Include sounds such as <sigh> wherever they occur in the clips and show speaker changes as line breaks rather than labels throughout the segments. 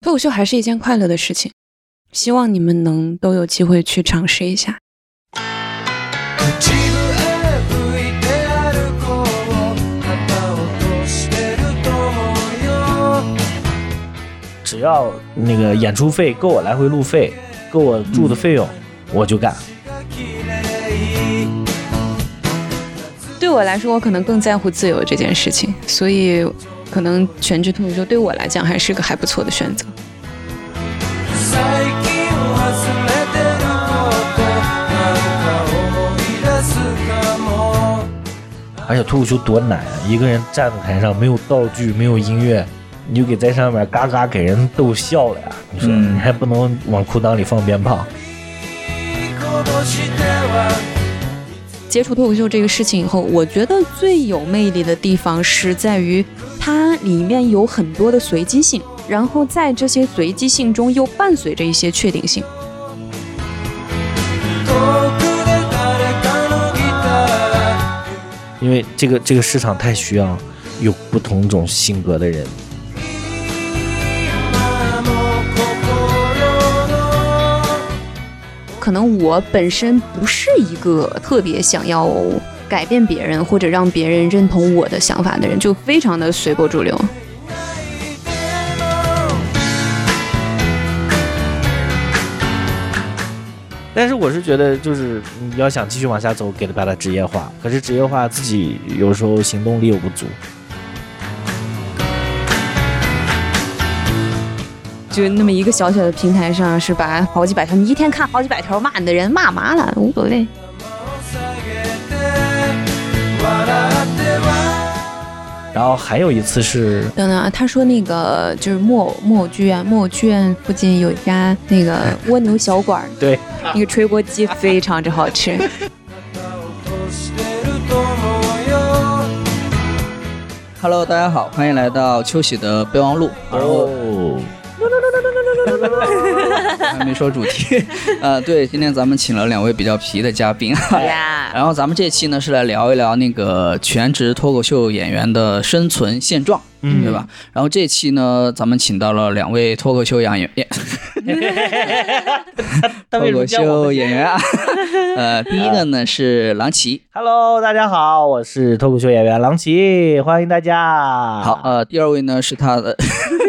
脱口秀还是一件快乐的事情，希望你们能都有机会去尝试一下。
口笛吹いて歩こう肩をとしてると思うよ
只要那个演出费够我来回路费，够我住的费用，我就干。
对我来说，我可能更在乎自由这件事情，所以可能全职脱口秀对我来讲还是个还不错的选择。
最近忘れてることなんか思い出すかも
而且脱口秀多难啊！一个人站在台上，没有道具，没有音乐，你就给在上面嘎嘎给人逗笑了呀！你说、
嗯
你还不能往裤裆里放鞭炮？
いいことしては
接触脱口秀这个事情以后，我觉得最有魅力的地方是在于它里面有很多的随机性，然后在这些随机性中又伴随着一些确定性。
遠くで誰かのギタ
因为这个这个市场太需要有不同种性格的人。
ー今も心の
可能我本身不是一个特别想要改变别人或者让别人认同我的想法的人，就非常的随波逐流。
但是我是觉得，就是你要想继续往下走，给他把它职业化。可是职业化自己有时候行动力又不足。
就那么一个小小的平台上，是把好几百条，你一天看好几百条骂你的人骂麻了，无所谓。
下げて笑っては
然后还有一次是
等等啊，他说那个就是木偶木偶剧院，木偶剧院附近有一家那个蜗牛小馆儿，
对
那个吹锅鸡非常之好 <laughs> 吃。
落ちてると思うよ
Hello，大家好，欢迎来到秋喜的
<laughs>
备忘录。然后
哦，
还没说主题， <laughs> 呃，对，今天咱们请了两位比较皮的
<laughs>
嘉宾， <laughs>
好哎呀，
然后咱们这期呢是来聊一聊那个全职脱口秀演员的生存现状，
嗯
对吧？然后这期呢，咱们请到了两位脱口秀演员，
<laughs>
演
他
脱
为什么
口
叫我
秀
们
演员
<laughs>
啊，呃，第一个呢是郎奇，
？Hello，大家好，我是脱口秀演员郎奇，欢迎大家。
好，呃，第二位呢是
<laughs>
他的，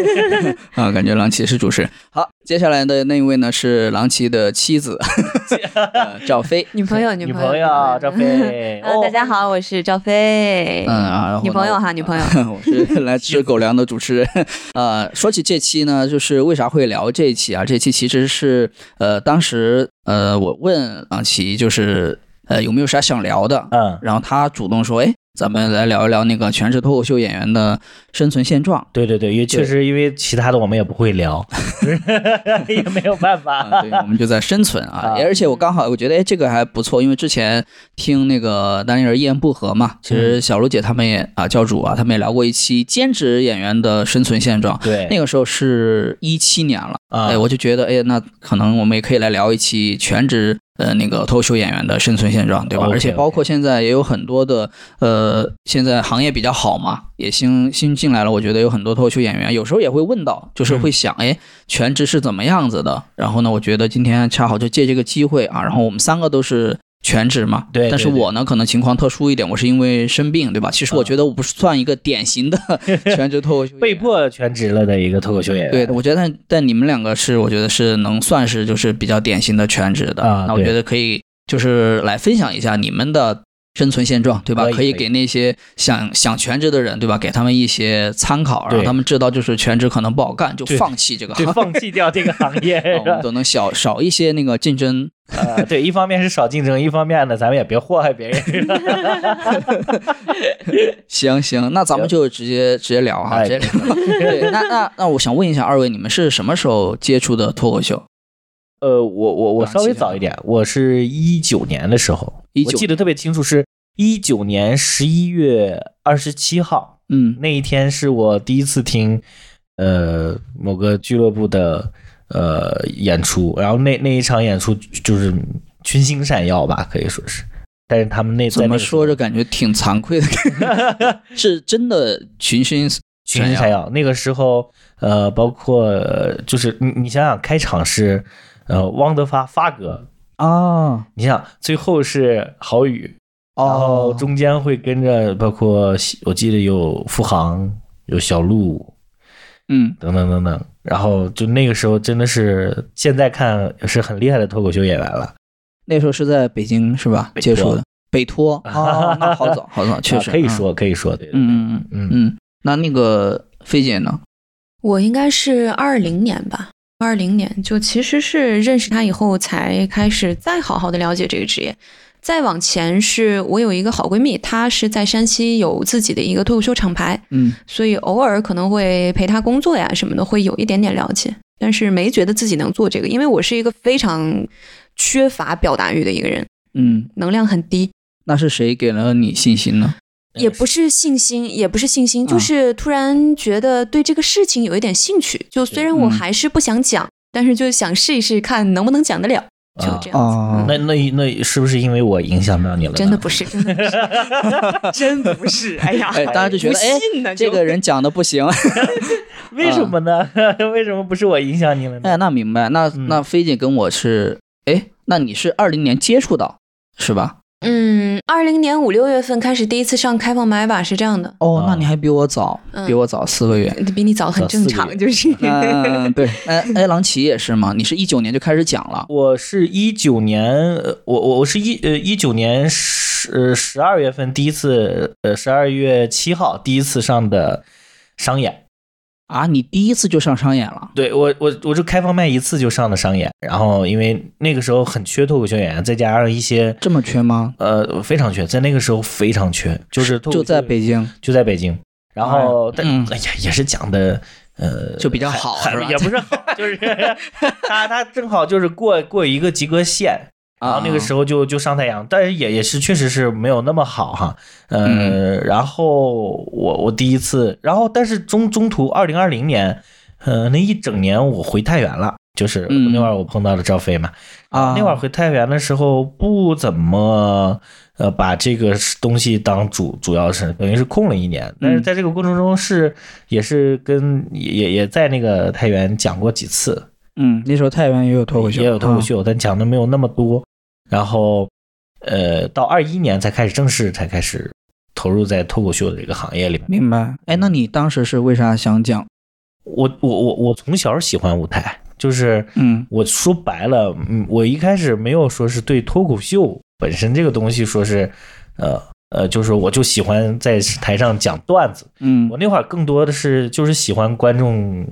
<laughs> 啊，感觉郎奇是主持人。好，接下来的那一位呢是郎奇的
<laughs>
妻子，呃，赵飞。
女朋友，
女
朋，
朋友赵飞
<laughs> 啊，大家好，我是赵飞。
嗯啊，然后
女朋友
呢
哈，女朋友。
<laughs> 我是来吃狗粮的主持人。呃，说起这期呢，就是为啥会聊这一期啊？这期其实是呃，当时呃，我问郎奇就是呃有没有啥想聊的，
嗯，
然后他主动说，哎，咱们来聊一聊那个全职脱口秀演员的生存现状。
对对对，也确实因为其他的我们也不会聊， <laughs> 也没有办
啊，
法。
对，我们就在生存啊
啊。
而且我刚好我觉得哎，这个还不错，因为之前听那个单立人一言不合嘛，其实小卢姐他们也啊，教主啊，他们也聊过一期兼职演员的生存现状。
对，
那个时候是一七年了，
啊
哎，我就觉得，哎，那可能我们也可以来聊一期全职呃那个脱口秀演员的生存现状，对吧？
OK，
而且包括现在也有很多的呃，现在行业比较好嘛，也新新进来了，我觉得有很多脱口秀演员，有时候也会问到，就是
嗯
会想，哎，全职是怎么样子的？然后呢，我觉得今天恰好就借这个机会啊，然后我们三个都是。全职嘛，
对对
但是
对嗯
我呢，可能情况特殊一点，我是因为生病，对吧？其实我觉得我不算一个典型的 <laughs> 全职脱口秀演员，
被迫全职了的一个脱口秀演员。
对，我觉得但但你们两个是，我觉得是能算是就是比较典型的全职的。
啊
那我
对
觉得可以就是来分享一下你们的生存现状，对吧？
可以
可以
可以
给那些想想全职的人，对吧？给他们一些参考，
对
让他们知道就是全职可能不好干，
<laughs>
就
对
放弃这个行
就
业。
放弃掉这个行
<laughs>
业
啊我们都能小少一些那个竞争，
啊，对，一方面是少竞争，一方面呢，咱们也别祸害别
<laughs>
人。
行行，那咱们就直接直接聊哈，
哎
直接聊。
<laughs>
对，那那那我想问一下二位，你们是什么时候接触的脱口秀？
呃，我我我
啊
稍微
其他
早一点，我是一九年的时候，
19
我记得特别清楚，是一九年十一月二十七号
嗯
那一天，是我第一次听呃某个俱乐部的呃演出，然后那那一场演出就是群星闪耀吧，可以说是。但是他们那
怎么说？
着？ <laughs>
着感觉挺惭愧的，是真的群星
群星闪耀。那个时候，呃，包括呃就是你你想想，开场是呃汪德发发哥，
啊，
你想最后是郝宇，然后
哦，
中间会跟着包括西我记得有付航、有小鹿
嗯，
等等等等。然后就那个时候真的是现在看是很厉害的脱口秀演员了，
那时候是在北京是吧？
北
接触
托
的北托，哦，那好早，好早，确
啊
实
可以
嗯
说可以说，对，对对
嗯嗯嗯
嗯
嗯，那那个菲姐呢？
我应该是二零年吧，二零年就其实是认识他以后才开始再好好的了解这个职业。再往前是我有一个好闺蜜，她是在山西有自己的一个脱口秀厂牌，
嗯，
所以偶尔可能会陪她工作呀什么的，会有一点点了解，但是没觉得自己能做这个，因为我是一个非常缺乏表达欲的一个人，
嗯，
能量很低。
那是谁给了你信心呢？
也不是信心，也不是信心，就
嗯
是突然觉得对这个事情有一点兴趣。就虽然我
嗯
还是不想讲，但是就想试一试看能不能讲得了，就
啊
这样子。
哦
嗯
那那那是不是因为我影响到你了呢？
真的不是，真的不 <laughs> 是， <laughs> 真不
<laughs>
是。哎呀，
哎，大家就觉得，哎
不信呢，
这
就
个人讲的
<laughs>
不行。
嗯
为什么呢？ <laughs> 为什么不是我影响你了呢？
哎，那明白，那
嗯
那菲姐跟我是，哎，那你是二零年接触到是吧？
嗯，二零年五六月份开始第一次上开放麦吧，是这样的，
哦，那
啊
你还比我早，
嗯
比我早四个月。
比你早很
早
正
四个
常，
月
就是。
<laughs> 嗯，对，哎，哎，郎奇也是嘛，你是一九年就开始讲了，
我是一九年，呃我我我是一呃一九年十呃十二月份第一次，呃十二月七号第一次上的商演。
啊，你第一次就上商演了，
对我我我就开放麦一次就上的商演，然后因为那个时候很缺脱口秀演员，再加上一些
这么缺吗？
呃非常缺，在那个时候非常缺，就是脱口
就
秀
在北京，
就在北京，然后但
嗯
哎呀也是讲的呃
就比较好
还
是吧
也不是好，就是 <laughs> 他他正好就是过过一个及格线，然
啊
后那个时候就就上太阳，但是也也是确实是没有那么好哈，
嗯
呃，然后我我第一次，然后但是中中途二零二零年，呃，那一整年我回太原了。就是
嗯
那会儿我碰到了赵飞嘛，
啊，
那会儿回太原的时候不怎么呃把这个东西当主主要是等于是空了一年，但
嗯
是在这个过程中是也是跟也也也在那个太原讲过几次，
嗯，那时候太原也有脱口秀，
也有脱口
啊，
秀，但讲的没有那么多。然后，呃，到二一年才开始正式才开始投入在脱口秀的这个行业里面。
明白。哎，那你当时是为啥想讲？
我我我我从小喜欢舞台，就是
嗯
我说白了，嗯，我一开始没有说是对脱口秀本身这个东西说是，呃呃，就是我就喜欢在台上讲段子。
嗯
我那会儿更多的是就是喜欢观众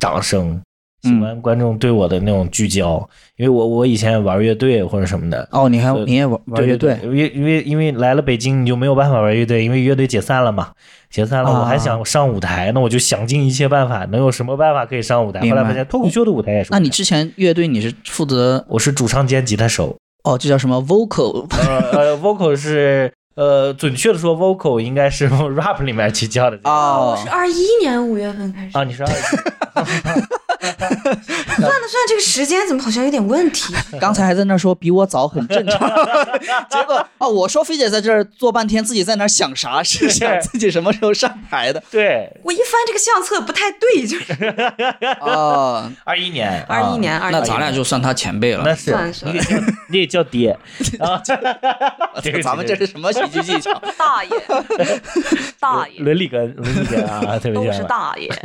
掌声，喜
嗯
欢观众对我的那种聚焦，因为我我以前玩乐队或者什么的，
哦，你还
呃
你也玩玩
对
乐
对
队，
对因为因为因为来了北京你就没有办法玩乐队，因为乐队解散了嘛，解散了，
啊
我还想上舞台，那我就想尽一切办法，能有什么办法可以上舞台？
明
后
白
来发现脱口秀的舞台也是舞台，
那你之前乐队你是负责
我是主唱兼吉他手，
哦，这叫什么 vocal
<laughs> 呃呃，vocal 是呃，准确的说，vocal 应该是 <laughs> rap 里面去叫的这个
我
哦
是二一年五月份开始，
啊，你说
算了算了，这个时间怎么好像有点问题？
<laughs> 刚才还在那儿说比我早很
<laughs>
正常，结果哦，我说菲姐在这儿坐半天，自己在那儿想啥？是想自己什么时候上台的？
<laughs> 对，
我一翻这个相册不太对，就是
哦，
二一年，啊
21年21
那咱俩就算他前辈
那
了。
是
算算
你得叫你得叫爹，啊， <laughs> 对不起
咱们这是什么喜剧技巧？
大爷，大爷，
伦理根，伦理根啊，对不起
都
啊
是大爷。
<laughs>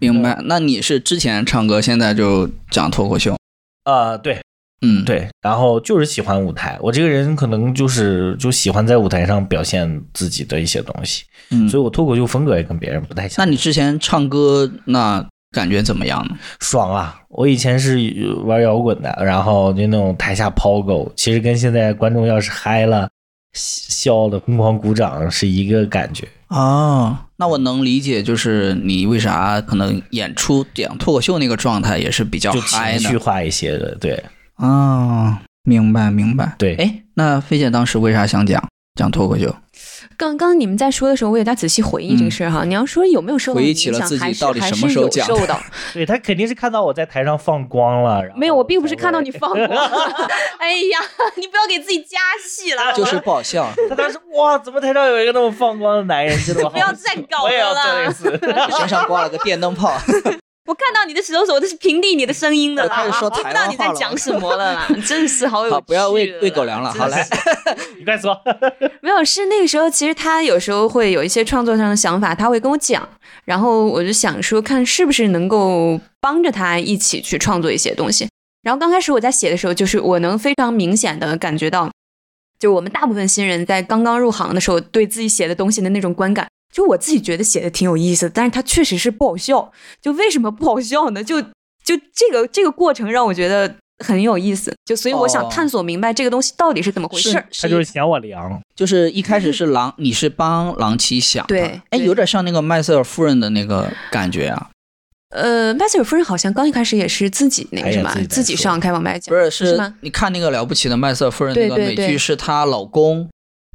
明白？那你是之前唱歌，现在就讲脱口秀？
啊，对，
嗯，，
对，然后就是喜欢舞台。我这个人可能就是就喜欢在舞台上表现自己的一些东西，
嗯
所以我脱口秀风格也跟别人不太像。
那你之前唱歌那感觉怎么样呢？
爽啊！我以前是呃玩摇滚的，然后就那种台下抛狗，其实跟现在观众要是嗨了。笑的疯狂鼓掌是一个感觉，
哦，那我能理解，就是你为啥可能演出讲脱口秀那个状态也是比较
就
嗨
情
的
绪化一些的，对
哎
啊、哦？明白明白。
对。
哎，那菲姐当时为啥想讲讲脱口秀？
<laughs> 刚刚你们在说的时候，我有点仔细回忆这个事儿哈。你要说有没有受到
嗯回忆
影
起了
响，
自己
还是
到底
还
什
是
么时候
有
讲
受
<laughs>
到？
对他肯定是看到我在台上放光了，然后
没有，我并不是看到你
才会。
放
<laughs>
过。哎呀，你不要给自己加戏了，
就是不好 <laughs> 笑。
<laughs> 他当时哇，怎么台上有一个那么放光的男人？真的，
<laughs>
我
不要再搞
我也要
我
做类
了。<laughs>
似。
身上挂了个电灯 <laughs> 泡，
我看到你的时候，我都是屏蔽你的声音的
我
啦，
开始说
我不知
台
道
湾
你在
话了
讲什么了啦，真是好有趣
好，不要喂
了
喂狗粮了，
真
好
是
来，
你快说，
<laughs> 没有，是那个时候，其实他有时候会有一些创作上的想法，他会跟我讲，然后我就想说，看是不是能够帮着他一起去创作一些东西。然后刚开始我在写的时候，就是我能非常明显的感觉到，就我们大部分新人在刚刚入行的时候，对自己写的东西的那种观感。就我自己觉得写的挺有意思的，但是它确实是不好笑。就为什么不好笑呢？就就这个这个过程让我觉得很有意思。就所以我想
哦
探索明白这个东西到底是怎么回事儿。
他就是嫌我凉。
就是一开始是狼，你是帮狼七想的，
对
哎，
对哎
有点像那个麦瑟尔夫人的那个感觉啊，
呃，麦瑟尔夫人好像刚一开始也是自己那个
哎呀
什么，啊
自己来
自己
说
上开网麦讲，
不是
是
是
吗？
你看那个了不起的麦瑟尔夫人
对
那个美
对对
剧，是她老公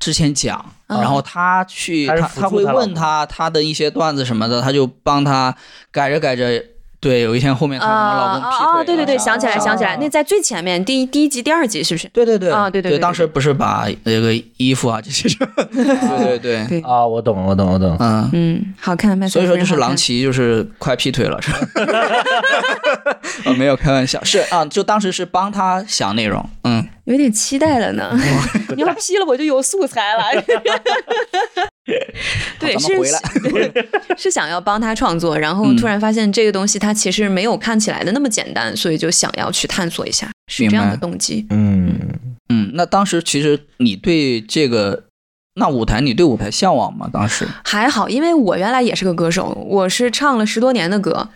之前讲，
嗯
然后她去
她是
她
辅助
她会
她老
问
公
她她的一些段子什么的，她就帮她改着改着，对，有一天后面她跟她老公劈腿
啊
了
啊！对对对，
啥
想起来
的
想起来，那在最前面第一第一集、第二集是不是？
对对对
啊对对对
对
对
当时不是把那个衣服啊这些，
<laughs>
对对对，
对，
啊，我懂，我懂，我懂。
嗯，
嗯，好看，麦瑟尔夫
所以说
人
就是
好看
郎骑就是快劈腿了
<laughs>
是吧？啊，没有开玩笑，是啊，就当时是帮他想内容，嗯，
有点期待了呢。
哦
<laughs> 你要批了，我就有素材
<laughs>
了。对，
咱
是
们回来。
是想要帮他创作，然后
嗯
突然发现这个东西它其实没有看起来的那么简单，所以就想要去探索一下，是这样的
明白
动机。
嗯，
<laughs> 嗯，那当时其实你对这个那舞台，你对舞台向往吗？当时
还好，因为我原来也是个歌手，我是唱了十多年的歌，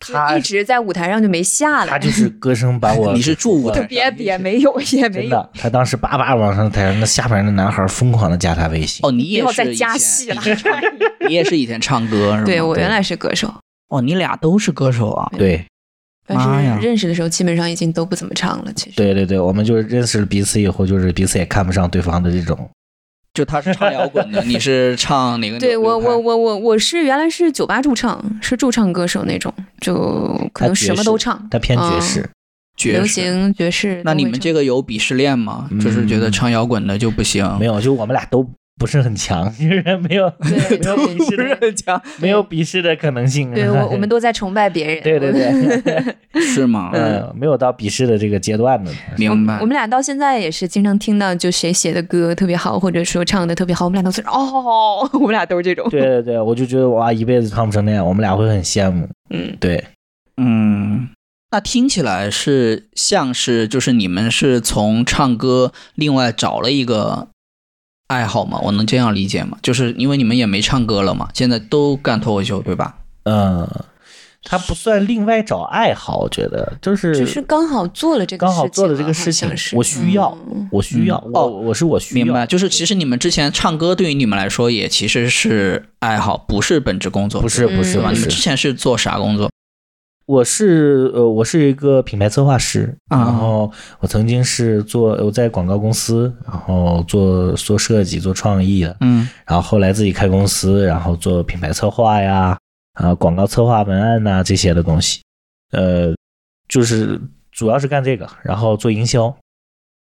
就
他
一直在舞台上就没下来。
他就是歌声把我，
你是住舞台上
<laughs> 别别，没有也没
真
有，
的，他当时叭叭往上抬，那下边那男孩疯狂的加他微信。
哦，你
不
也
要
是
再
以
加
前
戏了。 <laughs>
你也是以前唱歌是吗？
对我原来是歌手，
哦，你俩都是歌手啊，
对
但
妈呀
是认识的时候基本上已经都不怎么唱了。其实
对对对，我们就是认识了彼此以后，就是彼此也看不上对方的这种。
就他是唱摇滚的，你是唱哪个流？
对我
流派
我我我我是原来是酒吧驻唱，是驻唱歌手那种，就可能什么都唱，
他偏爵士，
爵
流
士。
行爵士都会唱。
那你们这个有鄙视链吗？
嗯
就是觉得唱摇滚的就不行，
没有，就我们俩都不是很强，就是没有
对
没有
对
鄙视的
<laughs> 很强，
没有鄙视的可能性。
对我我们都在崇拜别人。
对
<laughs>
对对，
是吗？
嗯，没有到鄙视的这个阶段呢。
明白
我们。俩到现在也是经常听到，就谁写的歌特别好，或者说唱的特别好，我们俩都是哦， <laughs> 我们俩都是这种。
对对对，我就觉得哇，一辈子唱不成那样，我们俩会很羡慕。
嗯，
对，
嗯，那听起来是像是就是你们是从唱歌另外找了一个爱好吗？我能这样理解吗？就是因为你们也没唱歌了嘛，现在都干脱口秀对吧？
嗯，他不算另外找爱好，我觉得就是
只是刚好做了这个啊
刚好做了这个
好
事情
像，是
我需要
嗯，
我需要，
嗯
我
哦
我是我需要，
明白，就是其实你们之前唱歌对于你们来说也其实是爱好，不是本职工作，
不是不嗯是
对吧？
不
你们之
是，
前是做啥工作？
我是呃，我是一个品牌策划师，
啊
然后我曾经是做我在广告公司，然后做做设计、做创意的，
嗯
然后后来自己开公司，然后做品牌策划呀，啊、广告策划文案呐、这些的东西，呃，就是主要是干这个，然后做营销，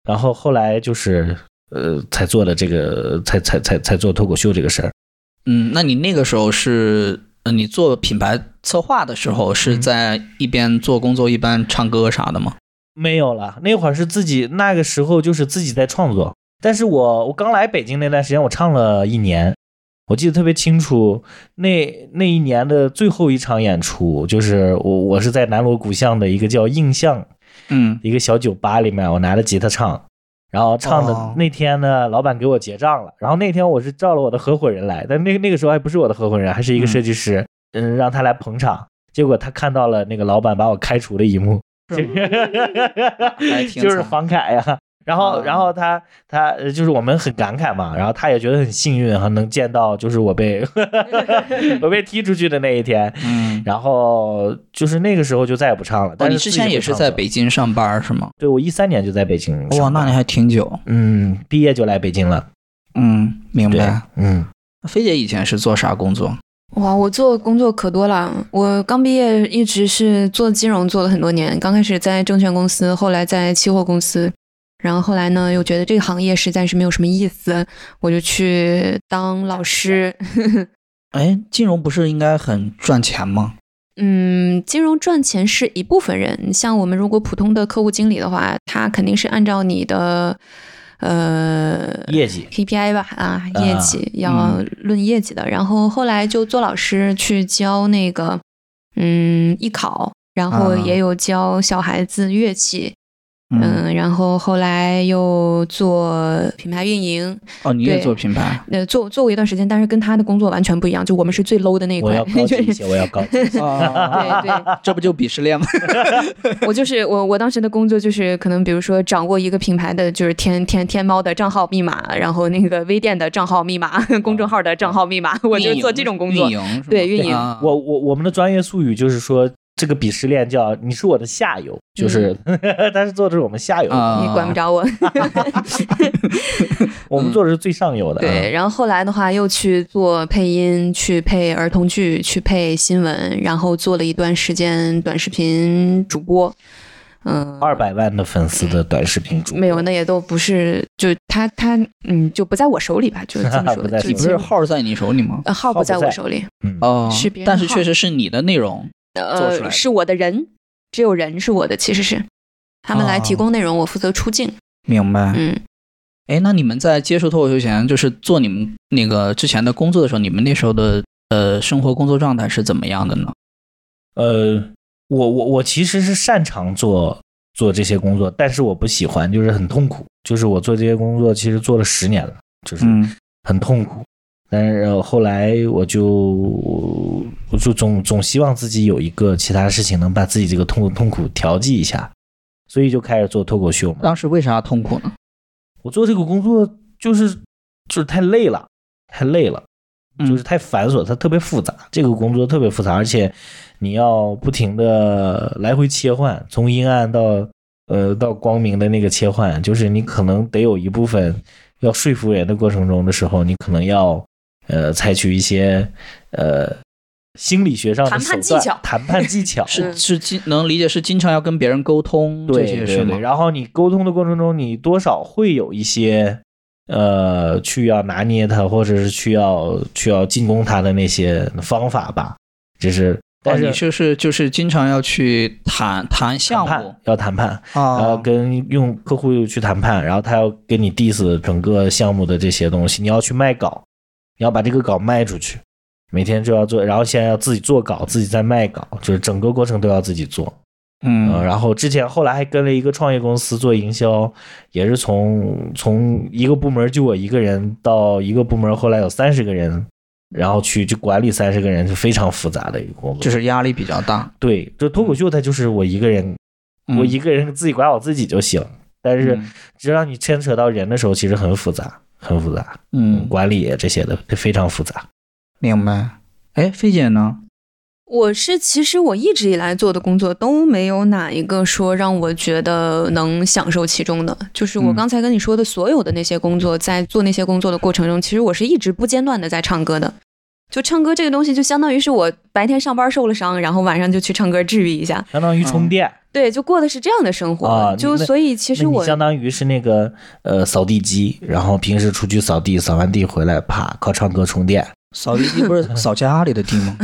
然后后来就是呃才做的这个，才才才才做脱口秀这个事儿。
嗯，那你那个时候是？呃你做品牌策划的时候是
嗯
在一边做工作一边唱歌啥的吗？
没有了，那会儿是自己，那个时候就是自己在创作。但是我我刚来北京那段时间，我唱了一年，我记得特别清楚。那那一年的最后一场演出，就是我我是在南锣鼓巷的一个叫印象
嗯，
一个小酒吧里面，我拿着吉他唱，然后唱的
哦
那天呢，老板给我结账了。然后那天我是照了我的合伙人来，但那那个时候还不是我的合伙人，还是一个设计师，嗯，让他来捧场。结果他看到了那个老板把我开除的一幕，
是吗还挺惨
就是房凯呀、然后，
啊
然后他他呃就是我们很感慨嘛，然后他也觉得很幸运哈，能见到就是我被 <laughs> 我被踢出去的那一天，
嗯，
然后就是那个时候就再也不唱了。
哦，
但
你
是
之
自己
前也
会
是
唱
在
歌
北京上班是吗？
对，我一三年就在北京上班。
哇，那你还挺久。
嗯，毕业就来北京了。
嗯，明
对
白。，
嗯，
菲姐以前是做啥工作？
哇，我做工作可多了。我刚毕业一直是做金融，做了很多年。刚开始在证券公司，后来在期货公司，然后后来呢又觉得这个行业实在是没有什么意思，我就去当老师。
哎，金融不是应该很赚钱吗？
嗯，金融赚钱是一部分人，像我们如果普通的客户经理的话，他肯定是按照你的呃
业绩
KPI 吧啊，
啊
业绩、要
嗯
论业绩的。然后后来就做老师去教那个嗯艺考，然后
啊
也有教小孩子乐器，
嗯，
嗯，然后后来又做品牌运营，
哦，你也
对
做品
<laughs>
牌
呃，做做过一段时间，但是跟他的工作完全不一样，就我们是最 low 的那一
我
块
要，
<laughs>
高级
就
一
是
些，我要
<laughs>
高级一些。
哦，
对对。
<laughs> 这不就鄙视链吗？ <laughs>
我就是我，我当时的工作就是可能，比如说掌握一个品牌的，就是天天天猫的账号密码，然后那个微店的账号密码，公众号的账号密码，我就
运
做
营
这种工作
运。营是吗
对运营
啊
我我我们的专业术语就是说，这个鄙视链叫你是我的下游，就是、 <laughs> 他是做的是我们下游，
嗯啊，
你管不着我，
我
嗯
们做的是最上游的。啊
对。然后后来的话，又去做配音，去配儿童剧，去配新闻，然后做了一段时间短视频主播。嗯，
二百万的粉丝的短视频主播
没有，那也都不是，就他他嗯，就不在我手里吧，就这么说
不在。
就
你不
其
是
实
号在你手里吗？
呃号
号
不
不
在我
在
手里，
嗯
哦，
是别人
但是
号
确实是你的内容。做出来的
呃，是我的人，只有人是我的，其实是他们来提
哦
供内容，我负责出镜。
明白。
嗯，
哎，那你们在接触脱口秀前，就是做你们那个之前的工作的时候，你们那时候的呃生活工作状态是怎么样的呢？
呃，我我我其实是擅长做做这些工作，但是我不喜欢，就是很痛苦。就是我做这些工作，其实做了十年了，就是
嗯
很痛苦。但是呃后来我就我就总总希望自己有一个其他事情能把自己这个痛痛苦调剂一下，所以就开始做脱口秀嘛。
当时为啥痛苦呢？
我做这个工作就是就是太累了，太累了。
嗯
就是太繁琐，它特别复杂，这个工作特别复杂，而且你要不停的来回切换，从阴暗到呃到光明的那个切换，就是你可能得有一部分要说服人的过程中的时候，你可能要呃采取一些呃心理学上的
谈
手
判
段，
技巧
谈判技
<laughs>
巧
是
嗯
是经能理解是经常要跟别人沟通这
对
些
对
是
对，
吗？
然后你沟通的过程中，你多少会有一些呃去要拿捏它，或者是去要去要进攻它的那些方法吧。这是，但
哦
是
你就是就是经常要去谈谈
谈
项目
判要谈判，然后
啊，
跟用客户去谈判，然后他要跟你 diss 整个项目的这些东西，你要去卖稿，你要把这个稿卖出去，每天就要做，然后现在要自己做稿，自己再卖稿，就是整个过程都要自己做。嗯，
嗯
然后之前后来还跟了一个创业公司做营销，也是从从一个部门就我一个人到一个部门后来有三十个人，然后去去管理三十个人是非常复杂的一个工作。
就是压力比较大。嗯
对，就脱口秀它就是我一个人，我一个人自己管好自己就行。但
个
是只要你牵扯到人的时候，其实很复杂，很复杂，
嗯，嗯
管理这些的非常复杂。
明白。哎，菲姐呢？
我是其实我一直以来做的工作都没有哪一个说让我觉得能享受其中的，就是我
嗯
刚才跟你说的所有的那些工作，在做那些工作的过程中，其实我是一直不间断的在唱歌的。就唱歌这个东西，就相当于是我白天上班受了伤，然后晚上就去唱歌治愈一下。
相当于充电，
对，就过的是这样的生活。
啊
就
那
所以其
嗯那
实
你
我
相当于是那个呃扫地机，然后平时出去扫地，扫完地回来，啪靠唱歌充电。
扫地机不是扫家里的地
<laughs>
吗？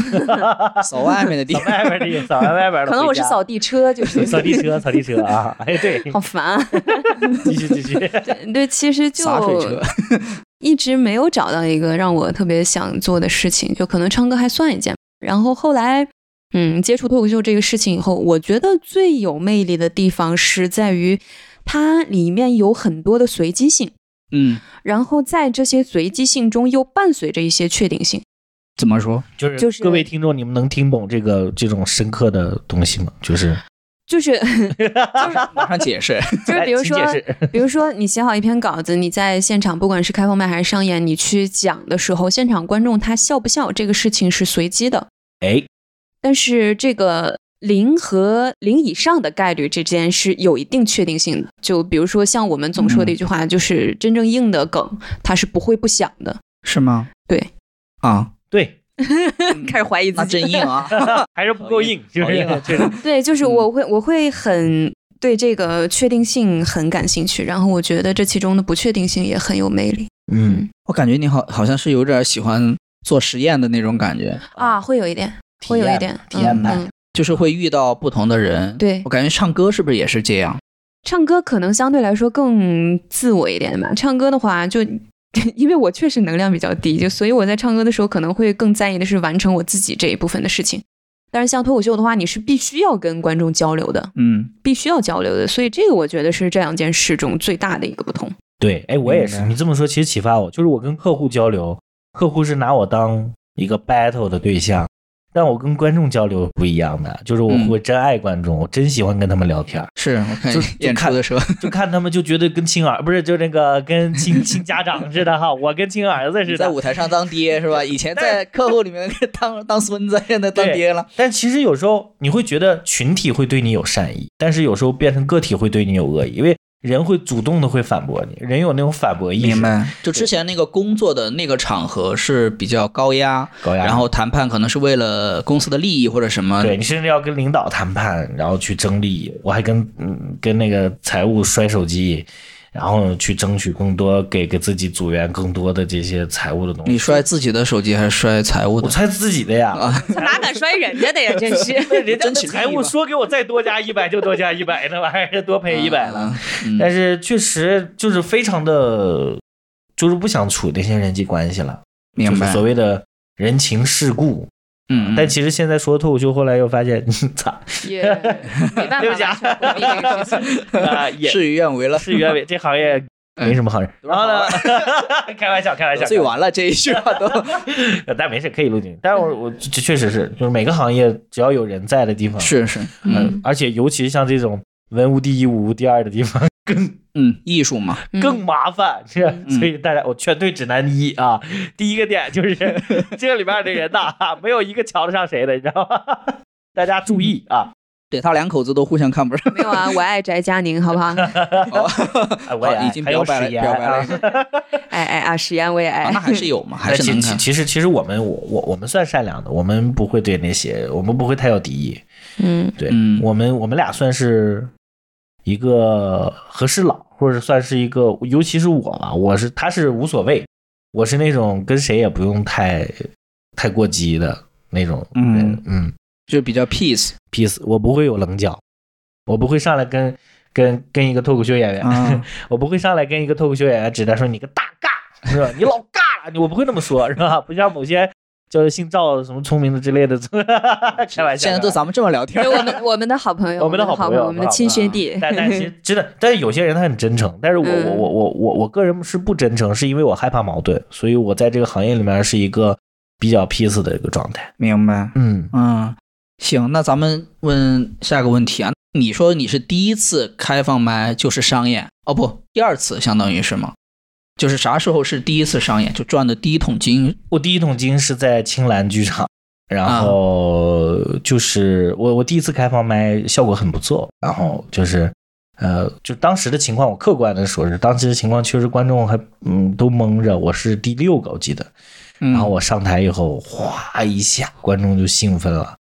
扫外面的地
扫。外边的，扫完外边的。
可能我是扫地车，就是
扫地车，扫地车啊！ <laughs> 哎，对，
<laughs> 好烦、啊。
继续
<laughs>
继续。
对，其实就
洒水车，
一直没有找到一个让我特别想做的事情，就可能唱歌还算一件。然后后来，嗯，接触脱口秀这个事情以后，我觉得最有魅力的地方是在于它里面有很多的随机性，
嗯，
然后在这些随机性中又伴随着一些确定性。
怎么说？
就是
就是
各位听众，你们能听懂这个这种深刻的东西吗？就是
就是 <laughs>
马上解释。
就是，比如说
哎请解释
比如说，你写好一篇稿子，你在现场，不管是开放麦还是商演，你去讲的时候，现场观众他笑不笑这个事情是随机的，
哎，
但是这个零和零以上的概率之间是有一定确定性的。就比如说像我们总说的一句
嗯
话，就是真正硬的梗，它是不会不响的。
是吗？
对，
啊，
<laughs> 对， <laughs>
开始怀疑自
那
己，
真硬
<laughs>
啊！
还是不够硬， <laughs> 就
好
是
硬啊
这个
对，就是我会我会很对这个确定性很感兴趣，然后我觉得这其中的不确定性也很有魅力
嗯，
我感觉你好好像是有点喜欢做实验的那种感觉，
啊，会有一点，会有一点
体验派
嗯嗯
就是会遇到不同的人。
对
我感觉唱歌是不是也是这样？
唱歌可能相对来说更自我一点吧。唱歌的话就， <laughs> 因为我确实能量比较低，就所以我在唱歌的时候可能会更在意的是完成我自己这一部分的事情。但是像脱口秀的话，你是必须要跟观众交流的，
嗯，
必须要交流的，所以这个我觉得是这两件事中最大的一个不同。
对，哎，我也
明
是。
白
你这么说，其实启发我，就是我跟客户交流，客户是拿我当一个 battle 的对象，但我跟观众交流不一样的，就是我
嗯
会真爱观众，我真喜欢跟他们聊天儿，
是我看
就就
演出
看
的时候，
就看他们就觉得跟亲儿不是，就那个跟亲亲家
<laughs>
长似的哈，我跟亲儿子似
在
的。
舞台上当爹是吧？以前在客户里面 <laughs> 当当孙子，现在当爹了。
但其实有时候你会觉得群体会对你有善意，但是有时候变成个体会对你有恶意，因为人会主动的会反驳你，人有那种反驳意识，
白，就之前那个工作的那个场合是比较高压，
高压。
然后谈判可能是为了公司的利益或者什么，
啊对你甚至要跟领导谈判，然后去争利益。我还跟嗯跟那个财务摔手机，然后去争取更多给给自己组员更多的这些财务的东西。
你摔自己的手机还是摔财务
我
的？嗯
猜自己的呀，
他哪敢摔人家的呀，真是。
那 <laughs> 人家
争
的
取利益
财务
吧
说给我再多加一百就多加一百， <laughs> 那玩意儿多赔一百了。
嗯。
但是确实就是非常的，就是不想处那些人际关系了，
明
就是
白。
所谓的人情世故。
嗯，嗯
但其实现在说脱口秀，后来又发现， <laughs>
<laughs>
操，
也没办
对不起
法
啊
完全回避这个事 <laughs> 情。
啊也
事与愿违了，
事与愿违，这行业
嗯
没什么好人。然后
啊
呢， <laughs> 开玩笑，开玩笑，
醉完了这一句话
<laughs>
都。
呃但没事可以录进去。但是我我这确实是，就是每个行业只要有人在的地方，
是是，
嗯、
嗯
而且尤其像这种文无第一武无第二的地方
嗯，艺术嘛，
更麻烦。这、所以大家我劝退指南一啊，第一个点就是
<laughs>
这里边的人呐、 <laughs> 没有一个瞧得上谁的，你知道吗？ <laughs> 大家注意啊！
对他两口子都互相看不上。
没有啊，我爱翟佳宁，好不好？
哦 <laughs>
哎 <laughs> 我也
好已经
爱还有
表白了，
史岩
表白
啊
了。
哎哎啊，史岩我也爱。
啊那还是有嘛，还是
其
能
其
看。
其实其实我们我我我们算善良的，我们不会对那些我们不会太有敌意。
嗯
对，
嗯
我们我们俩算是一个和事佬，或者算是一个，尤其是我吧，我是他是无所谓，我是那种跟谁也不用太太过激的那种人，嗯
就比较 peace
，peace，我不会有棱角，我不会上来跟跟跟一个脱口秀演员，
啊，
<laughs> 我不会上来跟一个脱口秀演员指他说你个大尬是吧？你老尬了，我不会那么说是吧？不像某些就是姓赵的什么聪明的之类的， <laughs> 开玩笑，
<laughs> 现在都咱们这么
<laughs>
聊天
就，我们我们的好朋友，
我们的好
好
朋友嗯
我们的
好
亲
朋
学 <laughs>
友
弟。
但但其实真的，但是有些人他很真诚，但是我、
嗯
我我我我我个人是不真诚，是因为我害怕矛盾，所以我在这个行业里面是一个比较 peace 的一个状态。
<laughs> 明白？
嗯，
嗯，行，那咱们问下个问题啊。你说你是第一次开放麦就是商演哦，不，第二次相当于是吗？就是啥时候是第一次商演，就赚的第一桶金？
我第一桶金是在青蓝剧场，然后就是我我第一次开放麦效果很不错，然后就是。呃，就当时的情况，我客观的说是，当时的情况确实观众还嗯都蒙着，我是第六个，我记得，
然
然后我上台以后，哗一下，观众就兴奋了。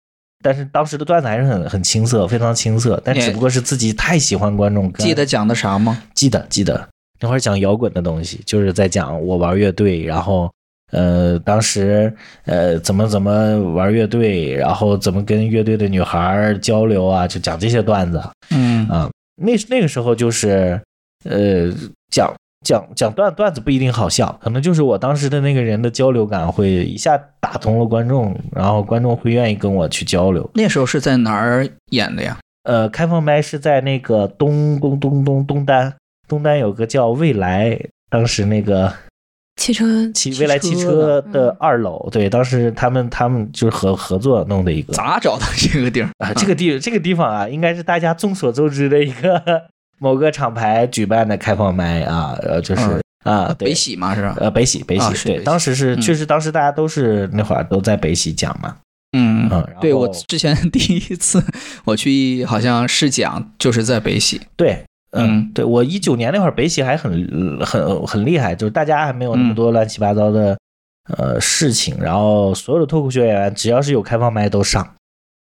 但是当时的段子还是很很青涩，非常青涩，但只不过是自己太喜欢观众。跟
记得讲的啥吗？
记得记得，那会儿讲摇滚的东西，就是在讲我玩乐队，然后呃，当时呃怎么怎么玩乐队，然后怎么跟乐队的女孩儿交流啊，就讲这些段子。
嗯
啊，那那个时候就是，呃，讲讲讲段段子不一定好笑，可能就是我当时的那个人的交流感会一下打通了观众，然后观众会愿意跟我去交流。
那时候是在哪儿演的呀？
呃，开放麦是在那个东东东东东单，东单有个叫未来。当时那个
汽车
汽
汽
未来
车
汽车
的
的
嗯
二楼，对，当时他们他们就是合合作弄的一个，
咋找到这个地儿
啊，这个地这个地方啊，应该是大家众所周知的一个某个厂牌举办的开放麦啊，呃，就是、啊，对
嗯北，喜嘛是吧？
呃，北喜，北喜，
啊是
对，
北
当时是、
嗯
确实当时大家都是那会儿都在北喜讲嘛，
嗯
嗯然
对
后
我之前 <laughs> 第一次我去好像试讲就是在北喜，
对。
嗯
嗯，对我一九年那会儿，北喜还很很很厉害，就是大家还没有那
嗯
么多乱七八糟的、呃事情，然后所有的脱口秀演员只要是有开放麦都上，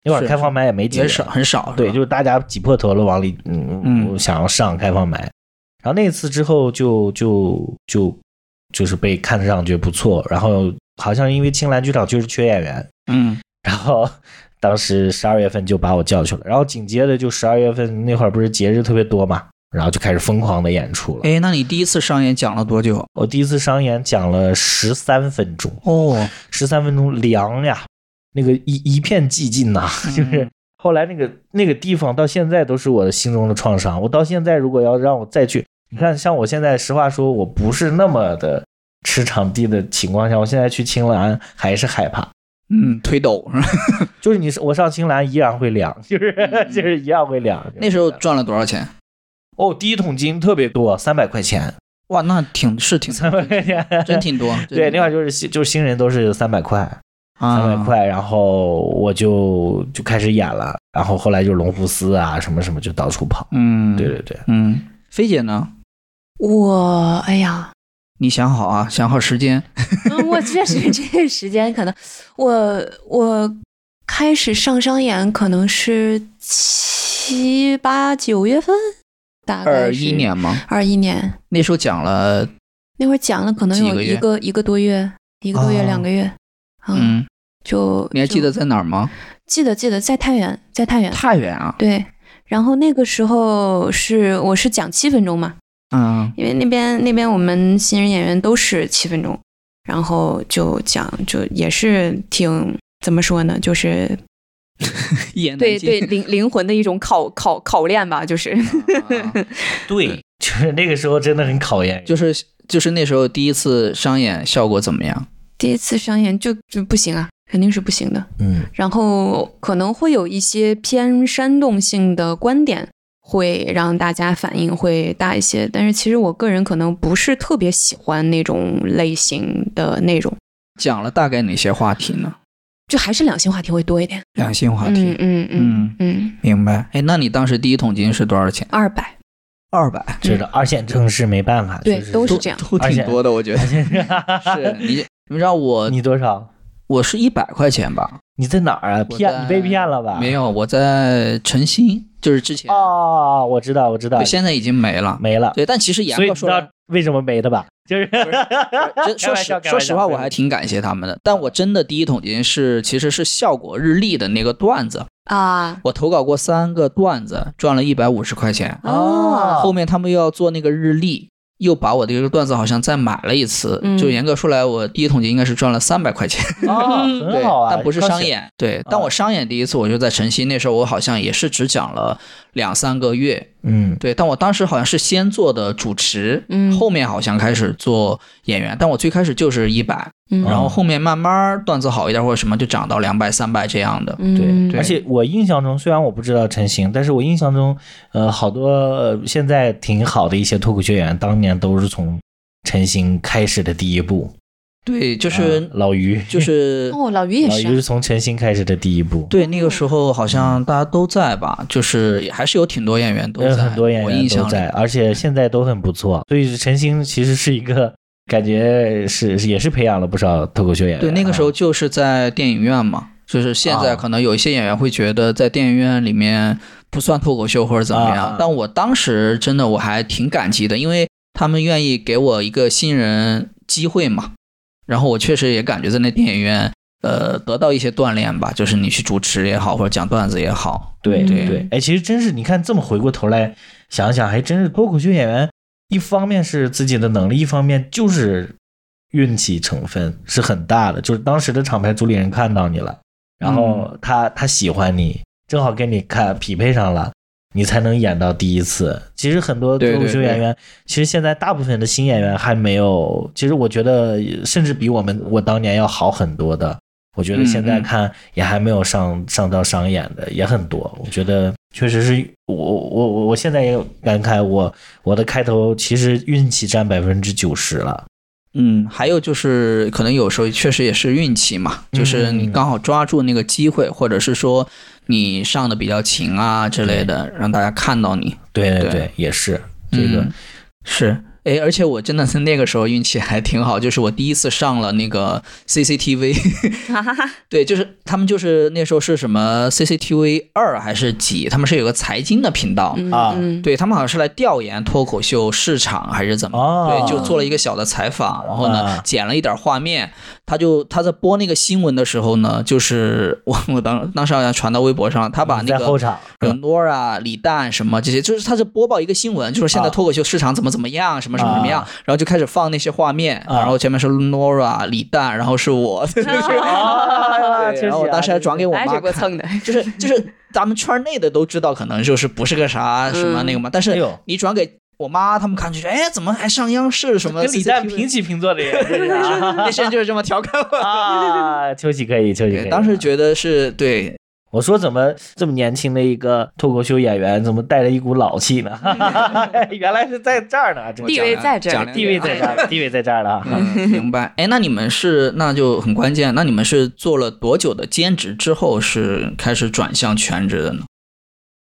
那会儿
是
开放麦也没几个
也
人，
少很少，
对，就是是大家挤破头了往里，嗯，
嗯
想要上开放麦。然后那次之后就就就就是被看上去不错，然后好像因为青蓝剧场就是缺演员，
嗯
然后 <laughs> 当时十二月份就把我叫去了，然后紧接着就十二月份那会儿不是节日特别多嘛，然后就开始疯狂的演出了。
哎，那你第一次上演讲了多久？
我第一次商演讲了十三分钟，
哦，
十三分钟凉呀，那个一一片寂静呐、就是
嗯
后来那个那个地方到现在都是我的心中的创伤。我到现在如果要让我再去，你看，像我现在实话说，我不是那么的吃场地的情况下，我现在去青蓝还是害怕。
嗯，推抖是吧？
就是你我上青蓝一样会凉，就是、<laughs>
嗯
就是一样会凉。
那时候赚了多少钱？
哦，第一桶金特别多，三百块钱，
哇，那挺是挺
三百块钱，
嗯真挺啊多。
对，那会
块
儿就是新就是新人都是三百块，
三
三百，块，然后我就就开始演了，然后后来就龙福寺啊什么什么就到处跑。
嗯，
对，对对，
嗯，菲姐呢？
我哎呀，
你想好啊，想好时间。
嗯，我确实 <laughs> 这个时间可能，我我开始上商演可能是七八九月份，大概
二一年吗？
二一年
那时候讲了，
那会儿讲了，可能
几
有
个月
一个一个多月，一个多月、
哦
两个月，嗯，
嗯，
就
你还记
就
得在哪儿吗？
记得记得在太原，在太原
太原啊，
对。然后那个时候是我是讲七分钟嘛，
嗯
因为那边那边我们新人演员都是七分钟，然后就讲就也是挺怎么说呢，就是
一言难
对
尽
对灵灵魂的一种考考考炼吧，就是 <laughs>
<laughs> 啊啊啊
对，就是那个时候真的很考验。
就是就是那时候第一次商演效果怎么样？
第一次商演就就不行啊，肯定是不行的。
嗯，
然后可能会有一些偏煽动性的观点，会让大家反应会大一些。但是其实我个人可能不是特别喜欢那种类型的内容，
讲了大概哪些话题呢？
就还是两性话题会多一点。
两性话题，
嗯嗯嗯嗯，
明白。哎，那你当时第一桶金是多少钱？
二百嗯
二百，
这个二线城市没办法，
对
就是
都
嗯
<laughs>
都
是这样
都挺多的，我觉得。是你，你知道我，
你多少？
我是一百块钱吧？
你在哪儿啊？
我
骗
在
你被骗了吧？
没有，我在晨曦，就是之前，
啊哦，我知道，我知道
对，，现在已经没了。
没了。
对，但其实严
所以
格
你知
说来
道为什么没的吧？就是 <laughs>
真说实说实话，我还挺感谢他们的。但我真的第一桶金是其实是效果日历的那个段子，
啊
我投稿过三个段子，赚了一百五十块钱。
<laughs>
哦
后面他们又要做那个日历，又把我的这个段子好像再买了一次。
嗯
就严格说来，我第一桶金应该是赚了三百块钱，
哦，
对
很好，啊，
但不是
刚
商
写。
演。对，
啊
但我商演第一次我就在晨曦，那时候我好像也是只讲了两三个月，
嗯，
对，但我当时好像是先做的主持，
嗯
后面好像开始做演员，但我最开始就是一百、
嗯
然后后面慢慢段子好一点或者什么就涨到两百、三百这样的。
嗯
对，而且我印象中，虽然我不知道陈星，但是我印象中，呃，好多呃现在挺好的一些脱口秀演员，当年都是从陈星开始的第一步，
对，就、
就是老于，
就是、啊
哦，老于也
老于
是
是从陈星开始的第一步，
对那个时候好像大家都在吧，就是还是有挺多演员都
有呃
在，
嗯很多演
我
员
印
都
象
在，
里
而且现在都很不错。所以陈星其实是一个感觉是是也是培养了不少脱口秀演员。
对，那个时候
啊
就是在电影院嘛，就是现在
啊
可能有一些演员会觉得在电影院里面不算脱口秀或者怎么样，
啊
但我当时真的我还挺感激的，因为他们愿意给我一个新人机会嘛，然后我确实也感觉在那电影院。呃，得到一些锻炼吧，就是你去主持也好，或者讲段子也好，
对
对
对，哎，其实真是你看这么回过头来想想，还真是脱口秀演员，一方面是自己的能力，一方面就是运气成分是很大的，就是当时的厂牌主理人看到你了，然后
嗯
他、他喜欢你，正好跟你看匹配上了。你才能演到第一次。其实很多脱
对
口
对
秀
对
演员，其实现在大部分的新演员还没有，其实我觉得甚至比我们我当年要好很多的。我觉得
嗯
现在
嗯
看也还没有上上到商演的也很多，我觉得确实是我我我我现在也有感慨，我我的开头其实运气占百分之九十了，
嗯，还有就是，可能有时候确实也是运气嘛，就是你刚好抓住那个机会，或者是说你上的比较勤啊之类的，让大家看到你。
对对
对
对，也是这个
嗯、是。哎，而且我真的是那个时候运气还挺好，就是我第一次上了那个 CCTV，
哈哈哈，
<laughs> 对，就是他们就是那时候是什么 CCTV 二还是几，他们是有个财经的频道，
<laughs> 嗯
啊
嗯，
对他们好像是来调研脱口秀市场还是怎么，
哦
对，就做了一个小的采访，然后呢
啊
剪了一点画面，他就他在播那个新闻的时候呢，就是 <laughs> 我我当当时好像传到微博上，他把那
嗯在后
个。嗯
场 <laughs>
有 Nora、李诞什么这些，就是他是播报一个新闻，就是现在
啊
脱口秀市场怎么怎么样，什么什么什么样，然后就开始放那些画面，
啊
然后前面是 Nora、李诞，然后是我， <laughs> 对
啊哎
然后我当时还转给我妈
来这波
看，
蹭的，
就是就是咱们圈内的都知道，可能就是不是个啥什么那个嘛，
哎
但是
呦
你转给我妈他们看，就觉得哎，怎么还上央视什么？
跟李诞平，起平坐的也是啊
<laughs> 那些人就是这么调侃我。
啊，秋喜可以，秋喜可
<laughs> 对，
以。
当时觉得是对，
我说怎么这么年轻的一个脱口秀演员，怎么带着一股老气呢？ <laughs> 哎原来是在这儿呢，这
我
地
讲
位
了
在这儿
讲了啊
地位在这儿，地位在这儿了。
<laughs>
啊
嗯，明白。哎，那你们是那就很关键，那你们是做了多久的兼职之后是开始转向全职的呢？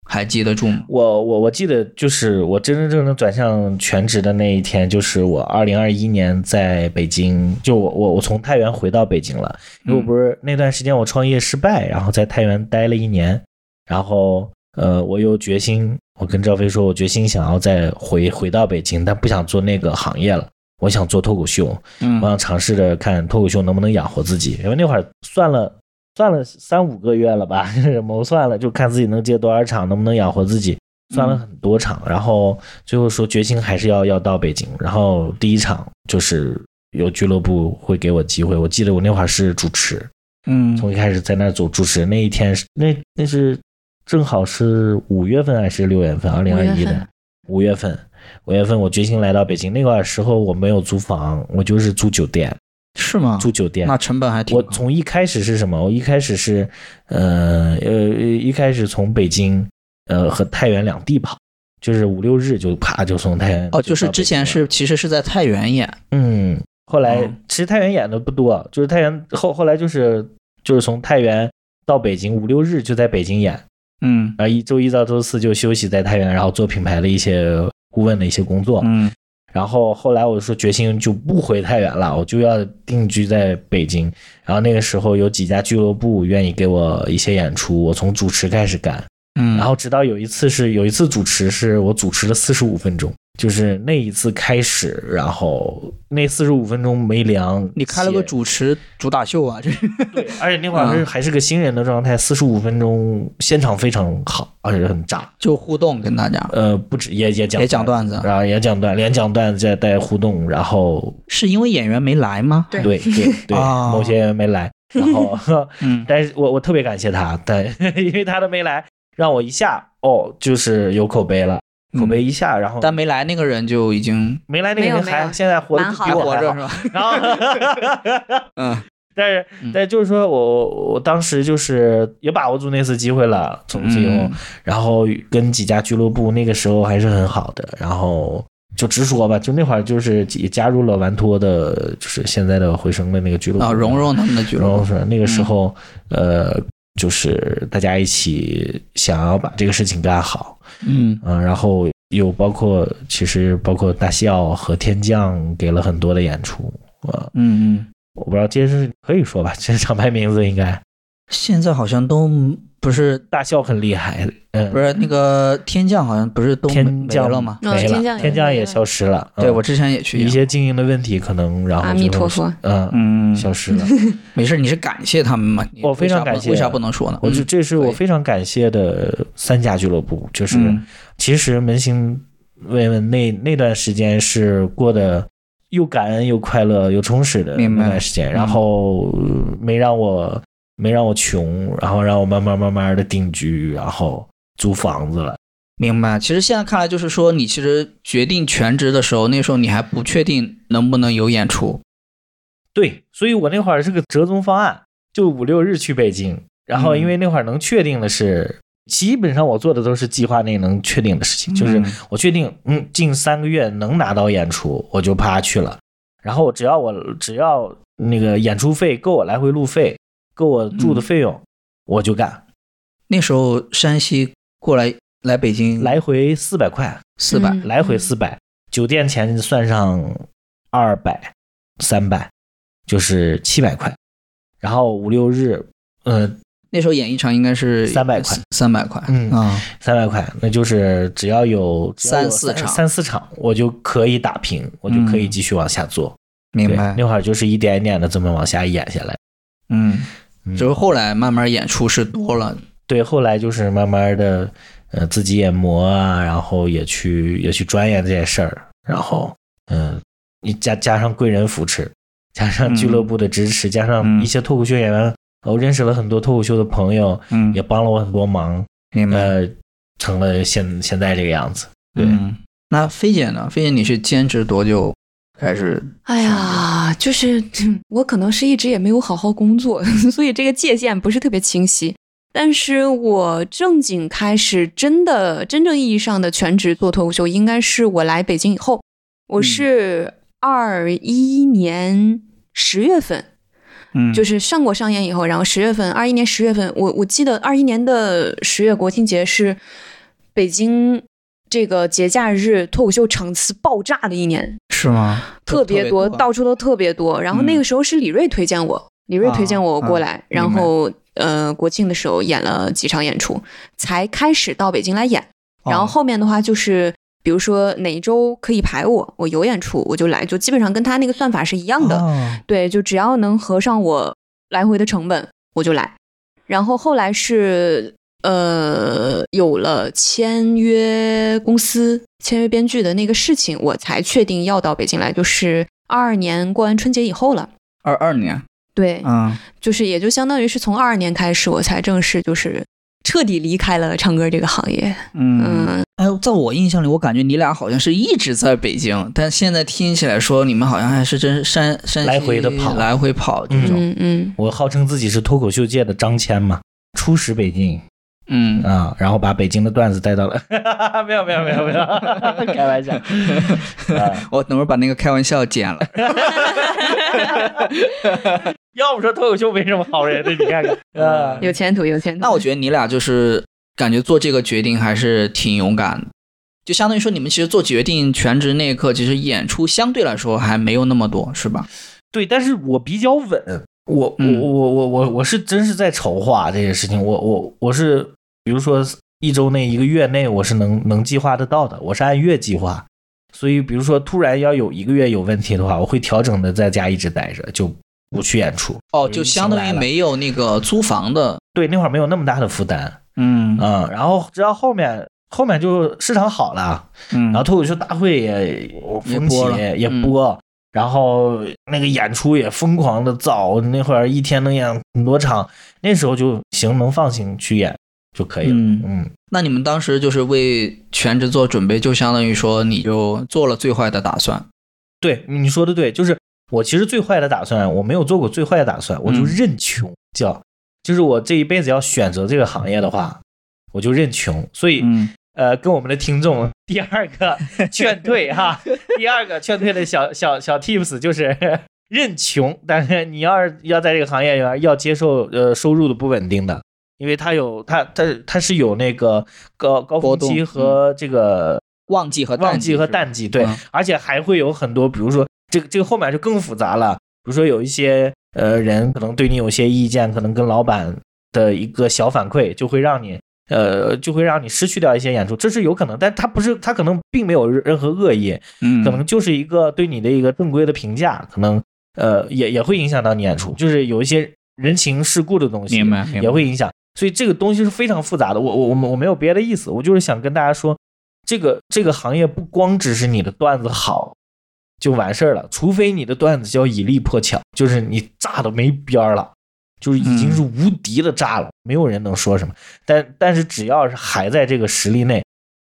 还记得住吗？
<laughs> 我我我记得，就是我真真正正转向全职的那一天，就是我二零二一年在北京，就我我我从太原回到北京了，因为我
嗯
不是那段时间我创业失败，然后在太原待了一年，然后呃，我又决心，我跟赵飞说，我决心想要再回回到北京，但不想做那个行业了，我想做脱口秀，我
嗯
想尝试着看脱口秀能不能养活自己，因为那会儿算了算了三五个月了吧， <laughs> 就是谋算了，就看自己能接多少场，能不能养活自己，算了很多场，
嗯
然后最后说决心还是要要到北京，然后第一场就是有俱乐部会给我机会，我记得我那会儿是主持，
嗯
从一开始在那儿做主持，那一天是那那是正好是五月份还是六月份？二零二
五
一
月
的
份
五月份，五月份我决心来到北京。那个时候我没有租房，我就是租酒店，
是吗？
住酒店
那。成本还挺
我
高
从一开始是什么？我一开始是，呃呃，一开始从北京，呃和太原两地跑，就是五六日就啪就从太原
哦，就是
到北
之前
京了
是其实是在太原演，
嗯，后来
嗯
其实太原演的不多，就是太原后后来就是就是从太原到北京五六日就在北京演，
嗯
然后一周一到周四就休息在太原，然后做品牌的一些顾问的一些工作。
嗯
然后后来我说决心就不回太原了，我就要定居在北京。然后那个时候有几家俱乐部愿意给我一些演出，我从主持开始干，
嗯，
然后直到有一次是有一次主持是我主持了四十五分钟，就是那一次开始，然后那四十五分钟没凉，
你开了个
且
主持主打秀啊，这是
对，而且那会儿是
嗯
还是个新人的状态，四十五分钟现场非常好，而且很炸，
就互动跟大家
呃，不止也也讲
也讲段子
然后也讲段，连讲段子带互动，然后
是因为演员没来吗？
<laughs> 对啊
对对
<laughs>
对，
哦
某些人没来，然后 <laughs>
嗯
但是我我特别感谢他，但因为他的没来，让我一下哦，就是有口碑了，口碑一下，然后
但没来那个人就已经
没来那个
没有
人
没
还
有
现在活得
蛮好
比
还
的
我
活
还好
着是，吧？
<laughs>
<laughs>
然后 <laughs>
嗯
但是
嗯
但就是说我我当时就是也把握住那次机会了，从最后，
嗯
然后跟几家俱乐部那个时候还是很好的，然后就直说吧，就那会儿就是也加入了玩托的，就是现在的回声的那个俱乐部
啊，蓉蓉他们的俱
然
乐
后
部，
是那个时候，
嗯
呃，就是大家一起想要把这个事情干好，
嗯
嗯、然后有包括其实包括大西奥和天降给了很多的演出，啊、
嗯嗯，
我不知道这是可以说吧，这厂牌名字应该
现在好像都不是
大笑很厉害，嗯，
不是那个天降，好像不是都没
天降
了吗？
嗯
没
天降
了，
也
天降
没
也
了
消失了，
对
嗯
我之前也去
一
演，
些经营的问题可能，然后
阿弥
就
陀
是
佛，
嗯，
嗯，
消失
<laughs>
了。
没事，你是感谢他们嘛？你
我非常感谢
为啥不能说呢？
我就
嗯
这是我
可以
非常感谢的三家俱乐部，就是
嗯
其实扪心慰问那那段时间是过得又感恩又快乐又充实的
明白嗯
那段时间，然后呃没让我没让我穷，然后让我慢慢慢慢的定居，然后租房子了。
明白。其实现在看来，就是说你其实决定全职的时候，那时候你还不确定能不能有演出，
对，所以我那会儿是个折中方案，就五六日去北京，然后
嗯
因为那会儿能确定的是，基本上我做的都是计划内能确定的事情，就是
嗯
我确定，嗯，近三个月能拿到演出，我就啪去了。然后只要我只要那个演出费够我来回路费，够我住的费用，我就干，
那时候山西过来来北京
来回四百块，
四百、
嗯
来回四百，酒店钱算上二百、三百，就是七百块。然后五六日，嗯、
那时候演一场应该是
300块，
三百块，
嗯
啊，
3三百块，那就是只要有只要有
三四场
三四场，我就可以打平，我就可以
嗯
继续往下做。
明
对
白，
那会儿就是一点一点的这么往下演下来。
嗯，
嗯
只是后来慢慢演出是多了，
对，后来就是慢慢的，呃，自己也磨啊，然后也去也去钻研这件事儿，然后，嗯、你加加上贵人扶持，加上俱乐部的支持，加上一些脱口秀演员，我认识了很多脱口秀的朋友，
嗯
也帮了我很多忙，
明白，
呃，成了现现在这个样子。对，
嗯那飞姐呢？飞姐你是兼职多久开始？
<laughs> 哎呀，就是我可能是一直也没有好好工作， <laughs> 所以这个界限不是特别清晰。但是我正经开始真的真正意义上的全职做脱口秀，应该是我来北京以后，我是二一年十月份
嗯
就是上过上演以后，然后十月份，二一年十月份，我我记得二一年的十月国庆节是北京这个节假日脱口秀场次爆炸的一年，
是吗？
特别多，
啊嗯
到处都特别多。然后那个时候是李锐推荐我，李锐推荐我
啊
过来，
明白
然后呃国庆的时候演了几场演出，才开始到北京来演。然后
哦
后面的话就是。比如说哪一周可以排我，我有演出我就来，就基本上跟他那个算法是一样的。
哦
对，就只要能合上我来回的成本，我就来。然后后来是呃有了签约公司、签约编剧的那个事情，我才确定要到北京来，就是二二年过完春节以后了。
二二年，
对，
嗯，
就是也就相当于是从二二年开始，我才正式就是彻底离开了唱歌这个行业。
嗯，
嗯，
哎，在我印象里，我感觉你俩好像是一直在北京，但现在听起来说你们好像还是真山山西
来回地跑
来回跑这种，
嗯
<laughs>
嗯
我号称自己是脱口秀界的张骞嘛，初识北京
嗯，
啊，然后把北京的段子带到了， <laughs> 没有没有没有没有， <laughs>
<laughs>
开
<laughs>
玩笑。啊
我等会儿把那个开玩
<laughs>
笑剪了。
要不说脱口秀没什么好人的，你
<laughs>
看看，
呃
啊，
有前途，有前途。
那我觉得你俩就是感觉做这个决定还是挺勇敢的，就相当于说你们其实做决定全职那一刻，其实演出相对来说还没有那么多，是
嗯
吧？
<laughs> 对，但是我比较稳，我我
嗯
我我我我是真是在筹划这些事情，我我我是比如说一周内一个月内我是能能计划得到的，我是按月计划，所以比如说突然要有一个月有问题的话，我会调整的在家一直待着，就不去演出。
哦，就相当于没有那个租房的，
对，那会儿没有那么大的负担，
嗯
嗯，然后直到后面后面就市场好了，
嗯
然后脱口秀大会也风起
播了
也
嗯
播，然后那个演出也疯狂的造，那会儿一天能演很多场，那时候就行，能放心去演就可以了。
嗯
嗯，
那你们当时就是为全职做准备，就相当于说你就做了最坏的打算，
对，你说的对，就是我其实最坏的打算，我没有做过最坏的打算，我就
嗯
认穷，叫就是我这一辈子要选择这个行业的话，我就认穷，所以。
嗯，
呃，跟我们的听众第二个劝退哈，
<laughs>
第二个劝退的小小小 tips 就是 <laughs> 认穷，但是你要是要在这个行业里面要接受呃收入的不稳定的，因为它有它它它是有那个高高
波
峰
动
期
嗯
和这个
旺季和
旺季和
淡
淡季，对
嗯，
而且还会有很多，比如说这个这个后面就更复杂了，比如说有一些呃人可能对你有些意见，可能跟老板的一个小反馈，就会让你呃就会让你失去掉一些演出，这是有可能，但他不是他可能并没有任何恶意，
季是吧，嗯，
可能就是一个对你的一个正规的评价，可能呃也也会影响到你演出，就是有一些人情世故的东西，
明白明白
也会影响。所以这个东西是非常复杂的。我我我我没有别的意思，我就是想跟大家说，这个这个行业不光只是你的段子好就完事儿了，除非你的段子叫以力破巧，就是你炸的没边儿了。就是已经是无敌的炸了，
嗯
没有人能说什么。但但是只要是还在这个实力内，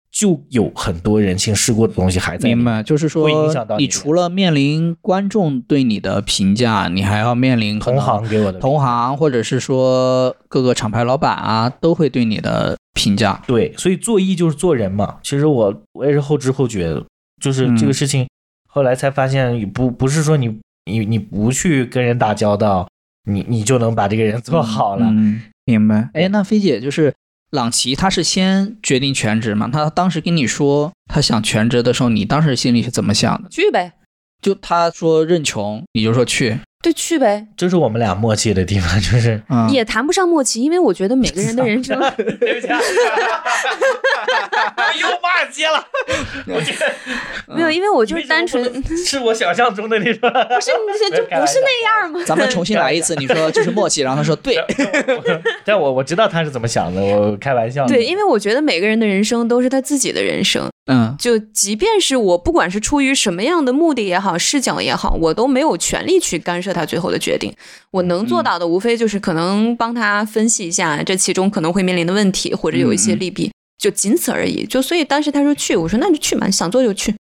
就有很多人情世故的东西还在里面。
明白，就是说
会影响到你
你除了面临观众对你的评价，你还要面临可
同
能
行给我的
同行或者是说各个厂牌老板啊，都会对你的评价。
对，所以做艺就是做人嘛。其实我我也是后知后觉，就是这个
嗯
事情后来才发现你不不是说你你你不去跟人打交道，你你就能把这个人做好了。
嗯，明白。
哎，那菲姐就是朗奇，他是先决定全职嘛？他当时跟你说他想全职的时候，你当时心里是怎么想的？
去呗，
就他说认穷，你就说去，
对，去呗，
这是我们俩默契的地方，就是
啊
嗯，
也谈不上默契，因为我觉得每个人的人
<laughs>
生
对不起，啊 <laughs> 我又骂街了，
没有，因为我就是单纯，
为什么不能是我想象中的那种。
不是就就不是那样吗？
咱们重新来
<laughs>
一次。你说就是默契，然后他说对，
但我我知道他是怎么想的，我开玩笑的。
对，因为我觉得每个人的人生都是他自己的人生，
嗯
就即便是我，不管是出于什么样的目的也好，视角也好，我都没有权利去干涉他最后的决定。我能
嗯
做到的，无非就是可能帮他分析一下这其中可能会面临的问题，或者有一
嗯
些利弊，就仅此而已。就所以当时他说去，我说那就去嘛，想做就去。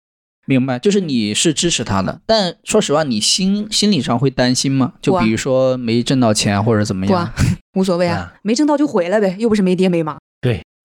明白，就是你是支持他的，但说实话，你心心理上会担心吗？就
不啊
比如说没挣到钱或者怎么
不
样
啊？，无所谓啊
啊，
没挣到就回来呗，又不是没爹没妈。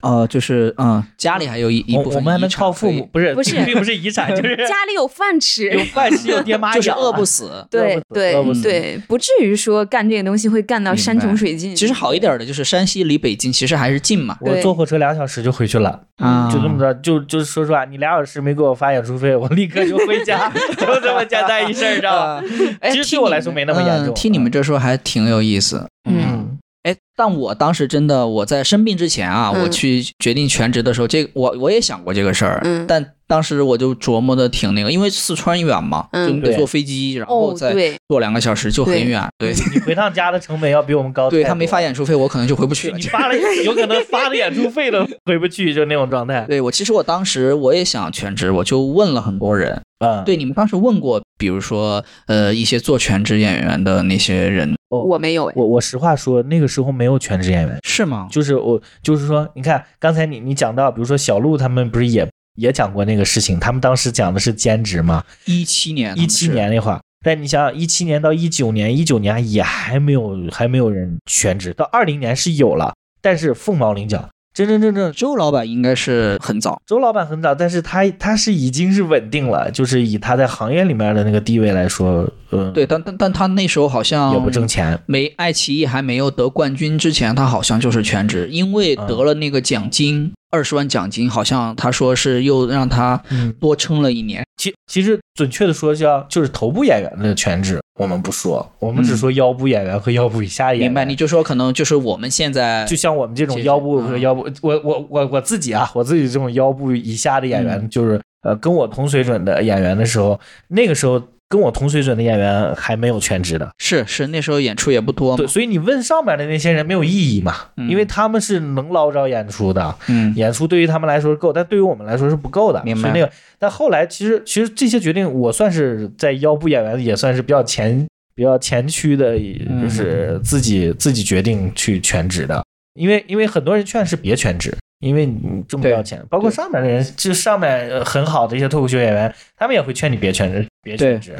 哦，就是嗯，家里还有一一
我
部分
我们还能
遗产
靠父
可以
母，，不是
不是
<laughs> 并不是遗产，就是
家里有饭
有
吃，
饭吃，有爹妈
就是
养啊
饿不死。
对对
饿不死
对，不至于说干这个东西会干到
明
山
白
穷水尽。
其实好一点的就是山西离北京其实还是近嘛，
我
对
坐火车两小时就回去了，
啊，
嗯就这么着，就就说实话，你俩小时没给我发演出费，我立刻就回
<laughs>
家，就这么简单一事儿，知道吧？
哎，
其实对
听
我
你
来
们
说没那么严重
嗯听你们这说还挺有意思。
嗯
嗯，
哎，但我当时真的，我在生病之前啊，
嗯
我去决定全职的时候，这个我我也想过这个事儿，
嗯
但当时我就琢磨的挺那个，因为四川远嘛，
嗯
就你得坐飞机，然后
哦，
再
对，
坐两个小时就很远，对，
你回趟家的成本要比我们高，
对他没发。演出费，我可能就回不去
对
了
你。发
<laughs>
了，有可能发了演出费都回不去，就那种状态。
对我，其实我当时我也想全职，我就问了很多人。
嗯，
对，你们当时问过，比如说呃一些做全职演员的那些人
我没有哎，
我我实话说，那个时候没有全职演员，
是吗？
就是我就是说，你看刚才你你讲到，比如说小鹿他们不是也也讲过那个事情，他们当时讲的是兼职嘛，
一七年，
一七年那会儿。但你想想，一七年到一九年，一九年也还没有还没有人全职，到二零年是有了，但是凤毛麟角。真真正正，
周老板应该是很早，
周老板很早，但是他他是已经是稳定了，就是以他在行业里面的那个地位来说，嗯，
对，嗯但但但他那时候好像
也不挣钱，
没爱奇艺还没有得冠军之前，他好像就是全职，因为
嗯
得了那个奖金二十、20万奖金，好像他说是又让他
嗯，
多撑了一年。
其其实准确的说叫就是头部演员的全职，我们不说，我们只
嗯
说腰部演员和腰部以下演员。
明白？你就说可能就是我们现在
就像我们这种
谢谢
腰部和
嗯
腰部，我我我我自己啊，我自己这种腰部以下的演员，
嗯
就是呃跟我同水准的演员的时候，那个时候跟我同水准的演员还没有全职的，
是是那时候演出也不多嘛
对，，所以你问上面的那些人没有意义嘛，
嗯
因为他们是能捞着演出的，
嗯，
演出对于他们来说是够，但对于我们来说是不够的。
明
所
白
以那个，但后来其实其实这些决定，我算是在腰部演员也算是比较前比较前驱的，
嗯
就是自己、自己决定去全职的，因为因为很多人劝是别全职。因为你挣不
对
到钱，包括
对
上面的人，就上面呃很好的一些脱口秀演员，他们也会劝你别全职，别全职，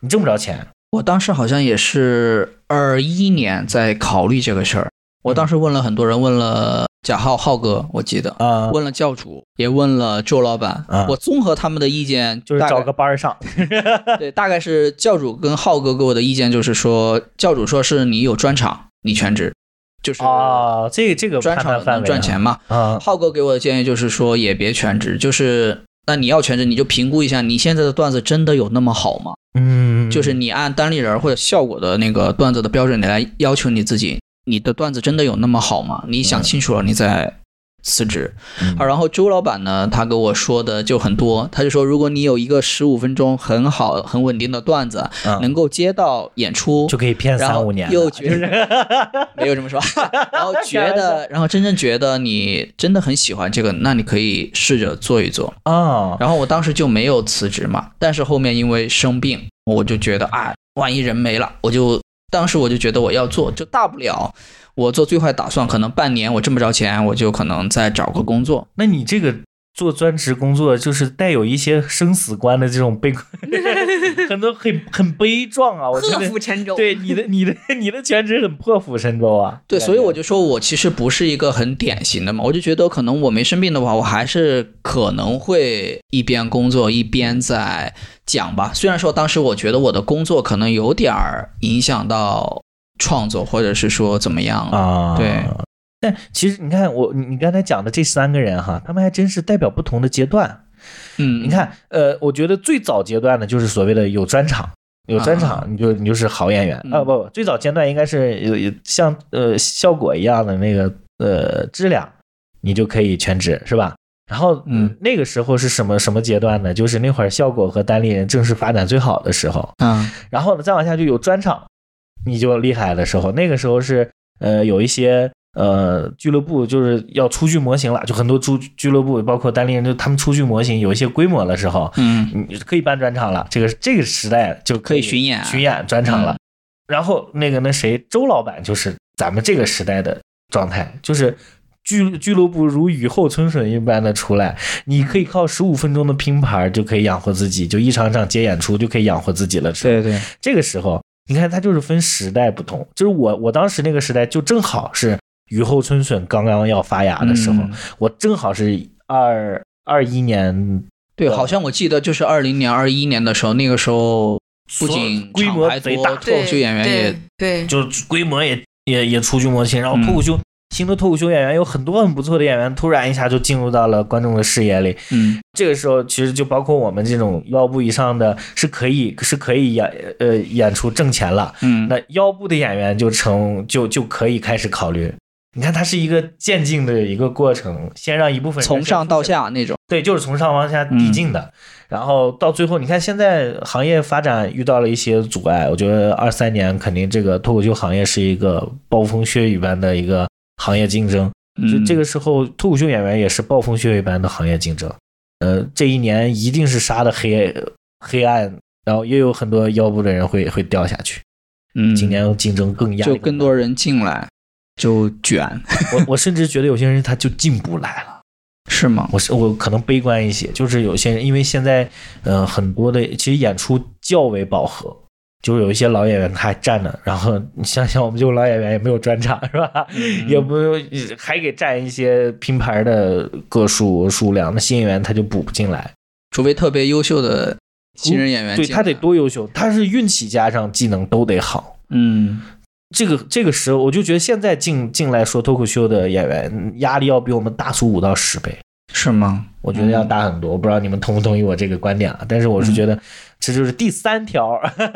你挣不着钱。
我当时好像也是二一年在考虑这个事儿，我
嗯
当时问了很多人，问了贾浩浩哥，我记得。
啊、
问了教主，也问了周老板，
啊
我综合他们的意见，
就是
大概
找个班儿上，
对，大概是教主跟浩哥给我的意见就是说，教主说是你有专场，你全职，就是
哦，这个这个
专
判断
场
范
能
围
赚钱嘛。
啊，
浩哥给我的建议就是说，也别全职，就是那你要全职，你就评估一下你现在的段子真的有那么好吗？
嗯，
就是你按单立人或者效果的那个段子的标准，你来要求你自己，你的段子真的有那么好吗？你想清楚了，你再辞职。
嗯
啊，然后周老板呢，他跟我说的就很多，他就说，如果你有一个十五分钟很好、很稳定的段子，
嗯
能够接到演出，
就可以骗
然
三
后
五年了，
又觉得 <laughs>
得
没有这
<laughs>
么说，然后觉得，然后真正觉得你真的很喜欢这个，那你可以试着做一做。
啊，
然后我当时就没有辞职嘛，但是后面因为生病，我就觉得啊，万一人没了，我就当时我就觉得我要做，就大不了我做最坏打算，可能半年我挣不着钱，我就可能再找个工作。
那你这个做专职工作就是带有一些生死观 <laughs> 的这种悲，很多很很悲壮啊！我觉
破
得
釜沉舟。
对你的你的 <laughs> 你的全职很破釜沉舟啊。
对，所以我
就
就说我其实不是一个很典型的嘛，我就觉得可能我没生病的话，我还是可能会一边工作一边在讲吧。虽然说当时我觉得我的工作可能有点儿影响到创作，或者是说怎么样了。
啊，
对。
但其实你看我你你刚才讲的这三个人哈，他们还真是代表不同的阶段。
嗯，
你，看，呃，我觉得最早阶段呢，就是所谓的有专场，有专场，
啊
你就你就是好演员
嗯
啊、不不，最早阶段应该是有有像呃效果一样的那个呃质量，你就可以全职是吧？然后，
嗯，
那个时候是什么什么阶段呢？就是那会儿效果和单立人正是发展最好的时候。
嗯
然后呢，再往下就有专场，你就厉害的时候。那个时候是呃，有一些呃俱乐部就是要出具模型了，就很多俱俱乐部，包括单立人，就他们出具模型有一些规模的时候，
嗯
你可以办专场了。这个这个时代就
可以巡演啊
巡演专场了。
嗯
然后那个那谁周老板就是咱们这个时代的状态，就是。俱俱乐部如雨后春笋一般的出来，你可以靠十五分钟的拼盘儿就可以养活自己，就一场场接演出就可以养活自己了。
对对，
这个时候，你看它就是分时代不同，就是我我当时那个时代就正好是雨后春笋刚刚要发芽的时候，
嗯
我正好是二二一年，
对，好像我记得就是二零年、二一年的时候，那个时候不仅
规
厂
模
牌
贼
多，
大
脱口秀演员也
对，
就是规模也也也出具模型，然后
嗯
脱口秀。新的脱口秀演员有很多很不错的演员，突然一下就进入到了观众的视野里。
嗯
这个时候，其实就包括我们这种腰部以上的，是可以是可以演呃演出挣钱了。
嗯，
那腰部的演员就成就就可以开始考虑。你看，它是一个渐进的一个过程，先让一部分人
从
先
上到
出现，
下那种，
对，就是从上往下
嗯
递进的。然后到最后，你看现在行业发展遇到了一些阻碍，我觉得二三年肯定这个脱口秀行业是一个暴风雪雨般的一个行业竞争。就
嗯
这个时候，脱口秀演员也是暴风雪雨般的行业竞争。呃，这一年一定是杀的黑呃黑暗，然后也有很多腰部的人会会掉下去。
嗯
今年竞争更压力
就更多人进来就卷，
我我甚至觉得有些人他就进不来了。
是吗？
我是我可能悲观一些，就是有些人因为现在呃很多的其实演出较为饱和，就是有一些老演员他还站着，然后你想想我们这种老演员也没有专场是吧？
嗯
也不还给占一些拼盘的个数数量，那新演员他就补不进来。
除非特别优秀的新人演员进
对
来，
他得多优秀，他是运气加上技能都得好。
嗯
这个这个时候，我就觉得现在进进来说脱口秀的演员压力要比我们大出五到十倍。
是吗？
我觉得
嗯
要大很多，我不知道你们同不同意我这个观点啊，但是我是觉得这就是第三条， <laughs>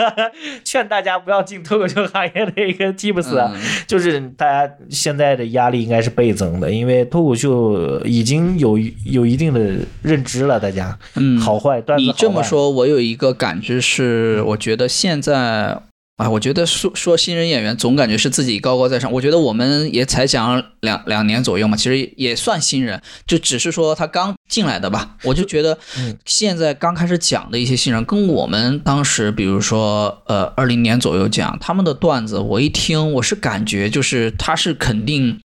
劝大家不要进脱口秀行业的一个 tips 啊，
嗯
就是 <laughs> 大家现在的压力应该是倍增的，因为脱口秀已经有有一定的认知了，大家、
嗯，
好坏段子
你
好坏嗯
这么，说，我有一个感知是，我觉得现在。啊，我觉得说说新人演员，总感觉是自己高高在上。我觉得我们也才讲两两年左右嘛，其实也算新人，就只是说他刚进来的吧。我就觉得
嗯
<laughs> 现在刚开始讲的一些新人，跟我们当时，比如说呃二零年左右讲他们的段子，我一听我是感觉就是他是肯定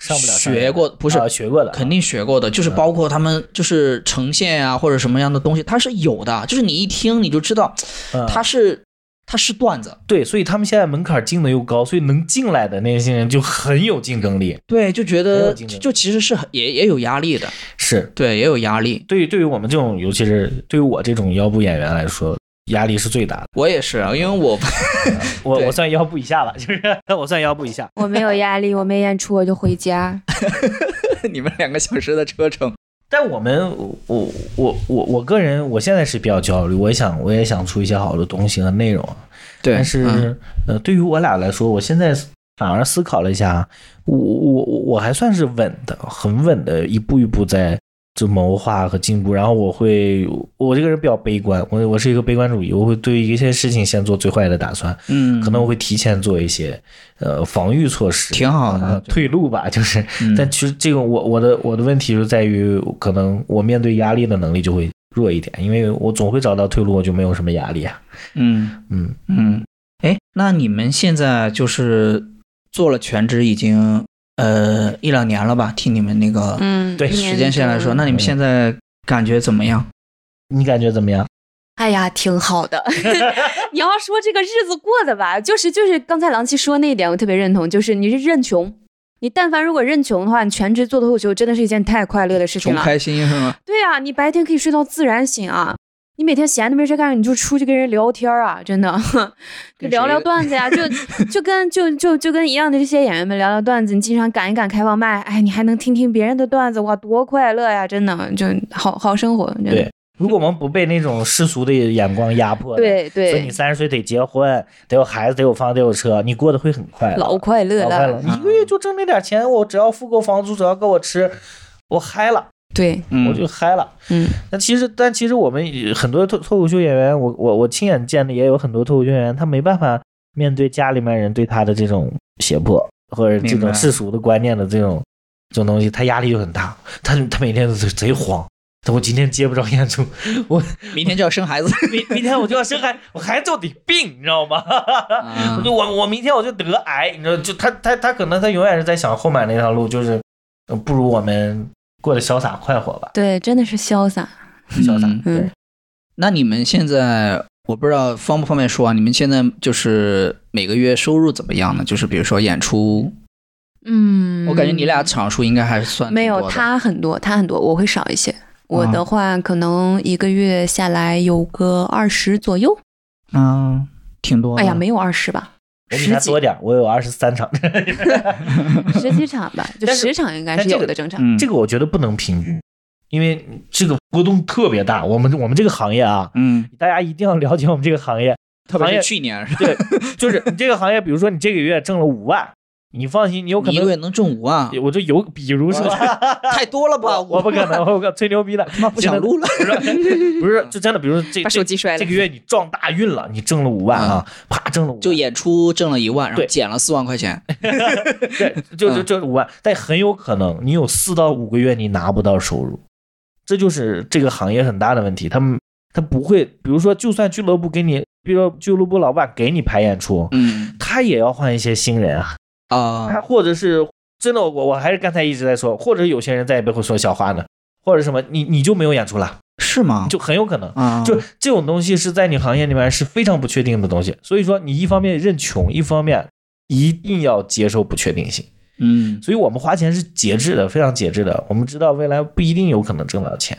上不了上
学过不是
啊学过的
肯定学过的，就是包括他们就是呈现啊或者什么样的东西，它是有的，就是你一听你就知道
嗯
它是它是段子，
对，所以他们现在门槛定的又高，所以能进来的那些人就很有竞争力，
对，就觉
很有
得
竞争
就其实是很也也有压力的，
是
对，也有压力。
对于对于我们这种，尤其是对于我这种腰部演员来说，压力是最 <laughs> 大的。
我也是，啊因为我 <laughs>
我
对
我算腰部以下吧，就是 <laughs> 我算腰部以下。
我没有压力，我没演出我就回家。
你们两个小时的车程，
但我们我我我我我个人，我现在是比较焦虑，我也想我也想出一些好的东西和内容。
对，
但是、
嗯
呃，对于我俩来说，我现在反而思考了一下，我我我我还算是稳的，很稳的，一步一步在就谋划和进步。然后我会，我这个人比较悲观，我我是一个悲观主义，我会对一些事情先做最坏的打算。
嗯，
可能我会提前做一些呃防御措施，
挺好的
啊退路吧，就是。
嗯
但其实这个我我的我的问题就在于，可能我面对压力的能力就会弱一点，因为我总会找到退路，我就没有什么压力啊。
嗯
嗯，
嗯，哎，那你们现在就是做了全职已经呃一两年了吧，替你们那个
<laughs> 嗯，
对
一年
时间线来说，
中
那你们现在感觉怎么样？
你感觉怎么样？
哎呀，挺好
<laughs>
的。 <laughs> 你要说这个日子过的吧，就是就是刚才郎七说那一点，我特别认同，就是你是认穷。你但凡如果认穷的话，你全职做脱口秀真的是一件太快乐的事情
穷
了。
开心是吗？
对啊，你白天可以睡到自然醒啊，你每天闲着没事干，你就出去跟人聊天啊，真的， <laughs> 就
跟
聊
谁
聊段子呀、就就跟就就就跟一样的这些演员们聊聊段子，你经常赶一赶开放麦，哎，你还能听听别人的段子，哇，多快乐呀！真的，就好好生活，真的
对如果我们不被那种世俗的眼光压迫，，
对
所以你
对，
三十岁得结婚，得有孩子，得有房，得有车，你过得会很快乐，
老快乐
老快乐，
了，
你一个
嗯
月就挣那点钱，我只要付够房租，只要够我吃，我嗨了，
对，
嗯
我就嗨了。
嗯
但其实，但其实我们也很多脱脱口秀演员，我我我亲眼见的也有很多脱口秀演员，他没办法面对家里面人对他的这种胁迫或者这
明白
种世俗的观念的这种这种东西，他压力就很大，他他每天都贼贼慌。他我今天接不着演出，
明天就要生孩子，
明明天我就要生孩，我孩子就得病，你知道吗？
<laughs> 啊 <laughs>
我就我我明天我就得癌，你知道，就他他他可能他永远是在想后面那条路，就是呃不如我们过得潇洒快活吧，
对，真的是潇洒，
潇洒。
嗯
对
嗯
那你们现在我不知道方不方便说啊？你们现在就是每个月收入怎么样呢？就是比如说演出，
嗯，
我感觉你俩场数应该还是算
没
挺
有
多的
他很多，他很多，我会少一些。我
啊
的话，可能一个月下来有个二十左右。
嗯，挺多的。
哎呀，没有二十吧，
哦我比他
十几
多点儿，我有二十三场。
嗯
十几场吧，就
<laughs> 但是
十场应该
但
是
这
有
个
的正常。
嗯，
这个我觉得不能平均，因为这个波动特别大。我们我们这个行业啊，
嗯，
大家一定要了解我们这个行业，
特别
行业
是去年，
对，就是你这个行业，比如说你这个月挣了五万，你放心，你有可
你一个月
能。
能挣五万，
我就有，比如说，
太多了吧？
我不可能，我吹牛逼的，
他妈不想录了。
不是，不是，就真的，比如说这
把手机摔了
这个月你撞大运了，你挣了五万啊，啪挣了五万，
<laughs> 就演出挣了一万，然后
对哎
减了四万块钱，
对，就就就五万，但很有可能你有四到五个月你拿不到收入，这就是这个行业很大的问题。他们他不会，比如说，就算俱乐部给你，比如说俱乐部老板给你排演出，
嗯
他也要换一些新人啊，他
啊，
或者是真的，我我还是刚才一直在说，或者有些人在背后说小话呢，或者什么，你你就没有演出了，
是吗？
就很有可能。
啊，
就这种东西是在你行业里面是非常不确定的东西，所以说你一方面认穷，一方面一定要接受不确定性。
嗯
所以我们花钱是节制的，非常节制的。我们知道未来不一定有可能挣到钱，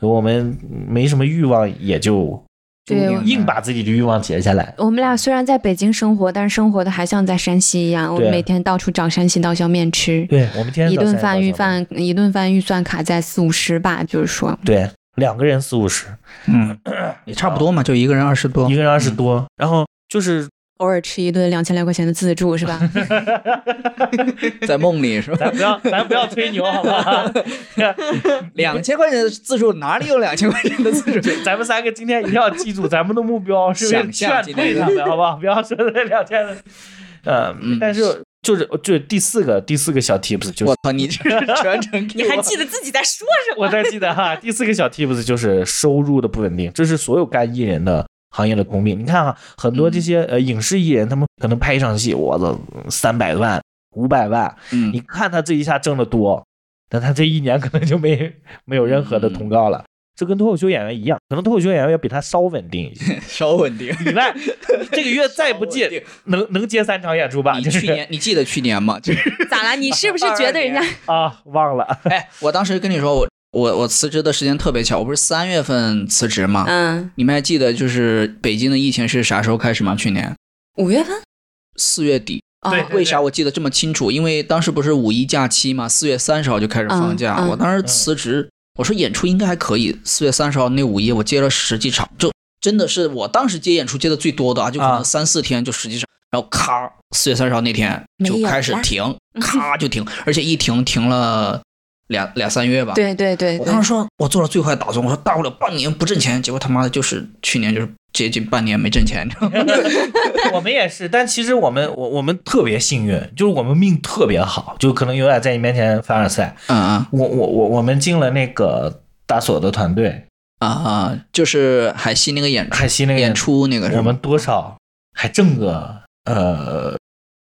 所以我们没什么欲望，也就
对
嗯
硬把自己的欲望节下来。
我们俩虽然在北京生活，但是生活的还像在山西一样，我
对
们每天到处找山西刀削面吃，
对我们天天
一
早
顿
上
饭
早
预
上
算一顿饭预算卡在四五十吧，就是说，
对两个人四五十，
嗯，也差不多嘛，就一个人二十多
一，个人二十多，然后就是
偶尔吃一顿两千来块钱的自助是吧？
在梦里是
<laughs>
吧？
咱不要咱不要吹牛好吧？
<laughs> 两千块钱的自助哪里有两千块钱的自助？
咱们三个今天一定要记住，咱们的目标是为了
想象
劝
今
退
天
他们，好不好？不要说这两千的，呃
嗯，
但是就是就是第四个第四个小 tips 就是
我操，你这是全程 Q 我
得自己在说什
我再记得哈， <laughs> 第四个小 tips 就是收入的不稳定，这是所有干艺人的行业的通病。你看哈，很多这
嗯
些呃影视艺人，他们可能拍一场戏，我操，三百万、五百万，
嗯
你看他这一下挣得多，但他这一年可能就没没有任何
嗯
的通告了。这跟脱口秀演员一样，可能脱口秀演员要比他稍稳定一些。
稍稳定。
你
<laughs>
看，这个月再不
稍稳
接
定，
能能接三场演出吧？
你
就是
去 <laughs> 年你记得去年吗？就是
么？咋了？你是不是觉得人
<laughs>
家
啊，忘了。 <laughs>
哎，我当时跟你说，我我我辞职的时间特别巧，我不是三月份辞职嘛。
嗯
你们还记得就是北京的疫情是啥时候开始吗？去年
五月份？
四月底。
哦
对对
<laughs> 为啥我记得这么清楚？因为当时不是五一假期嘛，四月三十号就开始放假。
嗯嗯
我当时辞职，我说演出应该还可以。四月三十号那五一我接了十几场，就真的是我当时接演出接的最多的啊，就可能
啊
三四天就十几场。然后咔，四月三十号那天就开始
<laughs>
停，咔就停，而且一停停了两两三月吧。
对对对
我
对
当时说，我做了最坏打算，我说大不了半年不挣钱，结果他妈的就是去年就是接近半年没挣钱，你知
<laughs>
道吗？
我们也是，但其实我们我我们特别幸运，就是我们命特别好，就可能有点在你面前凡尔赛。
嗯
我我我我们进了那个大锁的团队，
嗯啊，就是海西那个演出，
海西那个
演，出那个是
我
吗
们多少还挣个呃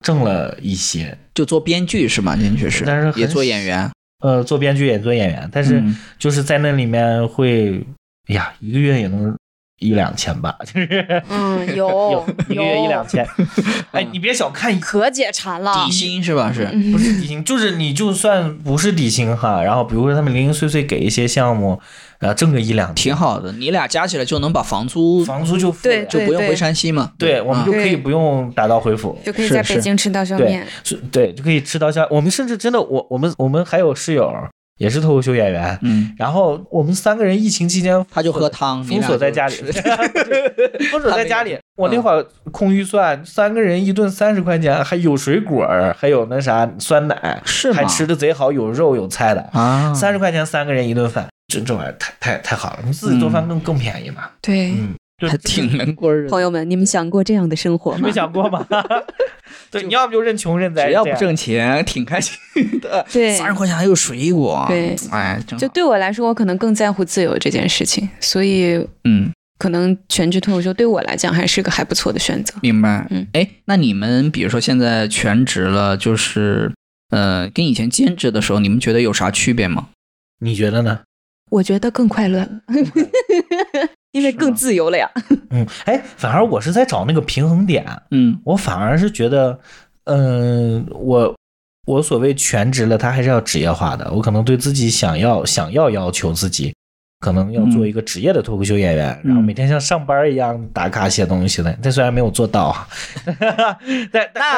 挣了一些，
就做编剧是吗？您确实，
嗯但是很
也做演员，
呃，做编剧也做演员，但是
嗯
就是在那里面会，哎呀，一个月也能一两千吧，就是 <laughs>
嗯，
哦
有
一个月一两
有，
千。哎，你别小看
可解馋了
底。薪是吧？是，
嗯
不是底薪， <laughs> 就是你就算不是底薪哈，然后比如说他们零零碎碎给一些项目，然后挣个一两千，
挺好的。你俩加起来就能把房租
房租就付了呀
就不用
对
回山西嘛？
对，我们
啊
就可以不用打道回府，
就可以
是
在
是
北京吃刀削
对
面，
是对，就可以吃到像我们甚至真的，我我们我们还有室友也是脱口秀演员，
嗯，
然后我们三个人疫情
<laughs>
期间
他就喝汤，你
封
俩
锁在
就
家里，
吃
封锁在家里。我那会儿空预算，三个人一顿三十块钱，还有水果儿，还有那啥酸奶，
<laughs> 是吗
还吃的贼好，有肉有菜的，
啊，
三十块钱三个人一顿饭，这这玩意儿太太太好了，你自己做饭更更便宜嘛。
对，
嗯，
<laughs>
就
还挺能过日子
朋。友们，你们想过这样的生活
你没
吗？
想过吗？ <laughs> 对，你要不就认穷认栽，
只要不
这样
挣钱，挺开心的。
对
三十块钱还有水果，
对，
哎，真
就
好
对我来说，我可能更在乎自由这件事情，所以
嗯，
可能全职脱口秀对我来讲还是个还不错的选择。
明白。
嗯，
哎，那你们比如说现在全职了，就是呃，跟以前兼职的时候，你们觉得有啥区别吗？
你觉得呢？
我觉得更快 <laughs> 乐，因为更自由了呀。
嗯，哎，反而我是在找那个平衡点，
嗯
我反而是觉得，嗯、我我所谓全职了，他还是要职业化的。我可能对自己想要想要要求自己，可能要做一个职业的脱口秀演员，
嗯
然后每天像上班一样打卡写东西的。但虽然没有做到啊， <laughs> 但但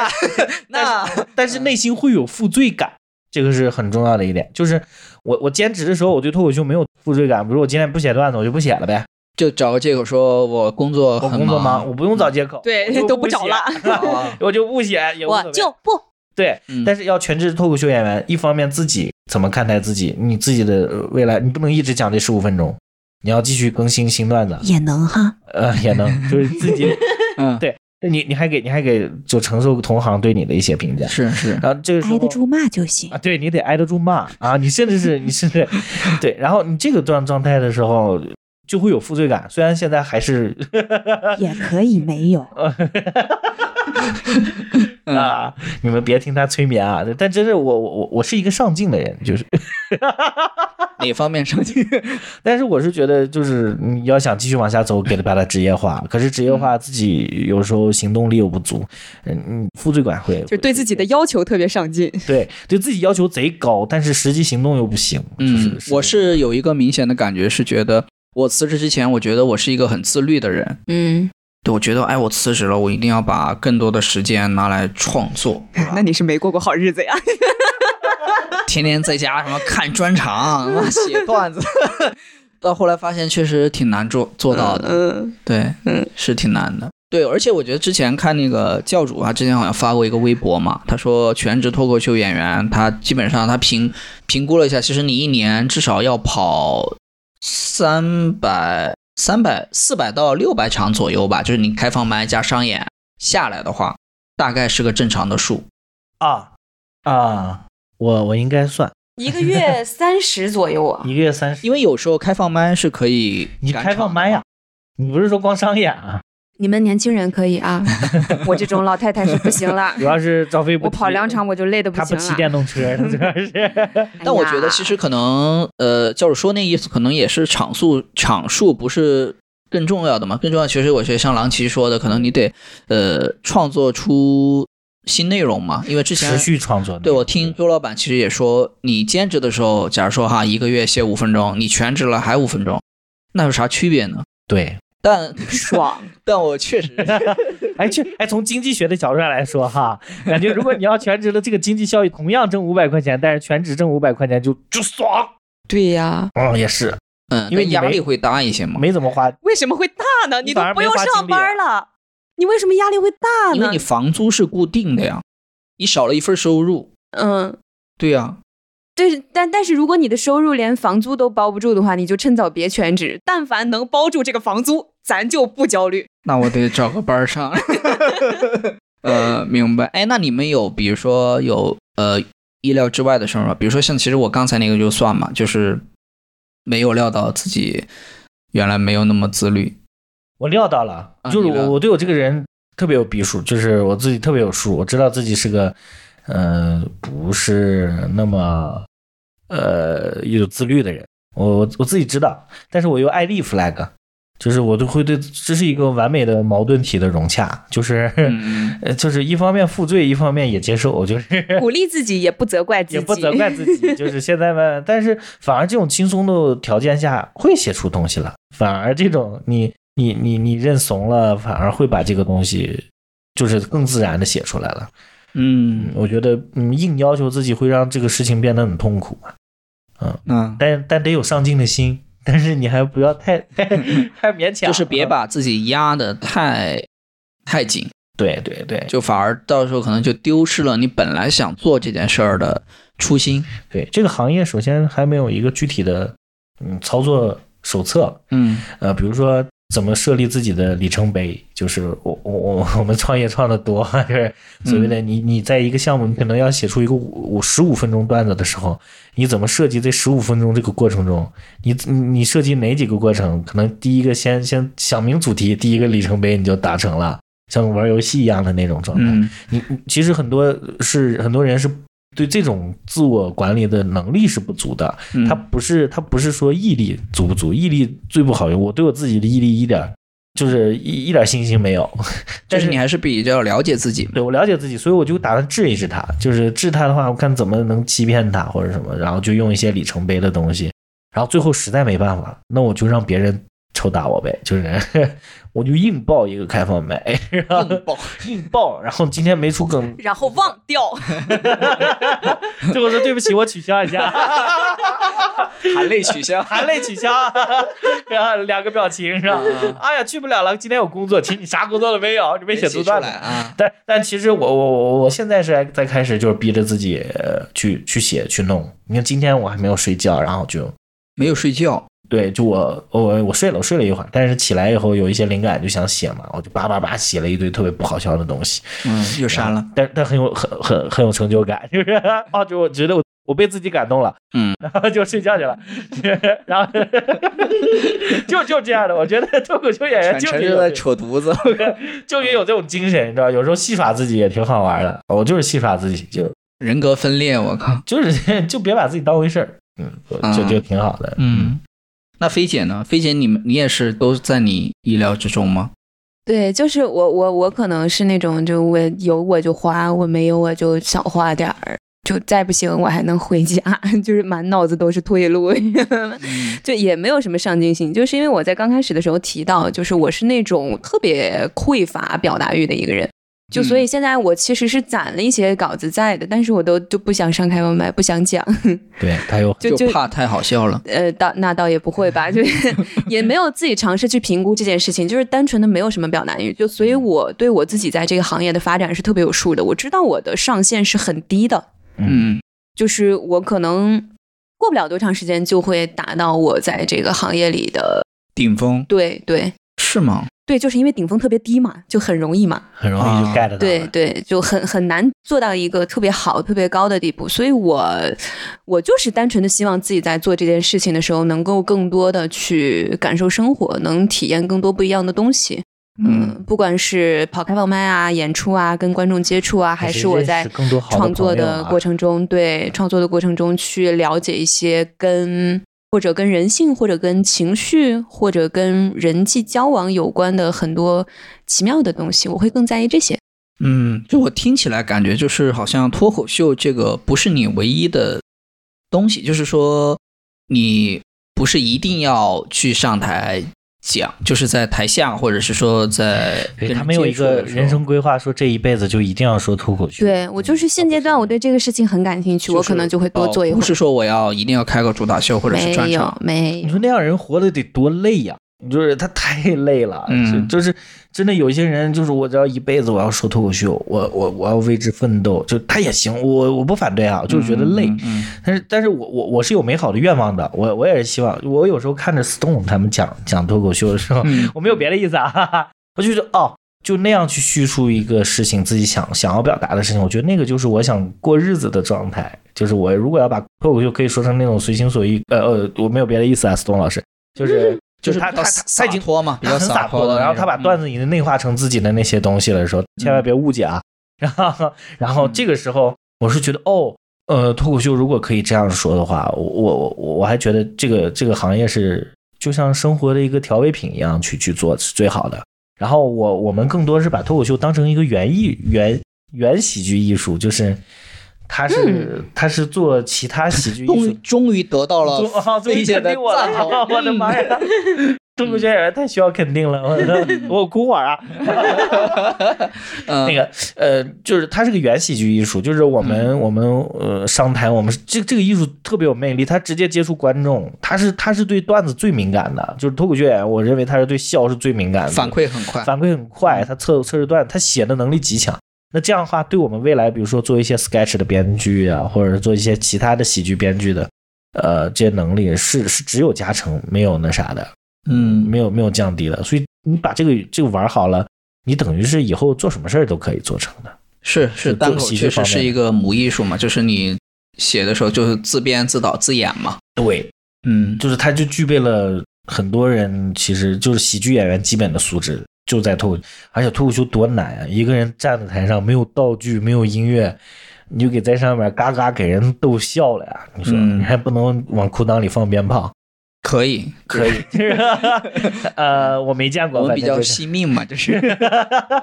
那
但是但是内心会有负罪感。这个是很重要的一点，就是我我兼职的时候，我对脱口秀没有负罪感。比如我今天不写段子，我就不写了呗，
就找个借口说我工作
我
很嗯
工作忙，我不用找借啊口，我
对，
就
都
不
不找
写
了，，
<laughs> 我就不写，也无所
我
谓
就不。
对，
嗯
但是要全职脱口秀演员，一方面自己怎么看待自己，你自己的呃未来，你不能一直讲这十五分钟，你要继续更新新段子，
也能哈，
呃， <laughs> 也能就是自己， <laughs>
嗯，
对你你还给你还给就承受同行对你的一些评价，
是是，
然后这个
哎
时候
骂就行
啊，。对你得挨得住骂啊，你甚至是你甚至对，然后你这个状状态的时候就会有负罪感，虽然现在还是
也可以没有。
<laughs> 啊，你们别听他催眠啊，但真是我我我我是一个上进的人，就是。
哪方面生气？
但是我是觉得，就是你要想继续往下走，给它把它职业化。可是职业
嗯
化自己有时候行动力又不足，嗯嗯，负罪感会
<laughs> 就对自己的要求特别上进，
对对自己要求贼高，但是实际行动又不行。
嗯
就，
我是有一个明显的感觉，是觉得我辞职之前，我觉得我是一个很自律的人，
嗯，
对，我觉得，哎，我辞职了，我一定要把更多的时间拿来
<laughs>
创作，
哎那你是没过过好日子呀？
天天在家什么看专场，妈写
<laughs>
段子。到后来发现确实挺难做做到的，
嗯，
对，
嗯，
是挺难的。对，而且我觉得之前看那个教主啊，之前好像发过一个微博嘛，他说全职脱口秀演员，他基本上他评评估了一下，其实你一年至少要跑三百、三百、四百到六百场左右吧，就是你开放麦加商演下来的话，大概是个正常的数。
啊啊，我我应该算
一个月三十左右啊。
一个月三十。
因为有时候开放麦是可以
你
赶
开放
场啊
麦呀、你不是说光商演啊？
<laughs> 你们年轻人可以 <laughs> 啊，我这种老太太是不行 <laughs> 了
主。要是赵飞不
我跑
骑
两场，我就累得
他
行
不
了。
骑电
<laughs>
动车，他主要
啊
是
哎呀
但我觉得其实可能，呃，教主说那意思，可能也是场数场数不是更重要的嘛。更重要，其实我觉得像郎奇说的，可能你得呃创作出新内容嘛，因为之前
持续创作。
对我听周老板其实也说，你兼职的时候，假如说哈一个月歇五分钟，你全职了还五分钟，那有啥区别呢？
对，
但
爽，
<laughs> 但我确实
哎，这哎，从经济学的角度上来说哈，感觉如果你要全职的，这个经济效益同样挣五百块钱，但是全职挣五百块钱就就爽。
对呀，
嗯，也是，<laughs>
嗯，
因为
但
你
压
没
力会大一些嘛，
没怎么花。
为什么会大呢？
你
都
反而
不
没
用
花精
上
力啊
班了，你为什么压力会大
因为
呢
你？房租是固定的呀，你少了一份收入，
嗯，
对呀、
对，但但是如果你的收入连房租都包不住的话，你就趁早别全职。但凡能包住这个房租，咱就不焦虑。
<laughs> 那我得找个班儿上。 <laughs> 呃，明白。哎，那你们有比如说有呃意料之外的事儿吗？比如说像其实我刚才那个就算嘛，就是没有料到自己原来没有那么自律。
我料到了，
啊
就是
你料
我我对我这个人特别有逼数，就是我自己特别有数，我知道自己是个，呃，不是那么，呃，有自律的人，我我我自己知道，但是我又爱立 flag，就是我都会对，这是一个完美的矛盾体的融洽，就是，
嗯，
呃， <laughs> 就是一方面负罪，一方面也接受，
<laughs>
就是。
鼓励自己也不责怪自己，
也不责怪自己，就是现在慢慢，但是反而这种轻松的条件下会写出东西了，反而这种你你你你认怂了，反而会把这个东西就是更自然的写出来了。嗯
嗯，
我觉得嗯，硬要求自己会让这个事情变得很痛苦嘛，
嗯，
但但得有上进的心，但是你还不要太太太勉强，
就是别把自己压得太太紧，
对对对
就反而到时候可能就丢失了你本来想做这件事儿的初心。
对，这个行业首先还没有一个具体的嗯操作手册，
嗯
呃，比如说怎么设立自己的里程碑，就是我我我我们创业创的多，啊就是所谓的你你在一个项目，你可能要写出一个五五十五分钟段子的时候，你怎么设计这十五分钟这个过程中，你你你设计哪几个过程？可能第一个先先想明主题，第一个里程碑你就达成了，像玩游戏一样的那种状态。
嗯
你你其实很多是很多人是对这种自我管理的能力是不足的，
嗯，
它不是它不是说毅力足不足，毅力最不好用。我对我自己的毅力一点儿就是一一点儿信心没有， <laughs>
就
但
是
是
你还是比较了解自己 <laughs> 嘛。
对我了解自己，所以我就打算治一治它。就是治它的话，我看怎么能欺骗它或者什么，然后就用一些里程碑的东西，然后最后实在没办法，那我就让别人抽打我呗，就是 <laughs> 我就硬报一个开放麦， <laughs> 然后
硬爆
硬报，然后今天没出梗，
然后忘掉，
最后说对不起，我取消一下。，
含泪取 <laughs> 消
含泪取消， <laughs> 然后两个表情是吧？
啊 <laughs>
哎呀，去不了了，今天有工作，其实你啥工作都没有，你没写
出
作段
来
子。
啊。
但但其实我我我我现在是在开始就是逼着自己呃去去写去弄。你看今天我还没有睡觉，然后就
没有睡觉，
对，就我我我睡了，我睡了一会儿，但是起来以后有一些灵感就想写嘛，我就叭叭叭写了一堆特别不好笑的东西。啊
嗯，又删了。
但但很有很很很有成就感， <laughs> 就是哦，就我觉得我我被自己感动了，
嗯，
然后就睡觉去了， <laughs> 然后 <laughs> 就就这样的，我觉得脱口秀演员就
全
得
是
有
在
这
扯犊子。
就得有这种精神，你知道，有时候戏耍自己也挺好玩的，我就是戏耍自己，就
人格分裂，我靠。
就是 <laughs> 就别把自己当回事儿，嗯，我就
嗯
就挺好的，
嗯，那菲姐呢？菲姐你，们你也是都在你意料之中吗？
对，就是我我我可能是那种，就我有我就花，我没有我就少花点儿，就再不行我还能回家， <laughs> 就是满脑子都是退路， <laughs> 就也没有什么上进心。就是因为我在刚开始的时候提到，就是我是那种特别匮乏表达欲的一个人。就所以现在我其实是攒了一些稿子在的，但是我都就不想上开放麦，不想讲， <laughs>
对他有
就
怕太好笑了。
呃，倒那倒也不会吧，就是也没有自己尝试去评估这件事情，就是单纯的没有什么表达欲，就所以我对我自己在这个行业的发展是特别有数的，我知道我的上限是很低的，
嗯
就是我可能过不了多长时间就会达到我在这个行业里的，
顶峰
对对
是吗？
对，就是因为顶峰特别低嘛，就很容易嘛，
很容易就
啊
get 到了，
对对，就很很难做到一个特别好、特别高的地步，所以我我就是单纯的希望自己在做这件事情的时候，能够更多的去感受生活，能体验更多不一样的东西。嗯，不管是跑开放麦啊、演出啊、跟观众接触啊，还是我
认识
在
更多好的
创作
朋友
的
啊
过程中，对创作的过程中去了解一些跟或者跟人性、或者跟情绪、或者跟人际交往有关的很多奇妙的东西，我会更在意这些。
嗯，就我听起来感觉就是好像脱口秀这个不是你唯一的东西，就是说你不是一定要去上台讲，就是在台下或者是说在
对
跟
他
人
没有
接
一
触的
个
时
人
候
生规划，说这一辈子就一定要说脱口秀。
对我就是现阶
嗯
段我对这个事情很感兴趣，我可能就会多做一
哦
会
不
儿。
是说我要一定要开个主打秀或者是专
没有
场，
没
你
有，
说那样人活得得多累呀、就是他太累了，
嗯
就就是真的有一些人，就是我只要一辈子我要说脱口秀，我我我要为之奋斗，就他也行，我我不反对啊，就是觉得累，
嗯嗯
但是但是我我我是有美好的愿望的，我我也是希望，我有时候看着 Stone 他们讲讲脱口秀的时候，
嗯
<laughs> 我没有别的意思啊，哈哈，我就觉得哦，就那样去叙述一个事情，自己想想要表达的事情，我觉得那个就是我想过日子的状态。就是我如果要把脱口秀可以说成那种随心所欲，呃呃，我没有别的意思啊，斯东老师，就是
就是
他
比较
他他已经
洒脱嘛，比
他
较
很
洒
洒
脱的那
的，
种。嗯
然后他把段子已经内化成自己的那些东西了的时候，千万别误解啊。然后，然
嗯
后这个时候，我是觉得哦，呃，脱口秀如果可以这样说的话，我我我我还觉得这个这个行业是就像生活的一个调味品一样去去做是最好的。然后我我们更多是把脱口秀当成一个原艺原原喜剧艺术，就是它是、它是做其他喜剧艺
嗯终
术
于终于得到了
终啊，终于
飞姐
肯
的嗯
定我
赞
了！
同，
<laughs> 我的妈呀，脱口秀演员太需要肯定了，我
<laughs>
的我哭会儿啊。<laughs>
嗯！
那个呃，就是它是个原喜剧艺术，就是我们、
嗯
我们呃上台，我们是这这个艺术特别有魅力，它直接接触观众，它是它是对段子最敏感的，就是脱口秀演员，我认为他是对笑是最敏感的，
嗯反馈很快，
反馈嗯很快，他测测试段，他写的能力极强。那这样的话，对我们未来，比如说做一些 sketch 的编剧啊，或者是做一些其他的喜剧编剧的，呃，这些能力是是只有加成，没有那啥的，
嗯，
没有没有降低的。所以你把这个这个玩好了，你等于是以后做什么事儿都可以做成的。
是是，
就
单口
喜剧
确实
方面
是一个母艺术嘛，就是你写的时候就是自编自导自演嘛，
对，
嗯，
就是他就具备了很多人其实就是喜剧演员基本的素质。就在脱口，而且脱口秀多难啊！一个人站在台上，没有道具，没有音乐，你就给在上面嘎嘎给人逗笑了呀！你说、
嗯
你还不能往裤裆里放鞭炮？
可以 <laughs> 可以，
就是 <laughs> 呃，我没见过，
我们比
反正
较
就是
惜命嘛，就是，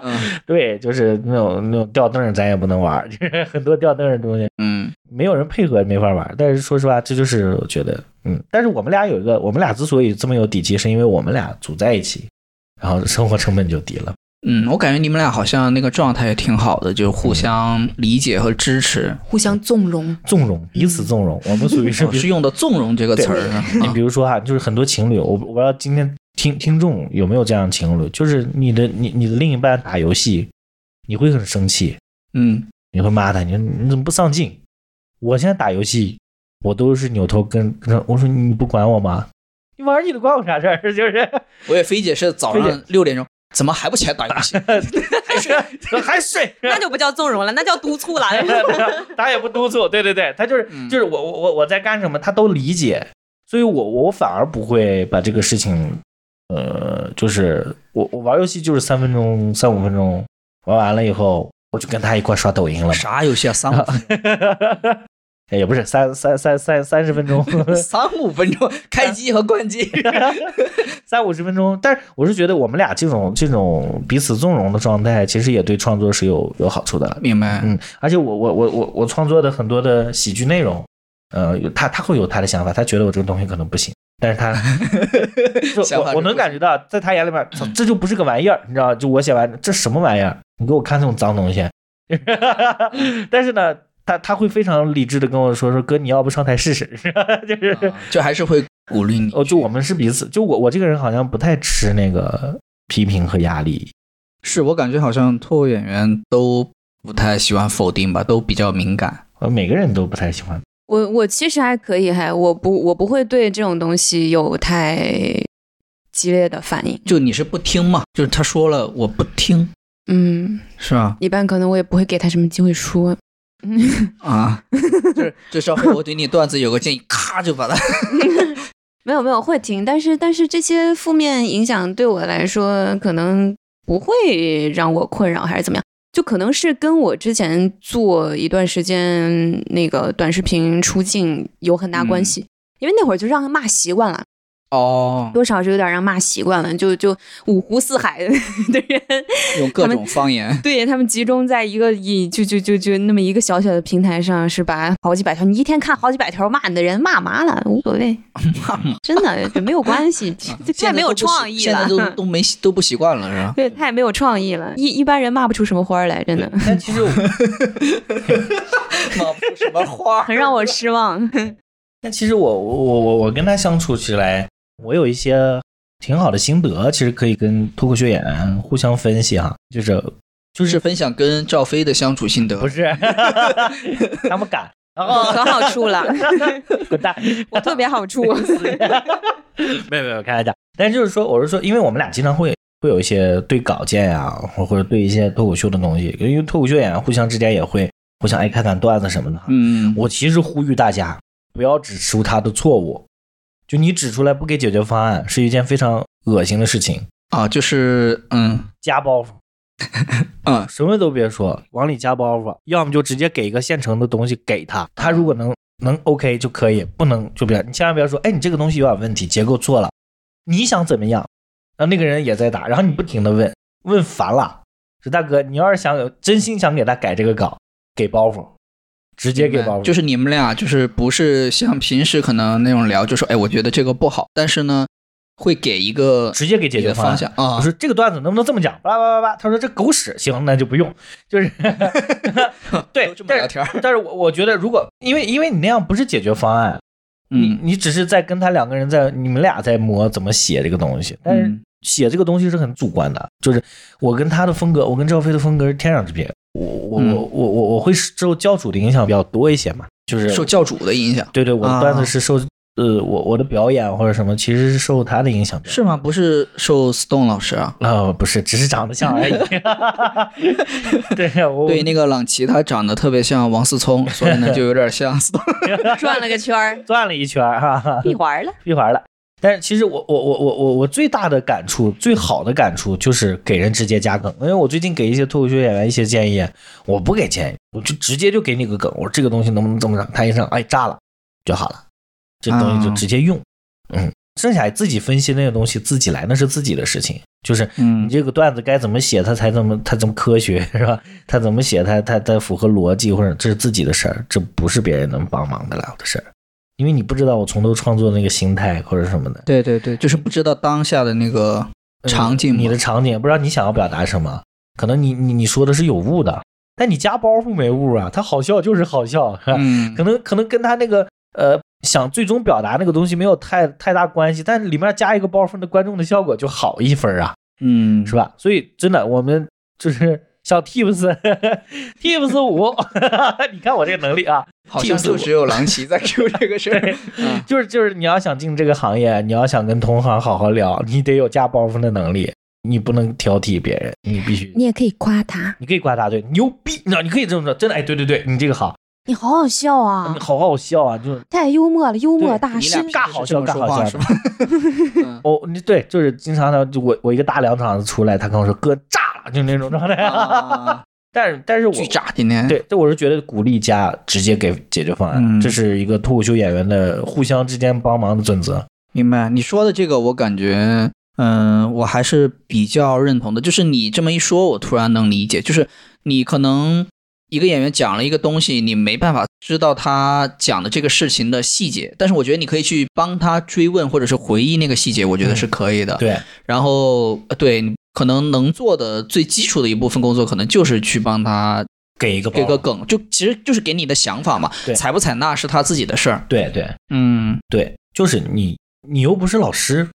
嗯
<laughs> 对，就是那种那种吊凳儿咱也不能玩儿，就是很多吊凳儿的东西
嗯
没有人配合没法玩儿。但是说实话，这就是我觉得，嗯，但是我们俩有一个，我们俩之所以这么有底气，是因为我们俩组在一起，然后生活成本就低了。
嗯，我感觉你们俩好像那个状态也挺好的，就是
嗯
互相理解和支持，
互相纵容，
纵容，彼此纵容。我们属于是
哦是用的“纵容”这个词儿啊，
<laughs> 你比如说哈、就是很多情侣，我我不知道今天听听众有没有这样的情侣，就是你的你你的另一半打游戏，你会很生气，
嗯
你会骂他，你说你怎么不上进？我现在打游戏，我都是扭头跟跟他我说你不管我吗？你玩你的关我啥事儿？ <laughs> 就是
我也菲姐是早上六点钟，怎么还不起来打游戏？
还 <laughs> 睡还睡，
<laughs> 那就不叫纵容了，那叫督促
<laughs>
了。
他也不督促，对对对，他就是
嗯
就是我我我我在干什么，他都理解，所以我我反而不会把这个事情，呃，就是我我玩游戏就是三分钟三五分钟，玩完了以后我就跟他一块刷抖音了
啥游戏啊？三五
嘛，也不是三三三三三十 <laughs> 分钟，
三五分钟，开机和关机。
三五十分钟，但是我是觉得我们俩这种这种彼此纵容的状态，其实也对创作是有有好处的，
明白，
嗯，而且我我我我我创作的很多的喜剧内容，呃，有他他会有他的想法，他觉得我这个东西可能不行，但是他
<laughs>
就
想法
我
是
我能
不
感觉到，在他眼里面，操这就不是个玩意儿，你知道？就我写完这什么玩意儿？你给我看这种脏东西， <laughs> 但是呢。他他会非常理智的跟我说说哥，你要不上台试试？ <laughs> 就是
啊就还是会鼓励你。
哦，就我们是彼此，就我我这个人好像不太吃那个批评和压力，
是我感觉好像脱口演员都不太喜欢否定吧，都比较敏感。
呃，每个人都不太喜欢。
我我其实还可以，还我不我不会对这种东西有太激烈的反应。
就你是不听嘛？就是他说了我不听，
嗯，
是吧？
一般可能我也不会给他什么机会说。 <laughs>
啊，就是就稍后我对你段子有个建议，咔就把它。
没有没有会听，但是但是这些负面影响对我来说可能不会让我困扰，还是怎么样？就可能是跟我之前做一段时间那个短视频出镜有很大关系，因为那会儿就让他骂习惯了，
哦，
多少是有点让骂习惯了，就就五湖四海的的人， <laughs>
用各种方言。
对他们集中在一个一就就就就那么一个小小的平台上，是吧？好几百条，你一天看好几百条骂你的人，骂麻了无所谓，真的就没有关 <laughs> 系，这太
现在
啊没
都
有
不习
创意
现在
了。
都都没都不习惯了，是
<laughs>
吧？
对，太没有创意了，一一般人骂不出什么花儿来，真的
但其实我
冒出什么花儿
<laughs> 很让我失望。
但其实我我我我我跟他相处起来，我有一些挺好的心得，其实可以跟脱口秀演员互相分析哈。就是
就是分享跟赵飞的相处心得。
不是 <laughs> 他们敢，然后
可好处了，
滚蛋， <laughs>
我特别好处。
没有没有开玩笑。但是就是说，我是说，因为我们俩经常会会有一些对稿件呀、或或者对一些脱口秀的东西，因为脱口秀演员互相之间也会互相哎看看段子什么的哈。
嗯，
我其实呼吁大家不要指出他的错误，就你指出来不给解决方案，是一件非常恶心的事情，
啊，就是嗯
加包袱。
嗯，
什么都别说，往里加包袱，要么就直接给一个现成的东西给他，他如果能能 OK 就可以，不能就不要。你千万不要说，哎，你这个东西有点问题，结构错了，你想怎么样？然后那个人也在打，然后你不停的问，问烦了，说大哥，你要是想有真心想给他改这个稿，给包袱，直接给包袱，
就是你们俩就是不是像平时可能那种聊，就说哎，我觉得这个不好，但是呢，会给一个
直接给解
一
决
个
方案
方。向啊
我，说这个段子能不能这么讲？叭叭叭叭，他说这狗屎，行，那就不用，就是 <laughs>
<laughs>
对
都这，么
但
聊
是
天儿，
但是我我觉得，如果因为因为你那样不是解决方案，你
嗯
你只是在跟他两个人在你们俩在磨怎么写这个东西，但是
嗯
写这个东西是很主观的，就是我跟他的风格，我跟赵飞的风格是天壤之别。我我
嗯
我我我我会受教主的影响比较多一些嘛，就是
受教主的影响
对对，我的
啊
段子是受呃我我的表演或者什么，其实是受他的影响比较多。
是吗？不是受 Stone 老师啊？
啊、不是，只是长得像而已。 <laughs> 对，我
对，那个朗奇他长得特别像王思聪，所
<laughs>
以呢就有点像 Stone。
<laughs> 转了个圈儿，
转了一圈儿哈哈，
闭环了。
闭环了。但是其实我我我我我我最大的感触，最好的感触就是给人直接加梗，因为我最近给一些脱口秀演员一些建议，我不给建议，我就直接就给你个梗，我说这个东西能不能这么上，他一上，哎炸了就好了，这东西就直接用，嗯，剩下自己分析那个东西自己来，那是自己的事情，就是你
嗯，
这个段子该怎么写，它才怎么它怎么科学是吧？它怎么写，它它它符合逻辑，或者这是自己的事儿，这不是别人能帮忙的了我的事儿，因为你不知道我从头创作那个心态或者什么的
<laughs> 对对对，就是不知道当下的那个
呃
场景嘛
你的场景不知道你想要表达什么，可能你你你说的是有误的，但你加包袱没误啊，它好笑就是好笑，是吧
嗯
可能可能跟他那个呃想最终表达那个东西没有太太大关系，但里面加一个包袱，那观众的效果就好一分儿啊。
嗯
是吧？所以真的，我们就是 <laughs> 小 tips tips 五， <laughs> 你看我这个能力啊，
好像就只有郎奇在 <laughs> Q 这个事儿。 <laughs> 啊
就是就是你要想进这个行业，你要想跟同行好好聊，你得有加包袱的能力，你不能挑剔别人，你必须，
你也可以夸他，
你可以夸他对牛逼，那你可以这么说，真的，哎，对对对，你这个好，
你好好笑啊
你，好好笑啊，就是
太幽默了，幽默
对
大
你俩
师
平。
尬
时
好
是这
笑尬
么说
好
话
笑
是吧？ <laughs> 嗯
哦，你对，就是经常他就我我一个大两场子出来，他跟我说哥炸了，就那种状态，
<laughs> 啊，
<laughs> 但是但是我
巨炸今天。
对，这我是觉得鼓励加直接给解决方案，
哎嗯
这是一个脱口秀演员的互相之间帮忙的准则。
明白你说的这个，我感觉，嗯、我还是比较认同的。就是你这么一说，我突然能理解，就是你可能一个演员讲了一个东西，你没办法知道他讲的这个事情的细节，但是我觉得你可以去帮他追问或者是回忆那个细节，我觉得是可以的。
对，
然后，呃对，你可能能做的最基础的一部分工作，可能就是去帮他
给一个包
给个梗，就其实就是给你的想法嘛
哦对，
采不采纳是他自己的事儿。
对对
嗯，
对，就是你，你又不是老师，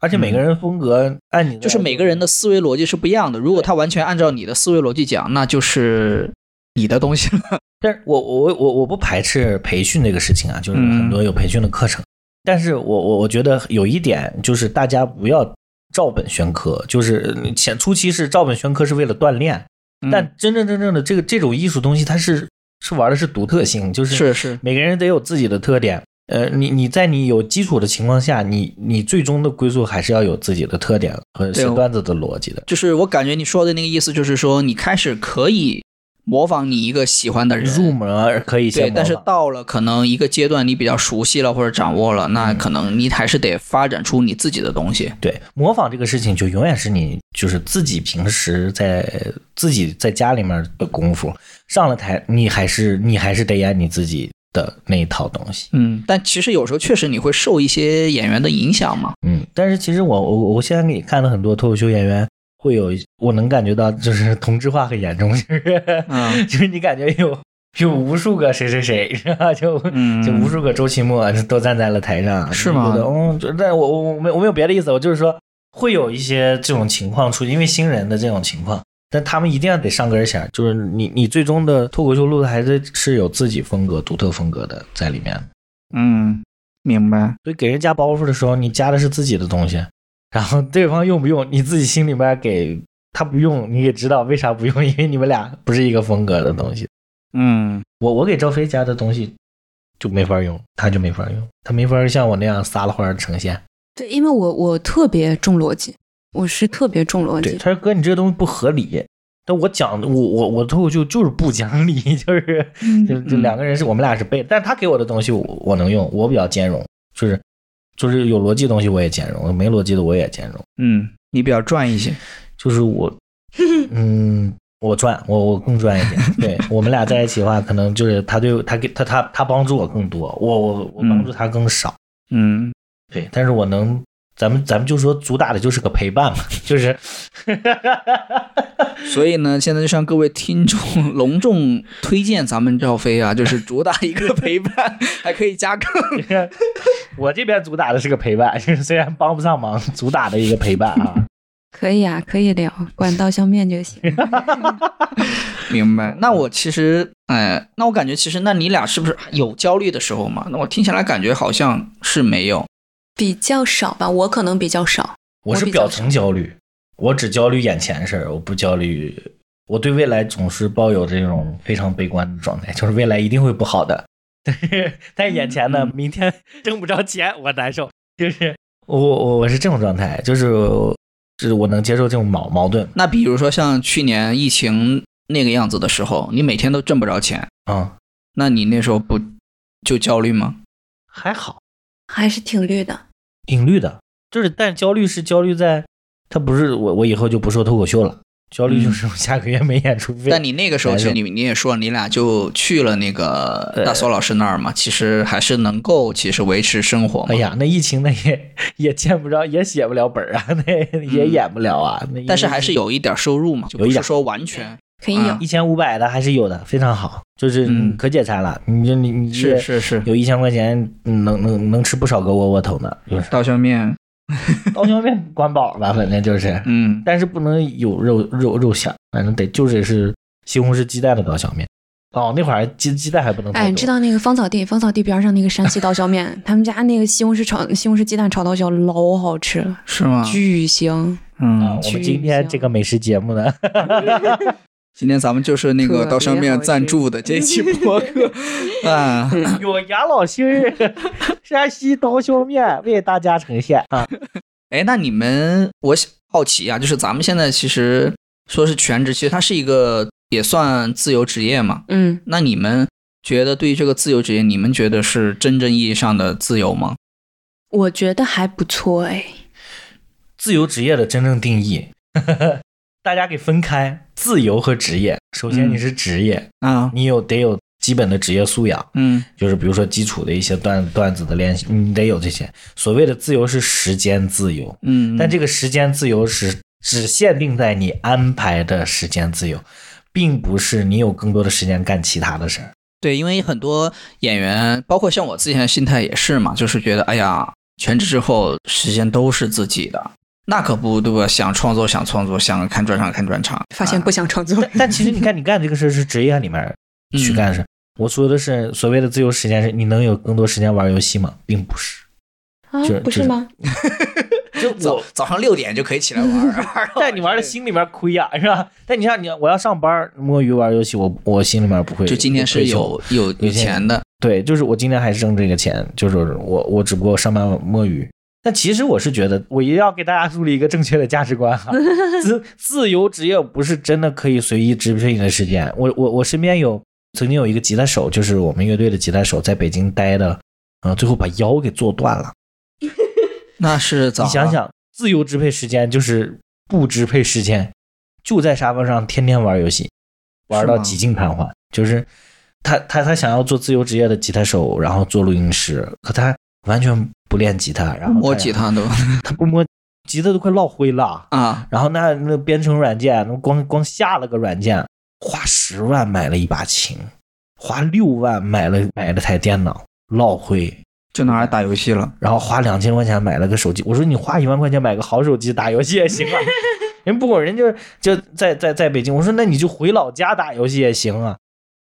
而且每个人风格、按你的
嗯就是每个人的思维逻辑是不一样的。如果他完全按照你的思维逻辑讲，那就是你的东西了。 <laughs>
但是我我我我不排斥培训这个事情啊，就是
嗯
很多有培训的课程，但是我我我觉得有一点就是大家不要照本宣科，就是呃前初期是照本宣科是为了锻炼，
嗯
但真真正正的这个这种艺术东西，它是是玩的是独特性，就是
是是，
每个人得有自己的特点。呃，你你在你有基础的情况下，你你最终的归宿还是要有自己的特点和
对
写
我
段子的逻辑的。
就是我感觉你说的那个意思，就是说你开始可以模仿你一个喜欢的人
入门儿可以
对，
先模
但是
仿，
到了可能一个阶段，你比较熟悉了或者掌握了，
嗯
那可能你还是得发展出你自己的东西。
对模仿这个事情就永远是你就是自己平时在自己在家里面的功夫，上了台你还是你还是得演你自己的那一套东西。
嗯，但其实有时候确实你会受一些演员的影响嘛。
嗯，但是其实我我我现在给你看的很多脱口秀演员，会有我能感觉到就是同质化很严重，就是、
嗯
<laughs> 就是你感觉有有无数个谁谁谁，是吧？就、
嗯
<laughs> 就无数个周奇墨都站在了台上，
是吗
觉得嗯，就但我我我没有我没有别的意思，我就是说会有一些这种情况出，因为新人的这种情况。但他们一定要得上根弦儿，就是你你最终的脱口秀路还是是有自己风格、独特风格的在里面的。
嗯，明白。
所以给人加包袱的时候，你加的是自己的东西，然后对方用不用，你自己心里面给他不用，你也知道为啥不用，因为你们俩不是一个风格的东西。
嗯，
我我给赵飞加的东西，就没法用，他就没法用，他没法像我那样撒了欢儿呈现。
对，因为我我特别重逻辑，我是特别重逻
对，
辑。
他说哥，你这个东西不合理。但我讲，我我我脱口秀就是不讲理，就是 <laughs> 就就
嗯
两个人是我们俩是背，但是他给我的东西我我能用，我比较兼容，就是就是有逻辑的东西我也兼容，没逻辑的我也兼容，
嗯，你比较赚一些，
就是我，嗯，我赚，我我更赚一点。对我们俩在一起的话，可能就是他对他给他他他帮助我更多，我我我帮助他更少。
嗯，
对，但是我能，咱们咱们就说主打的就是个陪伴嘛， <laughs> 就是。
所以呢，现在就向各位听众隆重推荐咱们赵飞啊，就是主打一个陪伴，还可以加更。
我这边主打的是个陪伴，就是虽然帮不上忙，主打的一个陪伴啊。
可以啊，可以聊，管道相面就行。
明白。那我其实，哎，那我感觉其实，那你俩是不是有焦虑的时候嘛？那我听起来感觉好像是没有。
比较少吧，我可能比较少。
我是表层焦虑，我只焦虑眼前事儿，我不焦虑。我对未来总是抱有这种非常悲观的状态，就是未来一定会不好的。 <laughs> 但是，但是眼前呢，
嗯
明天 <laughs> 挣不着钱，我难受。就是我我我是这种状态，就是就是我能接受这种矛矛盾
那比如说像去年疫情那个样子的时候，你每天都挣不着钱，
啊、
那你那时候不就焦虑吗？
还好
还是挺绿的。
挺绿的，就是但焦虑是焦虑在，他不是我我以后就不说脱口秀了，焦虑就是我下个月没演出费。
但你那个时候，
难
其
受
实你你也说，你俩就去了那个
哎对
大索老师那儿嘛，其实还是能够其实维持生活嘛。
哎呀，那疫情那也也见不着，也写不了本儿啊， <laughs> 那也演不了啊。那
嗯但是还是有一点收入嘛，就
有一
不是
点
说完全
可以有，
啊
一千五百的还是有的，非常好，就是
嗯
可解馋了。你就你你
是是是
有一千块钱，嗯能能能吃不少个窝窝头呢。就是
刀削面，
刀削面管饱吧，反正就是，
嗯，
<laughs> 但是不能有肉肉肉馅儿，反正得就是得是西红柿鸡蛋的刀削面。哦，那会儿鸡鸡蛋还不能太
哎，你
多
知道那个芳草地，芳草地边上那个山西刀削面，他们家那个西红柿炒西红柿鸡蛋炒刀削老好吃了，
是吗？
巨香。
啊，
嗯，
我们今天这个美食节目呢， <laughs>
今天咱们就是那个
特
刀削
别
面
好
赞
吃
助的这期
<laughs>
播客啊，
有杨老师 <laughs> 山西刀削面为大家呈现啊。
哎，那你们，我想好奇啊，就是咱们现在其实说是全职，其实它是一个也算自由职业嘛。
嗯，
那你们觉得对于这个自由职业，你们觉得是真正意义上的自由吗？
我觉得还不错哎。
自由职业的真正定义， <laughs> 大家给分开自由和职业。首先，
嗯
你是职业，
啊，
你有得有基本的职业素养，
嗯
就是比如说基础的一些段段子的练习，你得有这些。所谓的自由是时间自由，
嗯，
但这个时间自由是只限定在你安排的时间自由，并不是你有更多的时间干其他的事儿。
对，因为很多演员，包括像我之前的心态也是嘛，就是觉得哎呀，全职之后时间都是自己的，那可不对吧？想创作想创作，想看专场看专场，啊
发现不想创作
但，但其实你看，你干这个事儿是职业里面
嗯
去干的事儿。我说的是所谓的自由时间是，你能有更多时间玩游戏吗？并不是。
啊
就，
不
就是
吗？
<laughs> 就
早
我，，
早上六点就可以起来玩儿
但你玩的心里面亏呀、是吧？但你像你，我要上班摸鱼玩游戏，我我心里面不会。
啊就今天是有有有
有钱
钱的，
对，就是我今天还是挣这个钱，就是我我只不过上班摸鱼。但其实我是觉得，我一定要给大家树立一个正确的价值观
<laughs>
哈、自自由职业不是真的可以随意支配你的时间。我我我身边有曾经有一个吉他手，就是我们乐队的吉他手，在北京待的，嗯、最后把腰给做断了。
那是早。啊
你想，想，自由支配时间就是不支配时间，就在沙发上天天玩游戏，玩到
是吗
几近瘫痪。就是他他他想要做自由职业的吉他手，然后做录音师，可他完全不练吉他，然后
摸
他
吉他都 <laughs>
他不摸吉他都快落灰了。
啊，
然后那那编程软件，那光光下了个软件，花十万买了一把琴，花六万买了买了台电脑，落灰。
就拿来打游戏了。
然后花两千块钱买了个手机。我说你花一万块钱买个好手机打游戏也行啊，人不管人就是就在在在北京。我说那你就回老家打游戏也行啊。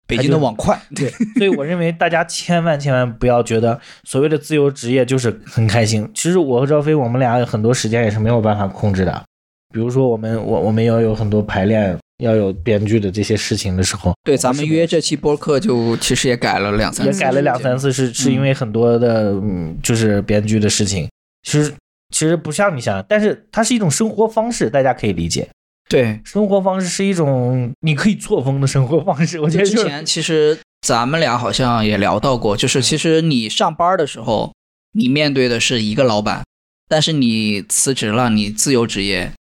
北京的网快，
对，所以我认为大家千万千万不要觉得所谓的自由职业就是很开心。其实我和赵飞我们俩有很多时间也是没有办法控制的，比如说我们我我们要有很多排练，要有编剧的这些事情的时候，
对，咱们约这期播客就其实也改了两三
也
次，
改了两三次，是是因为很多的嗯，就是编剧的事情，其实其实不像你想，但是它是一种生活方式，大家可以理解。
对。
生活方式是一种你可以作风的生活方
<laughs>
式，我觉得
之
就是嗯
前其实咱们俩好像也聊到过，就是其实你上班的时候，你面对的是一个老板，但是你辞职了，你自由职业，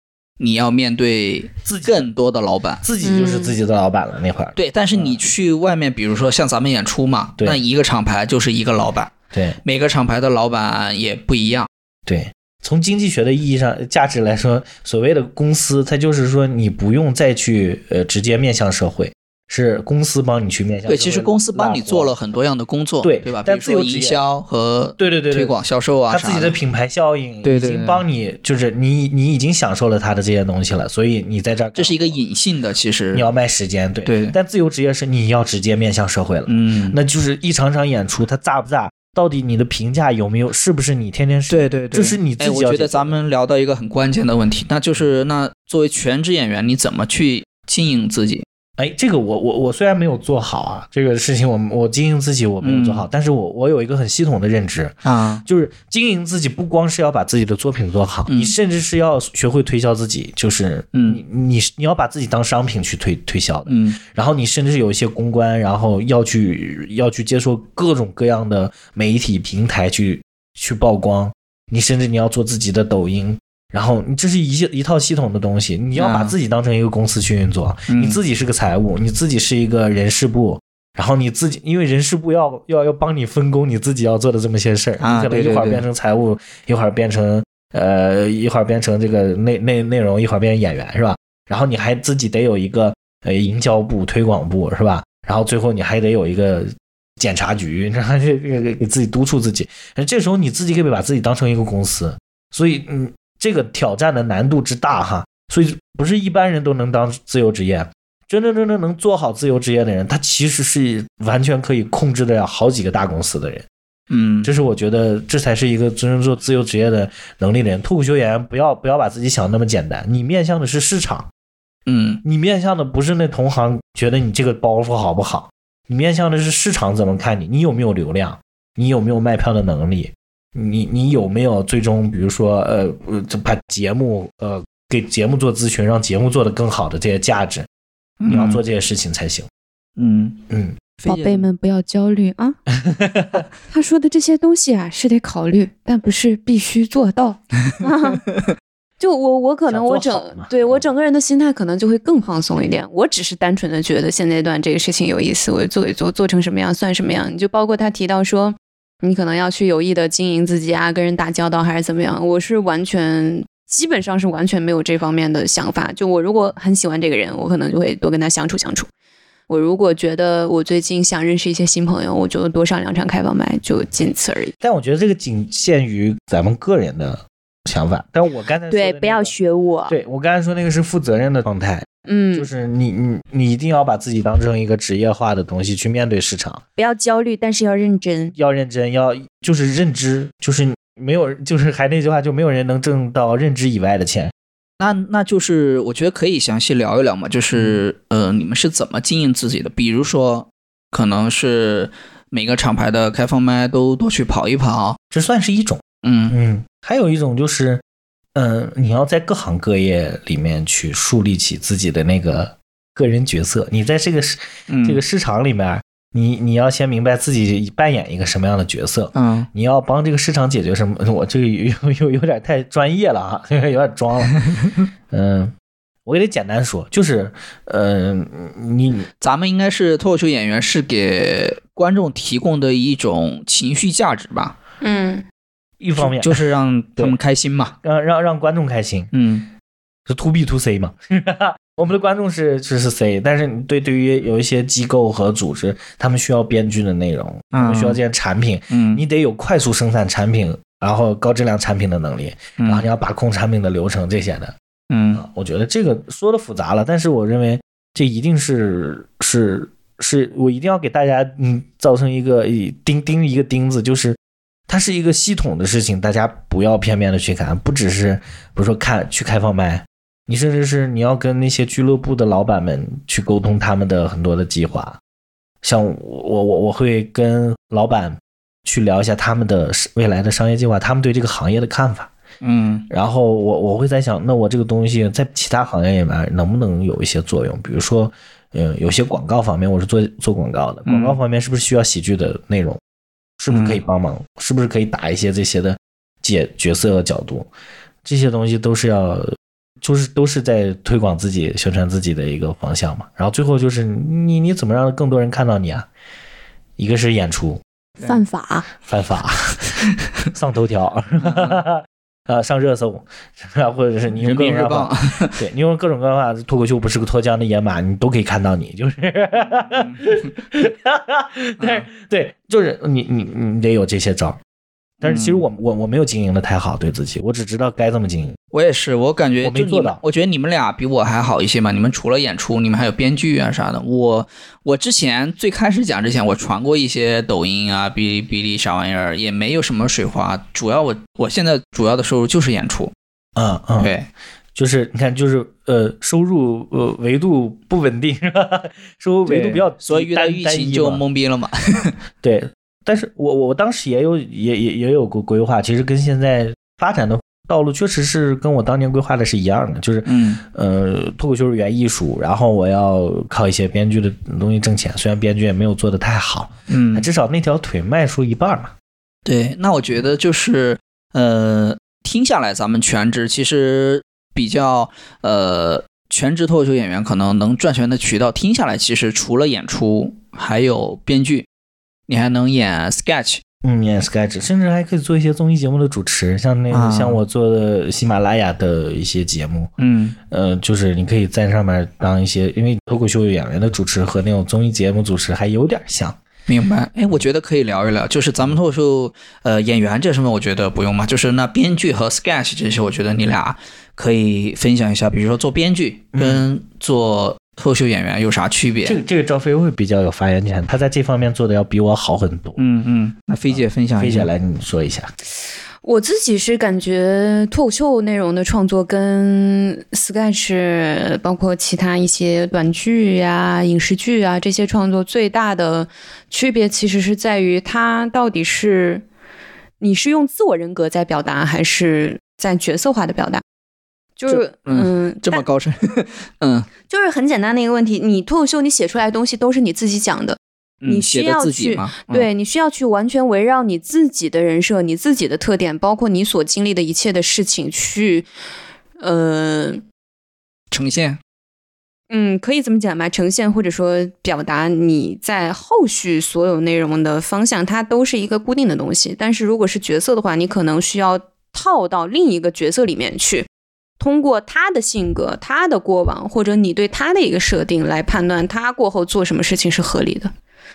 你要面对
自己
更多的老板。
自己就是
嗯
自己的老板了那会儿。
对，但是你去外面，比如说像咱们演出嘛，
嗯对
那一个厂牌就是一个老板，
对
每个厂牌的老板也不一样。
对，从经济学的意义上价值来说，所谓的公司，它就是说你不用再去呃直接面向社会，是公司帮你去面向社会
对，其实公司帮你做了很多样的工作，
对
对吧？比
但
如说
自由职业
营销和
对对对对
推广销售啊
他
啥
自己的品牌效应，
对
已
对
经
对
帮你就是你你已经享受了他的这些东西了，所以你在这儿
这是一个
干活
隐性的，其实
你要卖时间，对
对
但自由职业是你要直接面向社会了，
嗯，
那就是一场场演出，它炸不炸？到底你的评价有没有？是不是你天天是？
对对
这是你自己
哎，我
要
觉
解
得
决
咱们聊到一个很关键的问题，那就是那作为全职演员，你怎么去经营自己？
哎，这个我我我虽然没有做好啊，这个事情我我经营自己我没有做好，
嗯
但是我我有一个很系统的认知，
啊，
就是经营自己不光是要把自己的作品做好，
嗯
你甚至是要学会推销自己，就是
嗯
你你你要把自己当商品去推推销的，
嗯，
然后你甚至有一些公关，然后要去要去接受各种各样的媒体平台去去曝光，你甚至你要做自己的抖音，然后你这是一系一套系统的东西，你要把
啊
自己当成一个公司去运作，
嗯
你自己是个财务，你自己是一个人事部。然后你自己，因为人事部要要要帮你分工你自己要做的这么些事儿，
啊
你可
对
能一
对
会儿
对
变成财务，一会儿变成呃，一会儿变成这个内内内容，一会儿变成演员是吧？然后你还自己得有一个呃营销部、推广部是吧？然后最后你还得有一个检察局， <laughs> 然后这个给自己督促自己。呃这时候你自己可以把自己当成一个公司，所以嗯，这个挑战的难度之大哈，所以不是一般人都能当自由职业。真真正正能做好自由职业的人，他其实是完全可以控制得了好几个大公司的人。
嗯，
这是我觉得这才是一个真正做自由职业的能力的人。脱口秀演员不要不要把自己想那么简单，你面向的是市场，
嗯
你面向的不是那同行觉得你这个包袱好不好，你面向的是市场怎么看你，你有没有流量，你有没有卖票的能力，你你有没有最终比如说呃呃这把节目呃给节目做咨询，让节目做得更好的这些价值，你要做这些事情才行。
嗯，
嗯，
宝贝们不要焦虑 <laughs> 啊！他说的这些东西啊是得考虑，但不是必须做到。啊、 <laughs> 就我我可能我整
想做好嘛
对我
嗯
整个人的心态可能就会更放松一点。我只是单纯的觉得现阶段这个事情有意思，我就做一做，做成什么样算什么样。你就包括他提到说，你可能要去有意的经营自己啊，跟人打交道还是怎么样，我是完全。基本上是完全没有这方面的想法。就我如果很喜欢这个人，我可能就会多跟他相处相处。我如果觉得我最近想认识一些新朋友，我就多上两场开放麦，就仅此而已。
但我觉得这个仅限于咱们个人的想法。但我刚才说的
对，
那
不要
个。
学我。
对我刚才说那个是负责任的状态，
嗯，
就是你你你一定要把自己当成一个职业化的东西去面对市场，
不要焦虑，但是要认真。
要认真，要就是认知，就是没有，就是还那句话，就没有人能挣到认知以外的钱。
那那就是我觉得可以详细聊一聊嘛，就是
嗯
呃，你们是怎么经营自己的？比如说，可能是每个厂牌的开放麦都多去跑一跑，
这算是一种，
嗯
嗯，还有一种就是，嗯，你要在各行各业里面去树立起自己的那个个人角色，你在这个市
嗯，
这个市场里面，你你要先明白自己扮演一个什么样的角色，
嗯
你要帮这个市场解决什么？ <laughs> 我这个有有有点太专业了啊， <laughs> 有点装了。嗯，我给你简单说，就是，嗯、你
咱们应该是脱口秀演员，是给观众提供的一种情绪价值吧，
嗯，
一方面
就是让他们开心嘛。
让让让观众开心，
嗯
是 to B to C 嘛。 <laughs> 我们的观众是是是 C，但是对对于有一些机构和组织，他们需要编剧的内容，他们需要这些产品，
嗯，
你得有快速生产产品，然后高质量产品的能力，
嗯
然后你要把控产品的流程这些的。
嗯
啊，我觉得这个说的复杂了，但是我认为这一定是是是我一定要给大家嗯造成一个一钉钉一个钉子，就是它是一个系统的事情，大家不要片面的去看，不只是比如说看去开放麦，你甚至是你要跟那些俱乐部的老板们去沟通他们的很多的计划，像我我我我会跟老板去聊一下他们的未来的商业计划，他们对这个行业的看法。
嗯
然后我我会在想，那我这个东西在其他行业里面能不能有一些作用？比如说，嗯，有些广告方面我是做做广告的，
嗯
广告方面是不是需要喜剧的内容？是不是可以帮忙？是不是可以打一些这些的解角色角度？这些东西都是要，就是都是在推广自己、宣传自己的一个方向嘛。然后最后就是你你怎么让更多人看到你啊？一个是演出，
犯法，
犯法， <laughs> 上头条， <laughs> 啊，上热搜， <laughs> 或者是你用
人
各
民
种
日
办
报 <laughs>
法，对你用各种各样的办法，脱口秀不是个脱缰的野马，你都可以看到你， <laughs> 就是，
嗯
<laughs> 但是对，就是你你你得有这些招儿。但是其
嗯
实我我我没有经营的太好，对自己，我只知道该怎么经营。
我也是，我感觉
我没
就你
做
们
到，
我觉得你们俩比我还好一些吧。你们除了演出，你们还有编剧啊啥的。我我之前最开始讲之前，我传过一些抖音啊、哔哩哔哩啥玩意儿，也没有什么水花。主要我我现在主要的收入就是演出，
嗯嗯，，
对，
就是你看，就是呃，收入呃维度不稳定，是吧？ <laughs> 收入维度比较
所以遇到
单
疫
单
情
一
就
嘛
懵逼了嘛。
对，但是我我我当时也有也也也有过规划，其实跟现在发展的道路确实是跟我当年规划的是一样的，就是
嗯
呃，脱口秀是原艺术，然后我要靠一些编剧的东西挣钱，虽然编剧也没有做的太好，
嗯
但至少那条腿迈出一半儿嘛。
对，那我觉得就是呃，听下来咱们全职其实比较呃，全职脱口秀演员可能能赚钱的渠道，听下来其实除了演出，还有编剧，你还能演 sketch，
嗯，yes，sketch，甚至还可以做一些综艺节目的主持，像那个、
啊
像我做的喜马拉雅的一些节目，
嗯
呃，就是你可以在上面当一些，因为脱口秀演员的主持和那种综艺节目主持还有点儿像。
明白。哎，我觉得可以聊一聊，就是咱们脱口秀呃演员这身份，我觉得不用嘛，就是那编剧和 sketch 这些，我觉得你俩可以分享一下，比如说做编剧跟做脱口秀演员有啥区别？
这个这个赵飞会比较有发言权，他在这方面做的要比我好很多。
嗯嗯，那菲姐分享
飞
一下
姐来，你说一下。
我自己是感觉脱口秀内容的创作跟 sketch，包括其他一些短剧呀、影视剧啊这些创作最大的区别，其实是在于它到底是你是用自我人格在表达，还是在角色化的表达。就是
这嗯
嗯，
这么高深， <laughs> 嗯，
就是很简单的一个问题，你脱口秀你写出来的东西都是你自己讲的，你
嗯
需
写的
要
自己
去
嘛，嗯，
对你需要去完全围绕你自己的人设、你自己的特点，包括你所经历的一切的事情去，呃，
呈现，
嗯，可以这么讲吧，呈现或者说表达你在后续所有内容的方向，它都是一个固定的东西。但是如果是角色的话，你可能需要套到另一个角色里面去，通过他的性格、他的过往或者你对他的一个设定来判断他过后做什么事情是合理的。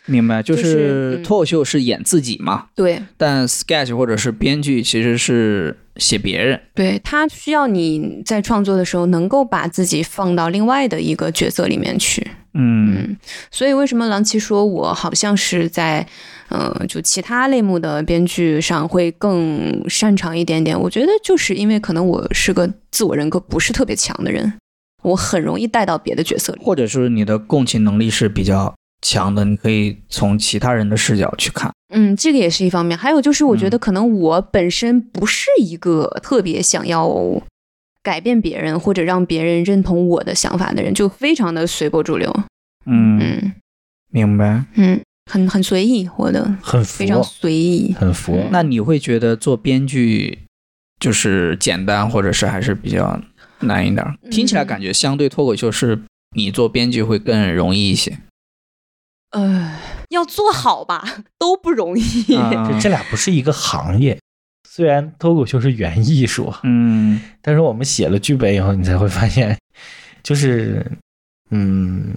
明白，就
就是
是
嗯
脱口秀是演自己嘛，
对，
但 sketch 或者是编剧其实是写别人，
对，他需要你在创作的时候能够把自己放到另外的一个角色里面去。
嗯
嗯，所以为什么郎奇说我好像是在，呃，就其他类目的编剧上会更擅长一点点？我觉得就是因为可能我是个自我人格不是特别强的人，我很容易带到别的角色里。
或者是你的共情能力是比较强的，你可以从其他人的视角去看，
嗯，这个也是一方面。还有就是，我觉得可能我本身不是一个特别想要改变别人或者让别人认同我的想法的人，就非常的随波逐流。
嗯，
嗯
明白。
嗯，很很随意，活的
很佛
非，常随意。
很佛。
那你会觉得做编剧就是简单，或者是还是比较难一点儿？听起来
嗯
感觉相对脱口秀是你做编剧会更容易一些，
呃，要做好吧，都不容
<laughs>
易。 <laughs>
啊
这这俩不是一个行业，虽然脱口秀是原艺术，
嗯
但是我们写了剧本以后，你才会发现，就是，嗯，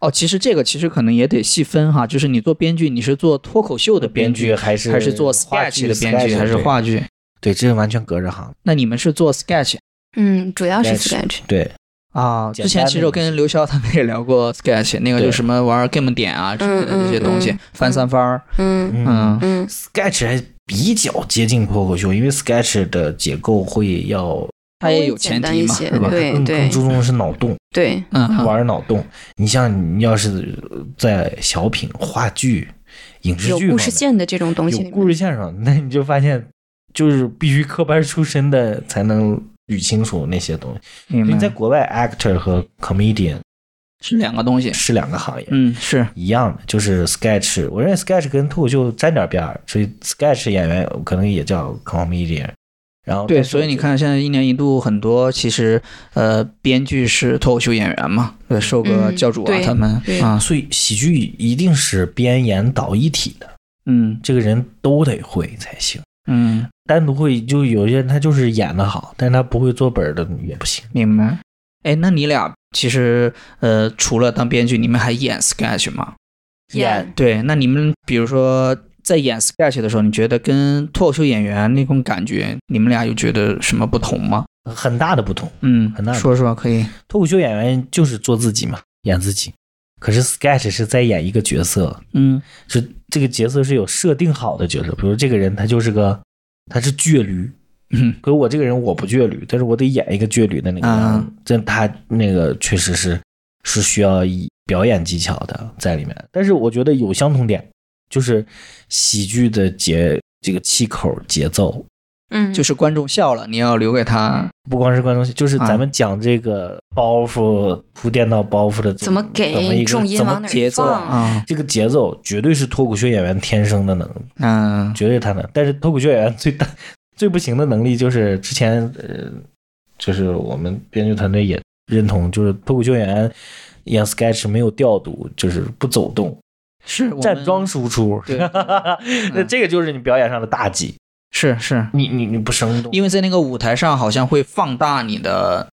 哦，其实这个其实可能也得细分哈，就是你做编剧，你是做脱口秀的编剧，
还是
还是做 sketch 的编剧，还是话
剧？
剧？
对，这完全隔着行。
那你们是做 sketch
嗯，主要是
Sketch
sketch。
对，
啊？
简
之前
单
其
的
实我
东西
跟刘潇他们也聊过 sketch，那个
对
就什么玩 game 点啊之类的
嗯
这些东西
嗯，
翻三番儿，
嗯
嗯
嗯
sketch 还比较接近脱口秀，因为 sketch 的结构会要
它也有前提嘛，
稍微简单一些
是吧？
对
更更注重的是脑洞，
对，
嗯，嗯
玩脑洞。你像你要是在小品、话剧、影视
有
剧
故
方
事
面
线的这种东西里
有
面，
故事线上， <laughs> 那你就发现就是必须科班出身的才能捋清楚那些东西。
明
你
白
在国外，actor 和 comedian
是两个东西。
是两个行业。
嗯，是
一样的，就是 sketch，我认为 sketch 跟脱口秀沾点边儿，所以 sketch 演员可能也叫 comedian。然后
对，
但是
所以你看，哦现在一年一度很多其实呃，编剧是脱口秀演员嘛，呃，受个
嗯
教主啊、
对
他们
对
啊，
所以喜剧一定是编演导一体的，
嗯
这个人都得会才行。
嗯，
单独会就有些人他就是演的好，但他不会做本儿的也不行。
明白。哎，那你俩其实呃，除了当编剧，你们还演 sketch 吗？
演
对，那你们比如说在演 sketch 的时候，你觉得跟脱口秀演员那种感觉，你们俩有觉得什么不同吗？
很大的不同，
嗯
很大，的
说说可以。
脱口秀演员就是做自己嘛，演自己。可是 sketch 是在演一个角色，
嗯
是这个角色是有设定好的角色，比如这个人他就是个他是倔驴，
嗯
可是我这个人我不倔驴，但是我得演一个倔驴的那个样子
嗯，
但他那个确实是是需要以表演技巧的在里面，但是我觉得有相同点，就是喜剧的节这个气口节奏，
嗯，
就是观众笑了，你要留给他。
不光是观众，就是
啊
咱们讲这个包袱铺垫到包袱的
怎么
怎么
给
一个
重音
怎么
往哪儿
节奏
放
啊。
啊，
这个节奏绝对是脱口秀演员天生的能力，
嗯，
绝对他能。但是脱口秀演员最大最不行的能力就是之前呃，就是我们编剧团队也认同，就是脱口秀演员演 sketch 没有调度，就是不走动，
<laughs> 是嗯
站 <laughs> 桩输出。
对
那这个就是你表演上的大忌，
是是，
你你你不生动，
因为在那个舞台上好像会放大你的，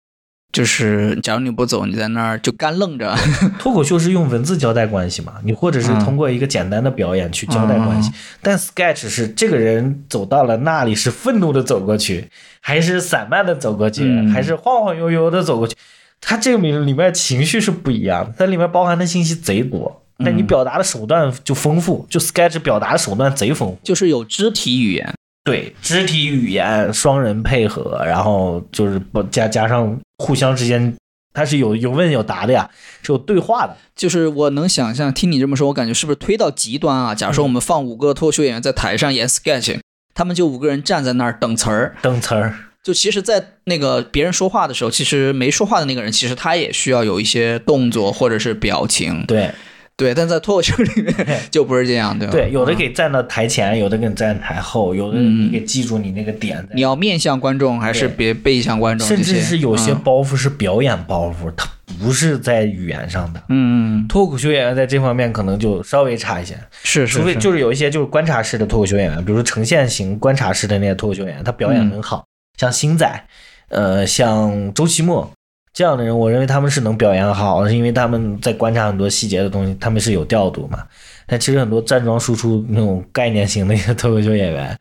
就是假如你不走，你在那儿就干愣着。 <laughs>
脱口秀是用文字交代关系嘛，你或者是
嗯
通过一个简单的表演去交代关系。
嗯
但 sketch 是这个人走到了那里是愤怒的走过去，还是散漫的走过去，
嗯
还是晃晃悠悠的走过去？他这个里里面情绪是不一样的，它里面包含的信息贼多，但你
嗯
表达的手段就丰富，就 sketch 表达的手段贼丰富。
就是有肢体语言，
对，肢体语言、双人配合，然后就是不加加上互相之间，它是有有问有答的呀，是有对话的。
就是我能想象，听你这么说，我感觉是不是推到极端
嗯
啊？假如说我们放五个脱口秀演员在台上演 sketch，他们就五个人站在那儿等词儿。
等词儿，
就其实，在那个别人说话的时候，其实没说话的那个人，其实他也需要有一些动作或者是表情。
对
对，但在脱口秀
<laughs>
里面就不是这样，对吧？啊
对，有的给站到台前，有的给站台后，有的
嗯
你给记住你那个点在
你
哪儿，
要面向观众还是
对
别背向观众这
甚
些？
至是有些
嗯
包袱是表演包袱，它不是在语言上的。
嗯，嗯
脱口秀演员在这方面可能就稍微差一些，
是是，
除非
是
就是有一些就是观察式的脱口秀演员，比如说呈现型观察式的那些脱口秀演员，他表演
嗯
很好，像星仔，呃，像周奇墨这样的人，我认为他们是能表演好，是因为他们在观察很多细节的东西，他们是有调度嘛。但其实很多站桩输出那种概念型的一些脱口秀演员，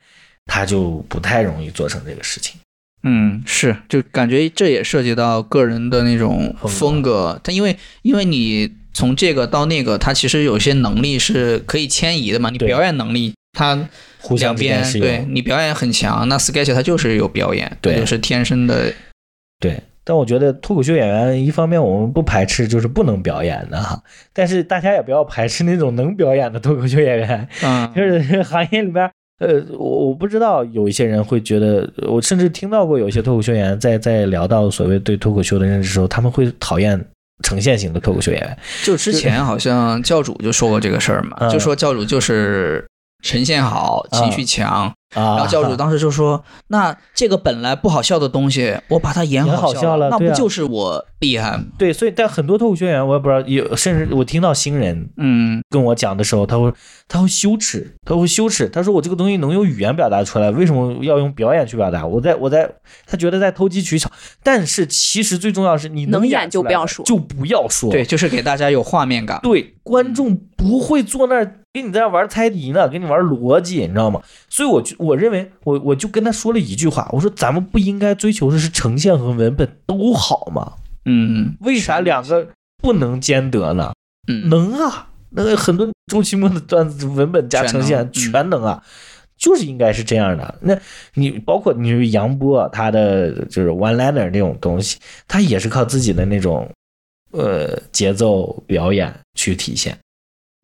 他就不太容易做成这个事情。
嗯，是，就感觉这也涉及到个人的那种
风格
风格，它因为因为你从这个到那个，它其实有些能力是可以迁移的嘛，你
对
表演能力它
互相
两
之间
边
是有
对你表演很强，那 sketch 它就是有表演，
对
就是天生的，
对，但我觉得脱口秀演员一方面我们不排斥就是不能表演的哈，但是大家也不要排斥那种能表演的脱口秀演员。<laughs>
嗯，
就是行业里边儿，呃，我我不知道有一些人会觉得，我甚至听到过有些脱口秀演员在在聊到所谓对脱口秀的认知时候，他们会讨厌呈现型的脱口秀演员。
就之前好像教主就说过这个事儿嘛，
嗯
就说教主就是呈现好，情绪强，
啊，
然后教主当时就说：“那这个本来不好笑的东西，我把它演
演好
笑
笑了
那
对
不
啊
就是我厉害吗
对，所以但很多脱口秀演员我也不知道，有甚至我听到新人
嗯
跟我讲的时候，他会他会羞耻，他会羞耻，他说我这个东西能用语言表达出来，为什么要用表演去表达？我在我在他觉得在投机取巧，但是其实最重要是你
能
演
演就
出来
不要
了
说
就不要说，
对，就是给大家有画面感。
对，观众不会坐那儿跟你在那玩猜题呢，跟你玩逻辑，你知道吗？所以我就我认为我我就跟他说了一句话，我说咱们不应该追求的是呈现和文本都好吗？
嗯
为啥两个不能兼得呢？
嗯，
能啊，那个很多周奇墨的段子文本加呈现
全能嗯
全能啊，就是应该是这样的。那你包括你杨波啊他的就是 one liner 这种东西，他也是靠自己的那种呃节奏表演去体现。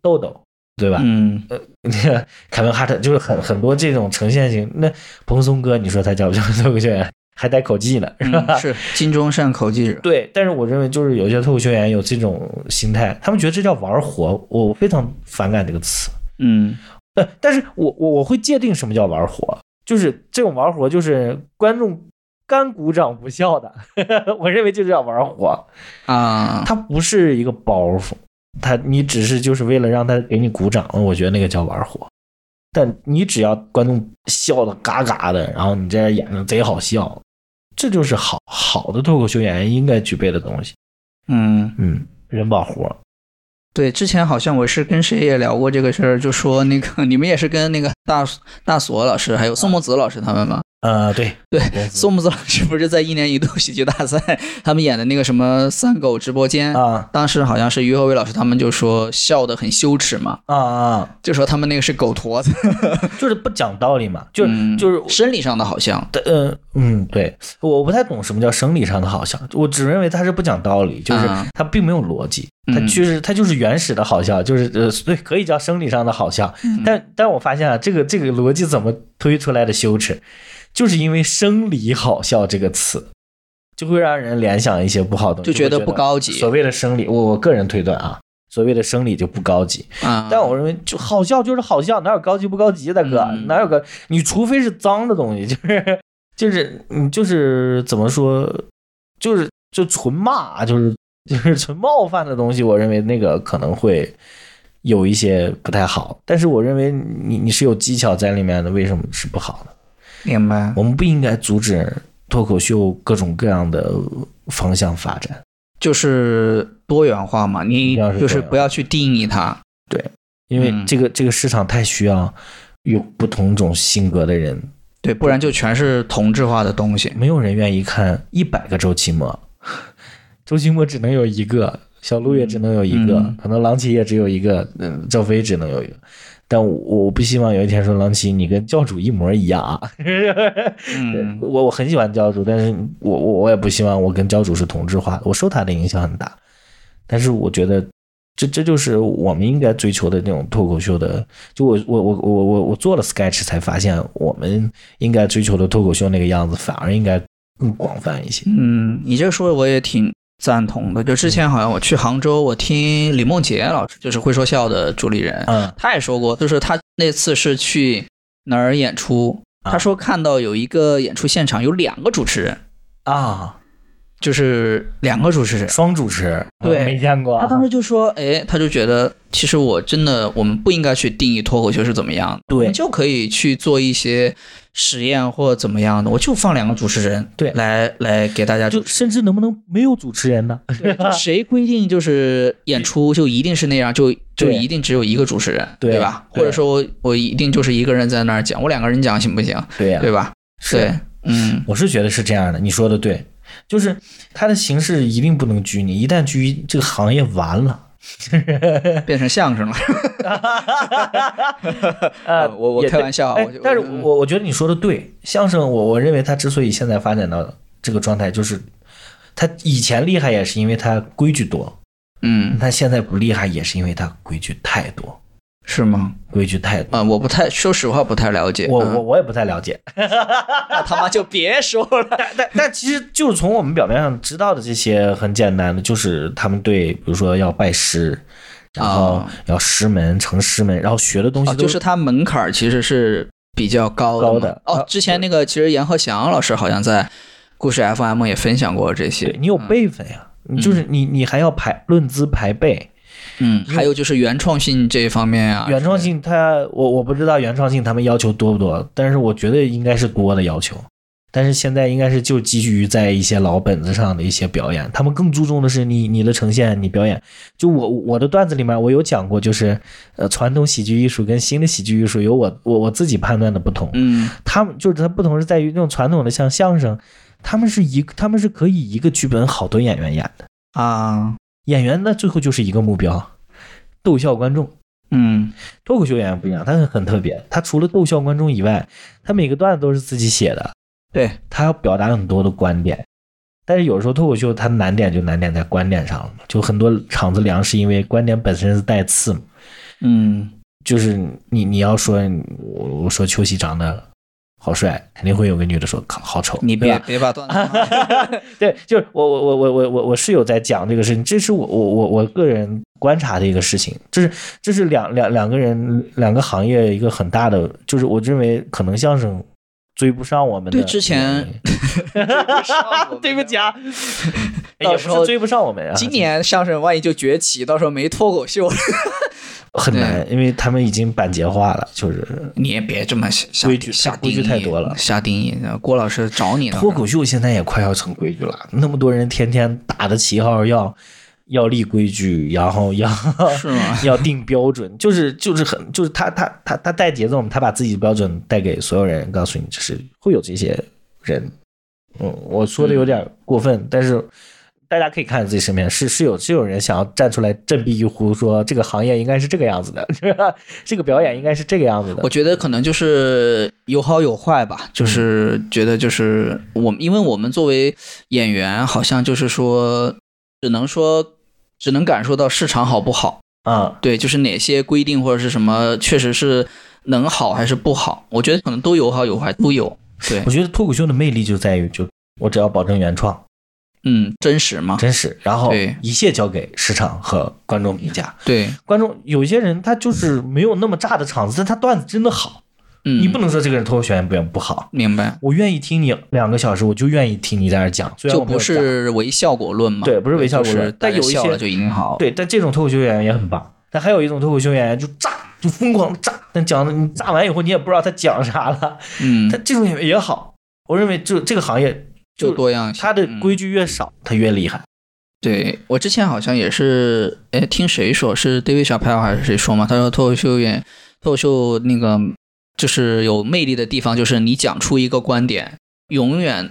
豆豆对吧？
嗯，
那个凯文哈特就是很很多这种呈现型。那蓬松哥，你说他叫不叫 <laughs> 脱口秀演员？还带口技呢，是吧？
嗯 <laughs> 是金钟善口技者，
对，但是我认为就是有些脱口秀演员有这种心态，他们觉得这叫玩火，我非常反感这个词。
嗯
呃，但是我我我会界定什么叫玩火，就是这种玩火就是观众干鼓掌不笑的， <laughs> 我认为就叫玩火，
啊，
它不是一个包袱，它你只是就是为了让他给你鼓掌，我觉得那个叫玩火。但你只要观众笑的嘎嘎的，然后你在这演的贼好笑，这就是好好的脱口秀演员应该具备的东西。
嗯。
嗯，人保活。
对，之前好像我是跟谁也聊过这个事儿，就说那个你们也是跟那个大大锁老师还有宋木子老师他们嘛。
呃，对
对
公司
宋木子老师不是在一年一度喜剧大赛 <laughs> 他们演的那个什么三狗直播间，
啊
当时好像是于和伟老师他们就说笑得很羞耻嘛，
啊啊，
就说他们那个是狗驼 <laughs> 子，
就是不讲道理嘛，就是、
嗯
就是。
生理上的好像。
呃嗯，对，我不太懂什么叫生理上的好笑，我只认为他是不讲道理，就是
啊
他并没有逻辑，
嗯
他就是他就是原始的好笑，就是呃，对，可以叫生理上的好笑，
嗯
但但我发现啊，这个这个逻辑怎么推出来的羞耻，就是因为“生理好笑”这个词，就会让人联想一些不好的东西，
就觉得
会
不高级
所谓的生理，我我个人推断啊，所谓的生理就不高级，
啊，
但我认为就好笑就是好笑，哪有高级不高级，大哥，
嗯
哪有个你除非是脏的东西， <laughs> 就是就是你就是怎么说，就是就纯骂，就是 <laughs> 就是纯冒犯的东西，我认为那个可能会有一些不太好。但是我认为你你是有技巧在里面的，为什么是不好呢？
明白。
我们不应该阻止脱口秀各种各样的方向发展。
就是多元化嘛，你
一定要是
就是
多元化
不要去定义它。
因为
嗯
这个、这个市场太需要有不同种性格的人
对，不然就全是同质化的东西。
没有人愿意看一百个周奇墨， <laughs> 周奇墨只能有一个，小鹿也只能有一个，
嗯
可能郎奇也只有一个，嗯，赵飞只能有一个。但我我不希望有一天说郎奇你跟教主一模一样啊！ <laughs>
嗯，
我我很喜欢教主，但是我我我也不希望我跟教主是同质化的，我受他的影响很大。但是我觉得这这就是我们应该追求的那种脱口秀的。就我我我我我我做了 sketch 才发现，我们应该追求的脱口秀那个样子，反而应该更广泛一些。
嗯，你这说的我也挺赞同的。就之前好像我去杭州，我听李梦洁老师，就是会说笑的主理人，
嗯
他也说过，就是他那次是去哪儿演出，
啊
他说看到有一个演出现场有两个主持人，
啊，
就是两个主持人。
双主持，
对
我没见过啊。
他当时就说，哎，他就觉得其实我真的我们不应该去定义脱口秀是怎么样的，
对
我们就可以去做一些实验或怎么样的，我就放两个主持人，
对啊
来来给大家
就甚至能不能没有主持人呢？
对就谁规定就是演出就一定是那样，就就一定只有一个主持人，
对
吧？
对
或者说我我一定就是一个人在那儿讲，我两个人讲行不行？
对啊呀
对吧？对，嗯
我是觉得是这样的，你说的对，就是它的形式一定不能拘泥，一旦拘这个行业完
<laughs>
了。
变成相
<laughs>
声了。
啊
呃我我
也
开
对
玩笑啊
哎
我就
但是
嗯
我我觉得你说的对，相声我我认为它之所以现在发展到这个状态，就是它以前厉害也是因为它规矩多，
嗯，
它现在不厉害也是因为它规矩太多，
是吗？
规矩太多。
啊、我不太，说实话不太了解。
我
嗯
我我也不太了解，
那他妈就别说了。
但 <laughs> 但但其实就是从我们表面上知道的这些很简单的，就是他们对比如说要拜师，然后
啊
要师门成师门，然后学的东西
哦，
都
就是它门槛儿其实是比较高的嘛。
高的
哦
啊，
之前那个其实阎鹤祥老师好像在故事 FM 也分享过这
对
些。嗯
你有辈分呀，你就是你你还要排论资排辈，
嗯，还有就是原创性这一方面啊，
原创性它，我我不知道原创性他们要求多不多，但是我觉得应该是多的要求。但是现在应该是就基于在一些老本子上的一些表演，他们更注重的是你你的呈现，你表演。就我我的段子里面，我有讲过，就是呃传统喜剧艺术跟新的喜剧艺术有我我我自己判断的不同。
嗯
他们就是它不同是在于那种传统的像相声，他们是一个他们是可以一个剧本好多演员演的，
啊，
演员呢最后就是一个目标，逗笑观众。
嗯
脱口秀演员不一样，他很特别，他除了逗笑观众以外，他每个段子都是自己写的，
对，
他要表达很多的观点。但是有时候脱口秀它难点就难点在观点上了嘛，就很多场子凉是因为观点本身是带刺嘛，
嗯
就是你你要说我我说秋喜长得好帅，肯定会有个女的说靠好丑，
你
对吧
别别把段
<laughs>
子
对，就是我我我我我我我是有在讲这个事情，这是我我我我个人观察的一个事情，这是这是两两两个人两个行业一个很大的，就是我认为可能相声追不上我们的
对之前
原
<laughs>
因对
对
不
不
起
起
啊
啊，
哎也不是
到时候
追不上我们啊，
今年相声万一就崛起，到时候没脱口秀，
很难，因为他们已经板结化了，就是
你也别这么下下
规矩
下
规矩
定义
太多了
下定义。郭老师找你呢，
脱口秀现在也快要成规矩了，那么多人天天打着旗号要要立规矩，然后要
是吗
要定标准，就是就是很就是他他他他带节奏嘛，他把自己的标准带给所有人，告诉你就是会有这些人。嗯，我说的有点过分，但是大家可以看自己身边是是有是有人想要站出来振臂一呼，说这个行业应该是这个样子的， <laughs> 是吧这个表演应该是这个样子的
我。觉得可能就是有好有坏吧，就是觉得就是我们，因为我们作为演员，好像就是说，只能说，只能感受到市场好不好，
啊、
对，就是哪些规定或者是什么，确实是能好还是不好，我觉得可能都有好有坏，都有。对
我，觉得脱口秀的魅力就在于就我只要保证原创。
嗯，真实嘛，
真实，然后
对
一切交给市场和观众评价。
对，
观众有些人他就是没有那么炸的场子，但他段子真的好，
嗯，
你不能说这个人脱口秀演员表演不好。
明白，
我愿意听你两个小时，我就愿意听你在那儿讲，虽然
就
啊我没有
不是唯效果论嘛，
对不是唯效果论
就是
但
大家
有一
笑
些
了就一定好
讲，对，但这种脱口秀演员也很棒。但还有一种脱口秀演员就炸，就疯狂炸，但讲的你炸完以后你也不知道他讲啥了。
嗯
他，这种演员也好，我认为就这个行业
就多样性，
他的
嗯
规矩越少，他越厉害。
对我之前好像也是，哎，听谁说是 David Chappelle 还是谁说嘛？他说脱口秀演脱口秀那个就是有魅力的地方，就是你讲出一个观点，永远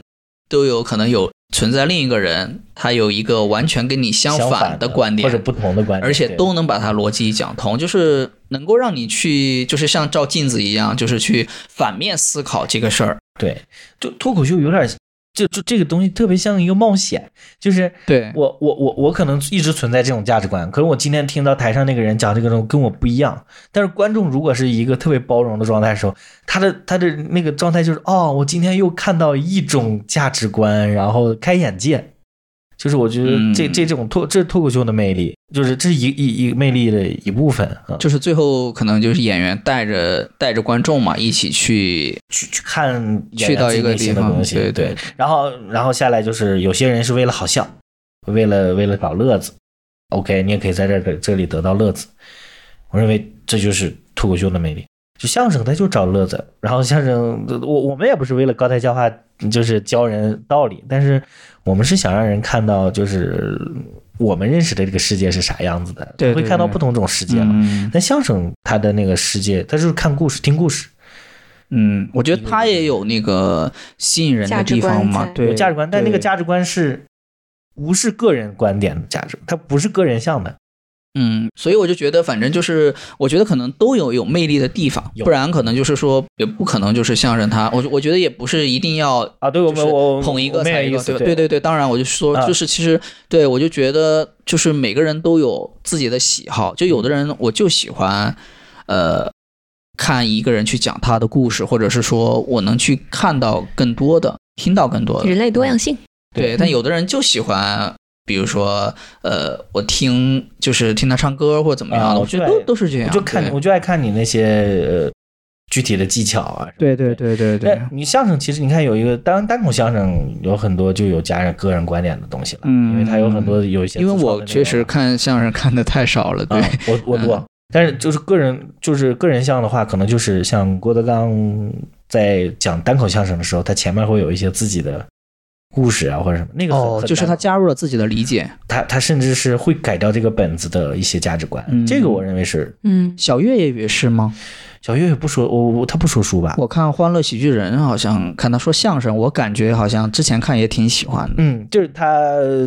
都有可能有存在另一个人，他有一个完全跟你相
相
反的观
或者
点。
不同的观点，
而且
对
都能把它逻辑讲通，就是能够让你去，就是像照镜子一样，就是去反面思考这个事儿。
对，就脱口秀有点，就就这个东西特别像一个冒险，就是
对
我我我我可能一直存在这种价值观，可是我今天听到台上那个人讲这个东西跟我不一样，但是观众如果是一个特别包容的状态的时候，他的他的那个状态就是哦，我今天又看到一种价值观，然后开眼界。就是我觉得这、
嗯
这这种脱这是脱口秀的魅力，就是这是一一一魅力的一部分啊，
就是最后可能就是演员带着带着观众嘛，一起去
去去看演
去
员
到
自己
一个
内心
地
的东
方，
西，
对
对，然后然后下来就是有些人是为了好笑，为了为了找乐子，OK，你也可以在这个这里得到乐子。我认为这就是脱口秀的魅力。就相声，它就找乐子。然后相声，呃我我们也不是为了高台教化，就是教人道理，但是我们是想让人看到，就是我们认识的这个世界是啥样子的，
对对
会看到
对
不同种世界嘛。
嗯
但相声它的那个世界，它就是看故事、听故事，
嗯，我觉得他也有那个吸引人的地方
价值
嘛，
观在
对
有价值观，但那个
对
价值观是不是个人观点的价值？它不是个人向的。
嗯，所以我就觉得，反正就是，我觉得可能都有有魅力的地方，
有
不然可能就是说也不可能就是相声他，我我觉得也不是一定要
啊，对，我们
就是
我我
捧一个
我没
踩
有
一个，
意思
对吧
对
对对对，当然我就说
啊，
就是其实对我就觉得，就是每个人都有自己的喜好，就有的人我就喜欢，呃，看一个人去讲他的故事，或者是说我能去看到更多的，听到更多的，
人类多样性，
对，但有的人就喜欢。比如说，呃，我听就是听他唱歌或者怎么样
啊
的，
我
我觉得
对
都都是这样。
我就看，我就爱看你那些呃具体的技巧啊。
对对对对
但你相声其实你看有一个单单口相声有很多就有加上个人观点的东西了，
嗯
因为它有很多有一些
因为
自创
我
的内
确实
容
看相声看的太少了，对
啊，我我多
嗯，
但是就是个人就是个人像的话，可能就是像郭德纲在讲单口相声的时候，他前面会有一些自己的故事啊或者什么，那个很
哦，
很
就是
单
他
口
加入了自己的理解。
他他甚至是会改掉这个本子的一些价值观，
嗯
这个我认为是
嗯，
小岳也也是吗？
小岳岳不说，我我他不说书吧？
我看《欢乐喜剧人》，好像看他说相声，我感觉好像之前看也挺喜欢的。
嗯，就是他，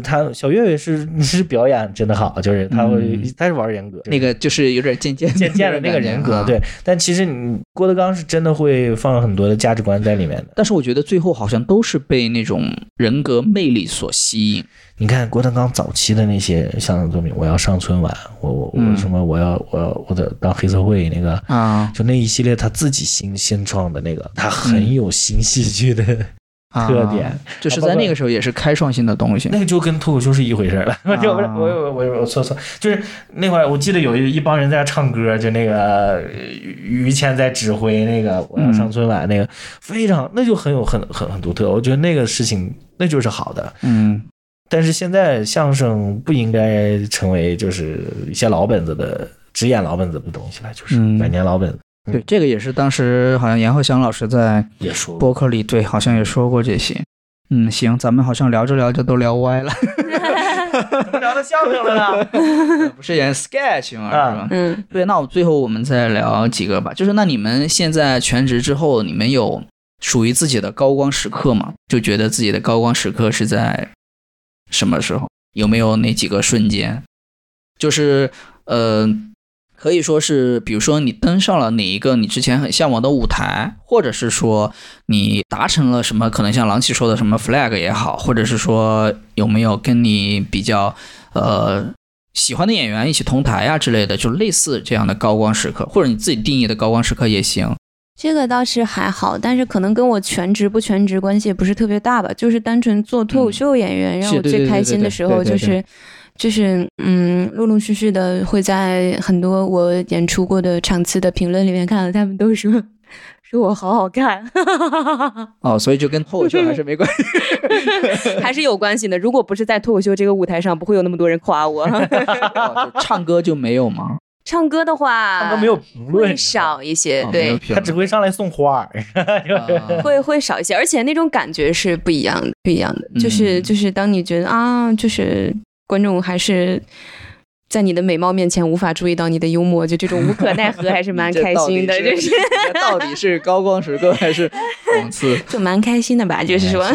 他小岳岳是是表演真的好，就是他会，
嗯
他是玩人格，
那个就是有点渐渐
渐渐的那个人格，。
啊
对。但其实你郭德纲是真的会放很多的价值观在里面的。
但是我觉得最后好像都是被那种人格魅力所吸引。
你看郭德纲早期的那些相声作品，我要上春晚，我我我
嗯
什么，我要我要我得当黑社会那个。
啊
就那一系列他自己新新创的那个，他很有新戏剧的，
嗯啊
特点
就是在那个时候也是开创性的东西
那。个就跟脱口秀是一回事儿了。
啊
我 <laughs> 就我我我我错错，就是那会儿我记得有一一帮人在那唱歌，就那个呃于于谦在指挥那
嗯
个我要上春晚那个，非常那就很有很很很独特。我觉得那个事情那就是好的。
嗯，
但是现在相声不应该成为就是一些老本子的只演老本子的东西了，就是
嗯
百年老本子
对，这个也是当时好像严鹤翔老师在
也说过。
播客里对好像也说过这些。嗯，行，咱们好像聊着聊着都聊歪了，
怎么聊到相声了呢？
<laughs> 不是演 sketch 嘛，
啊
是吧？
嗯，
对，那我最后我们再聊几个吧。就是那你们现在全职之后，你们有属于自己的高光时刻吗？就觉得自己的高光时刻是在什么时候？有没有哪几个瞬间？就是呃，可以说是，比如说你登上了哪一个你之前很向往的舞台，或者是说你达成了什么，可能像郎奇说的什么 flag 也好，或者是说有没有跟你比较呃喜欢的演员一起同台呀、啊之类的，就类似这样的高光时刻，或者你自己定义的高光时刻也行。
这个倒是还好，但是可能跟我全职不全职关系也不是特别大吧，就是单纯做脱口秀演员，让
嗯是
我
对对
最
对
开
对
心
对
的时候
对对
就
对
是。就是嗯，陆陆续续的会在很多我演出过的场次的评论里面看到，他们都说 <laughs> 说我好好看， <laughs>
哦，所以就跟脱口秀还是没关系。
还是有关系的。如果不是在脱口秀这个舞台上，不会有那么多人夸
<laughs>
我。
哦就唱歌就没有吗？
唱歌的话，
他们没有评论，
会少一些，
哦没有
对，
评
呃他只
论
会上来送花儿。
<laughs> 啊
会会少一些，而且那种感觉是不一样的，不一样的。就是
嗯
就是当你觉得啊，就是观众还是。在你的美貌面前无法注意到你的幽默，就这种无可奈何，还是蛮开心的，
<laughs> 这
就
到底
是
是这到底是高光时刻还是讽刺？
就蛮开心的吧，就是说，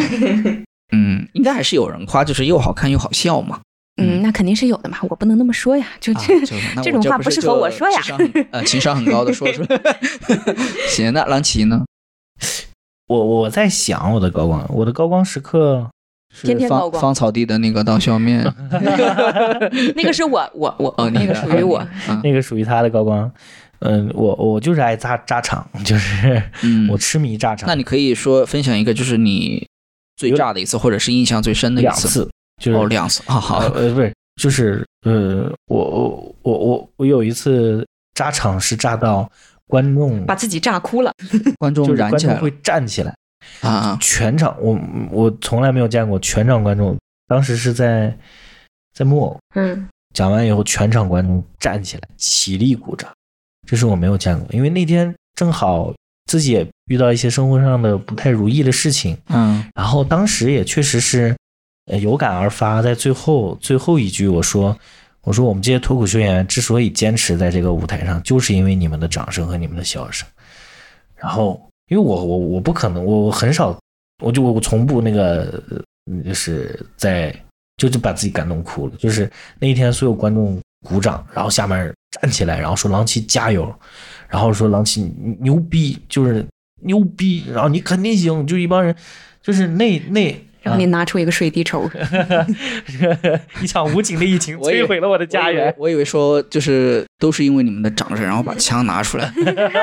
嗯，应该还是有人夸，就是又好看又好笑嘛。
嗯，那肯定是有的嘛，我不能那么说呀，就 <laughs>
啊
这，
就那
这
我
种
这
话不
是
适合
就
我说呀
智商很呃，情商很高的说出
<laughs>
来。行，那郎奇呢？
我我在想我的高光，我的高光时刻，
是
天天高
芳
光
芳草地的那个刀削
<laughs>
面，
那个是我我我
哦，
那
你
个
的
属于我，，
嗯
那个属于他的高光。嗯，我我就是爱炸炸场，就是
嗯，
我痴迷炸场。
那你可以说分享一个，就是你最炸的一次，或者是印象最深的一
两
次。
次就是
哦，两次，好好
呃， <laughs> 呃不是就是呃我我我我我有一次炸场是炸到观众
把自己炸哭了，
观
就
众
是
燃
观
起
众
来了
会站起来，
啊啊！
全场我我从来没有见过全场观众，当时是在在木偶
嗯，
讲完以后，全场观众站起来起立鼓掌，这是我没有见过。因为那天正好自己也遇到一些生活上的不太如意的事情，
嗯
然后当时也确实是呃有感而发，在最后最后一句我说。我说，我们这些脱口秀演员之所以坚持在这个舞台上，就是因为你们的掌声和你们的笑声。然后，因为我我我不可能，我我很少，我就我从不那个，呃就是在就就把自己感动哭了。就是那一天，所有观众鼓掌，然后下面站起来，然后说郎奇加油，然后说郎奇你牛逼，就是牛逼，然后你肯定行，就一帮人，就是那那。啊
然
啊
后你拿出一个水滴
<laughs>
筹，
<laughs> 一场无情的疫情
我以为
摧毁了我的家园。
我以为我以为说就是都是因为你们的掌声，然后把枪拿出来，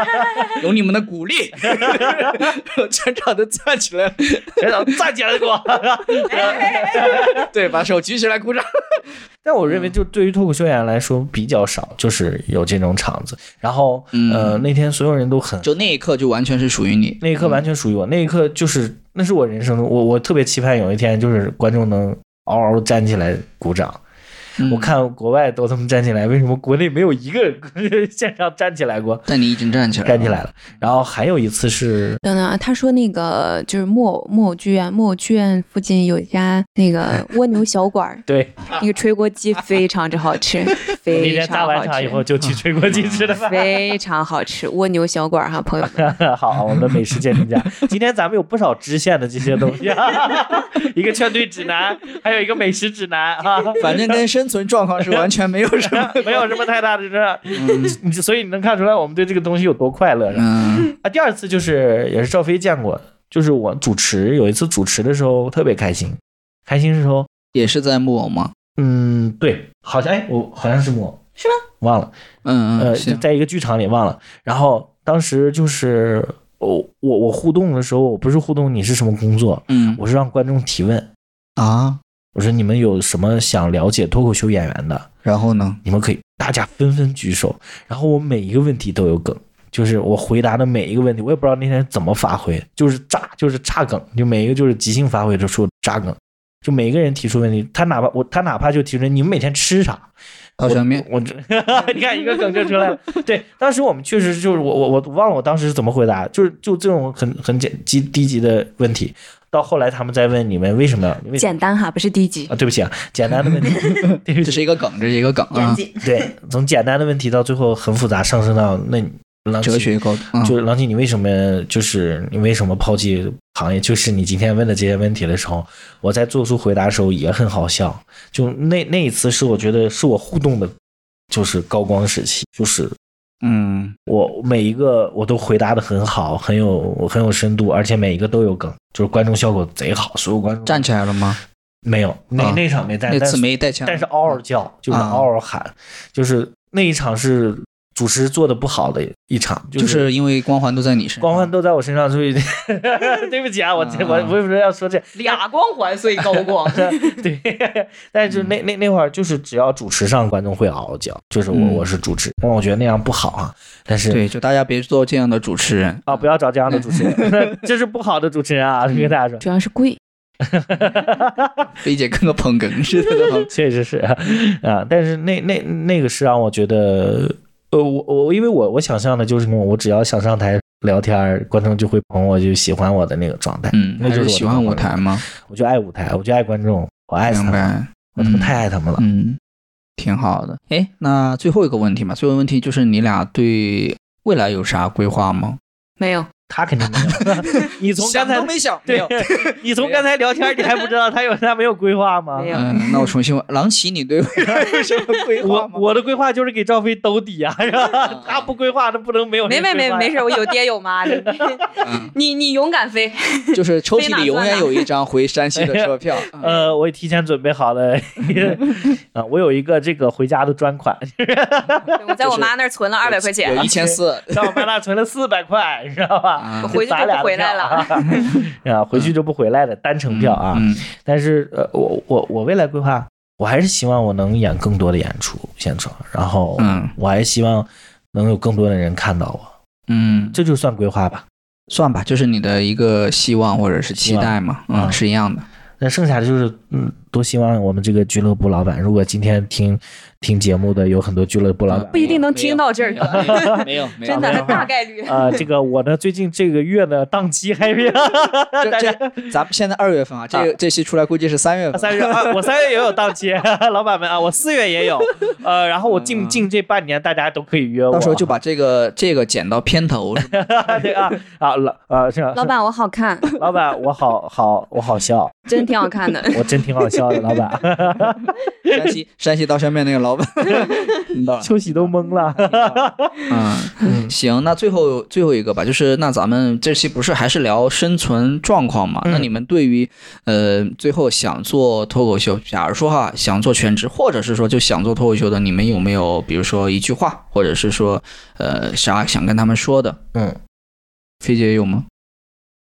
<laughs> 有你们的鼓励， <laughs> 全场都站起来了，
全场站起来给我！
对，把手举起来鼓掌。
但我认
嗯
为，就对于脱口秀演员来说比较少，就是有这种场子。然后，
嗯
呃，那天所有人都很
就嗯那一刻就完全是属于你，
那一刻完全属于我，那一刻就是那是我人生中，我我特别期盼有一天就是观众能嗷嗷站起来鼓掌，
嗯
我看国外都他们站起来，为什么国内没有一个 <laughs> 现场站起来过？
但你已经站起来了，
站起来了。然后还有一次是，
等等啊，他说那个就是木偶木偶剧
啊
院，木偶剧院附近有一家那
<laughs>
个蜗牛小馆儿
对，
<laughs> 那个吹锅鸡非常之好 <laughs> 吃，
我
非
那天
常
大完
好
场以后
吃，
就
啊
去吹锅鸡吃的饭。
非常好吃。蜗牛小馆儿哈，朋友
<laughs>
们，
好，我们的美食鉴定家，今天咱们有不少支线的这些东西啊， <laughs> 一个劝退指南，还有一个美食指南啊，
反正跟生存状况是完全没有
<laughs>
什么。
没有什么太大的这，你所以你能看出来我们对这个东西有多快乐。是吧
嗯
啊，第二次就是也是赵飞见过的，就是我主持有一次主持的时候特别开心，开心的时候，，
也是在木偶吗？
嗯，对，好像哎，我好像是我，是吗？忘了，
嗯
呃，
嗯，
就
行，
在一个剧场里忘了。然后当时就是我我我互动的时候，我不是互动你是什么工作，
嗯
我是让观众提问，
啊，
我说你们有什么想了解脱口秀演员的，
然后呢？
你们可以大家纷纷举手，然后我每一个问题都有梗。就是我回答的每一个问题，我也不知道那天怎么发挥，就是炸，就是炸梗，就每一个就是即兴发挥的时候炸梗，就每个人提出问题，他哪怕我他哪怕就提出你们每天吃啥，
刀削面，
我这 <laughs> 你看一个梗就出来了。对，当时我们确实就是我我我忘了我当时是怎么回答，就是就这种很很简低低级的问题，到后来他们再问你们为什么为什么
简单哈，不是低级。
啊？对不起啊，简单的问题，对不
这
起，
是一个梗，这是一个梗啊，
对，从简单的问题到最后很复杂，上升到那你郎
哲
奇
学高度。嗯
就是郎姐，你为什么就是你为什么抛弃行业？就是你今天问的这些问题的时候，我在做出回答的时候也很好笑。就那那一次是我觉得是我互动的，就是高光时期，就是
嗯，
我每一个我都回答的很好，很有很有深度，而且每一个都有梗，就是观众效果贼好，所有观众
站起来了吗？
没有那、
啊
那场没站，
那
但
次
是
没带枪，
但是嗷嗷叫，就是
啊
嗷嗷喊，就是那一场是主持做的不好的一场，
就
就是
是嗯因为光环都在你身上，
光环都在我身上，所以 <laughs> 对不起啊，我这我
啊
我为什么要说这？
俩光环最高光。
对，但是就是
嗯
那那那会儿就是只要主持上，观众会嗷嗷叫，就是我
嗯
我是主持，但我觉得那样不好啊。但是
<laughs> 对，就大家别做这样的主持人
啊，不要找这样的主持人， <laughs> 这是不好的主持人
嗯
啊，跟大家说。
主要是贵，
菲姐跟个捧哏似
<laughs>
的。
确实是啊，啊但是那那那个是让我觉得，呃，我我因为我我想象的就是那种，我只要想上台聊天儿，观众就会捧我，就喜欢我的那个状态。
嗯，
那
还
就是是
喜欢舞台吗？
我就爱舞台，我就爱观众，我爱他们，
明白。
我他妈
嗯
太爱他们了。
嗯，挺好的。哎，那最后一个问题嘛，最后一个问题就是你俩对未来有啥规划吗？
没有，
他肯定
<laughs>
没有，你从刚才
没想，
对，你从刚才聊天，你还不知道他有他没有规划吗？
没有
嗯，那我重新问，郎奇，你对未来有什么规划
我
吗？
我的规划就是给赵飞兜底啊，
<laughs>
是吧？他不规划，那不能没有人
没没没
规划呀
哎没事，我有爹有妈 <laughs> 的。
嗯
你你勇敢飞，
就是抽屉里永远有一张回山西的车
<laughs>
票。 <laughs> 嗯
呃，我也提前准备好了， <laughs> 啊，我有一个这个回家的
<laughs>
专款，
对我在我妈那儿存了二百块钱啊
有，一千四，
在我妈那存了四百块，你知道吧？
啊
我嗯回去就
咱俩
不
的
回来
票
了。
啊， <laughs> 啊，回去就不回来了，单程票啊。
嗯，
但是呃，我我我未来规划，我还是希望我能演更多的演出现场，然后
嗯
我还希望能有更多的人看到我，
嗯，这
这就算规划吧。
算吧，就是你的一个希望或者是期待嘛，
望
嗯，
嗯
是一样的。
那剩下的就是，嗯，多希望我们这个俱乐部老板，如果今天听听节目的有很多俱乐部老板，
不一定能听到这儿
个，
<laughs>
没有，没有
真的，
没
那
有
大概率。
<laughs> 啊、这个我呢，最近这个月呢，档期还 <laughs> 没有，大
这
家
这，咱们现在二月份啊，这这期出来估计是三月份。
三月啊，我三月也有档期， <laughs> 老板们啊，我四月也有，呃，然后我
嗯
近近这半年大家都可以约我，
到时候就把这个这个剪到片头，是吧
对啊啊老呃是
<laughs>
啊
老板，我好看，
老板，我好好我好笑，
真挺好看的。 <laughs>
我真挺好笑的，老板， <laughs>
山西山西刀削面那个老 <laughs> 板，你到了。
秋喜都懵了，
<laughs> 嗯，行，那最后最后一个吧，就是那咱们这期不是还是聊生存状况
嗯
嘛？那你们对于呃最后想做脱口秀，假如说哈想做全职，或者是说就想做脱口秀的，你们有没有比如说一句话，或者是说呃啥想跟他们说的？
嗯，
菲姐有吗？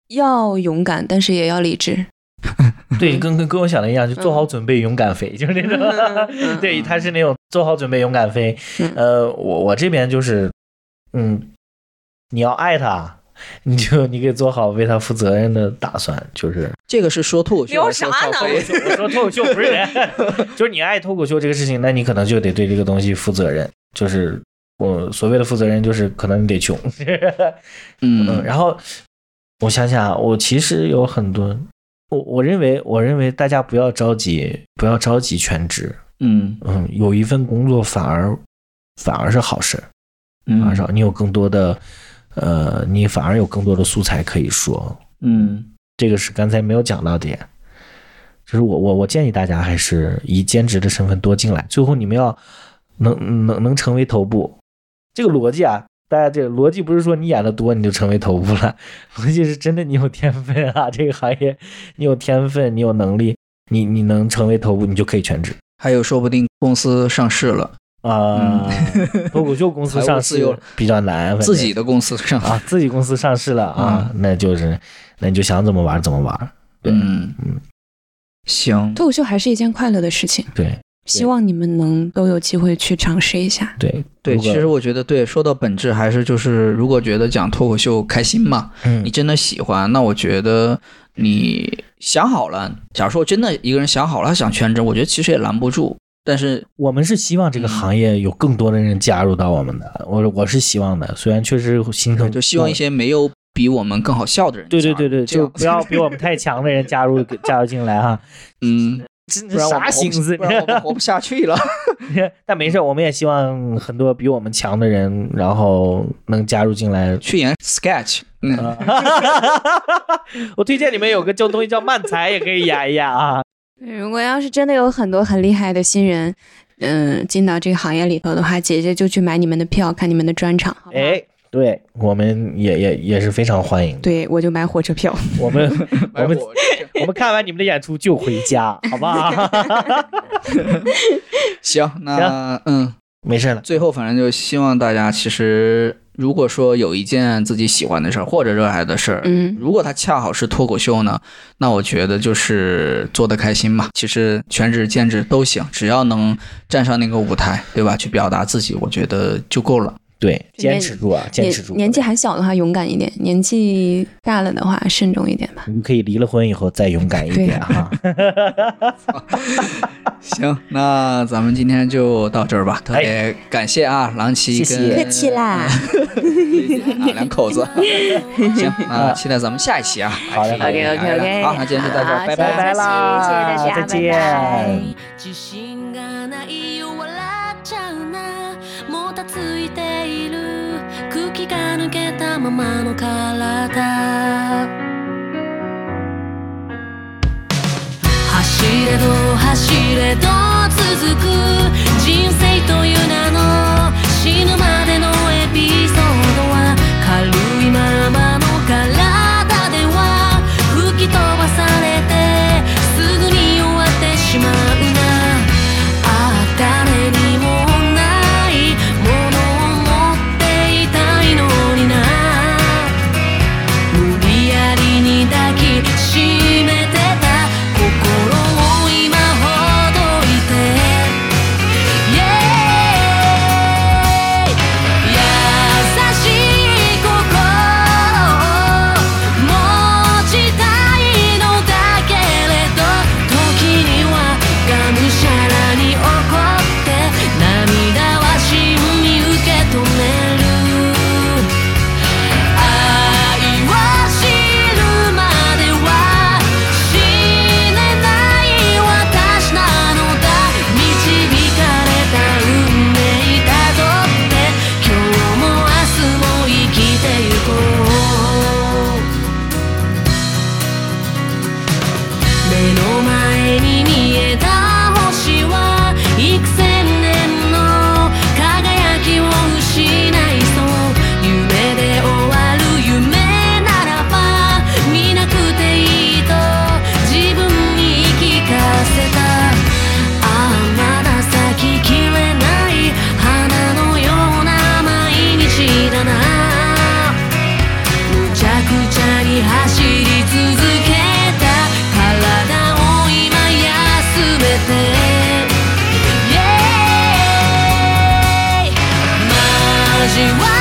要勇敢，但是也要理智。
<laughs> 对，跟跟跟我想的一样，就做好准备，勇敢飞，就是那
嗯 <laughs>
种，嗯对，他是那种做好准备，勇敢飞
嗯，
呃，我我这边就是，嗯，你要爱他，你就你给做好为他负责任的打算，就是
这个是说脱口秀还是说
聊啥
话
呢
费，
我说脱口秀不是人， <laughs> 就是你爱脱口秀这个事情，那你可能就得对这个东西负责任。就是我所谓的负责任，就是可能你得穷。嗯，
<laughs> 嗯，
然后我想想啊，我其实有很多，我我认为我认为大家不要着急，不要着急全职。
嗯
嗯，有一份工作反而反而是好事，
嗯，
反而是啊好你有更多的呃，你反而有更多的素材可以说。
嗯
这个是刚才没有讲到的点，就是我我我建议大家还是以兼职的身份多进来，最后你们要能能能成为头部，这个逻辑啊，大家这个逻辑不是说你演的多你就成为头部了，逻辑是真的你有天分啊，这个行业你有天分，你有能力，你你能成为头部，你就可以全职
还有说不定公司上市了，
啊。脱口秀公司上
嗯财务自由
市
了
比较难，反正
自己的公司上市，
啊，自己公司上市了啊，那就是那你就想怎么玩怎么玩，对
嗯
嗯，
行，
脱口秀还是一件快乐的事情，
对
希望你们能都有机会去尝试一下。
对
对，
如果
其实我觉得对，说到本质还是就是，如果觉得讲脱口秀开心嘛，
嗯
你真的喜欢，那我觉得你想好了，假如说真的一个人想好了他想全职，我觉得其实也拦不住。但是，
我们是希望这
嗯
个行业有更多的人加入到我们的，我我是希望的，虽然确实形成
就希望一些没有比我们更好笑的人加
对
入。
对对对，
这
就
样
不要比我们太强的人加入加入进来哈，
嗯，
真
不
的
然我
啥
们活
心
不
思
不？然我们活不下去了。
但没事，我们也希望很多比我们强的人，然后能加入进来。
去演 sketch，嗯，
<laughs> 我推荐你们有个叫东西叫慢才，也可以演一演啊。
如果要是真的有很多很厉害的新人，嗯，进到这个行业里头的话，姐姐就去买你们的票，看你们的专场，好吧？
哎，对我们也也也是非常欢迎的。
对，我就买火车票。
<laughs> 我们我们
我
我们看完你们的演出就回家，好 <laughs> 吧？
行，那嗯，
没事了。
最后反正就希望大家，其实如果说有一件自己喜欢的事儿或者热爱的事儿，
嗯，
如果它恰好是脱口秀呢，那我觉得就是做的开心嘛。其实全职兼职都行，只要能站上那个舞台，对吧？去表达自己，我觉得就够了。
对，
就
坚
年
持住啊，坚
年
持住。
年纪还小的话勇敢一点，年纪大了的话慎重一点吧。
你可以离了婚以后再勇敢一点啊哈。
行，那咱们今天就到这儿吧。特别感哎谢啊，郎奇
谢
跟
谢
客气
<laughs>
啦，
啊两口子。 <laughs> 行，那期待咱们下一期啊。
好嘞好
OK，OK，OK
好，那今天就到这儿，
好
拜
下次。
拜
拜
啦，
谢谢大家
再见。
拜拜
自信がないよ笑っちゃうなもたついている空気が抜けたままの体走れど走れど続く人生という名の死ぬまでのエピソードは軽いままの体では吹き飛ばされてすぐに終わってしまうなああ誰にもないものを持っていたいのにな無理やりに抱きしめてた心を今ほどいて Yeah 優しい心を持ちたいのだけれど時にはがむしゃらに怒って涙は真に受け止める愛を知るまでは死ねない私なのだ導かれた運命たどって今日も明日も生きてゆこう目の前に見えた星は幾千年の輝きを失いそう夢で終わる夢ならば見なくていいと自分に言い聞かせたああまだ咲ききれない花のような毎日だなむちゃくちゃに走り続けた体を今休めて Yeah 交わ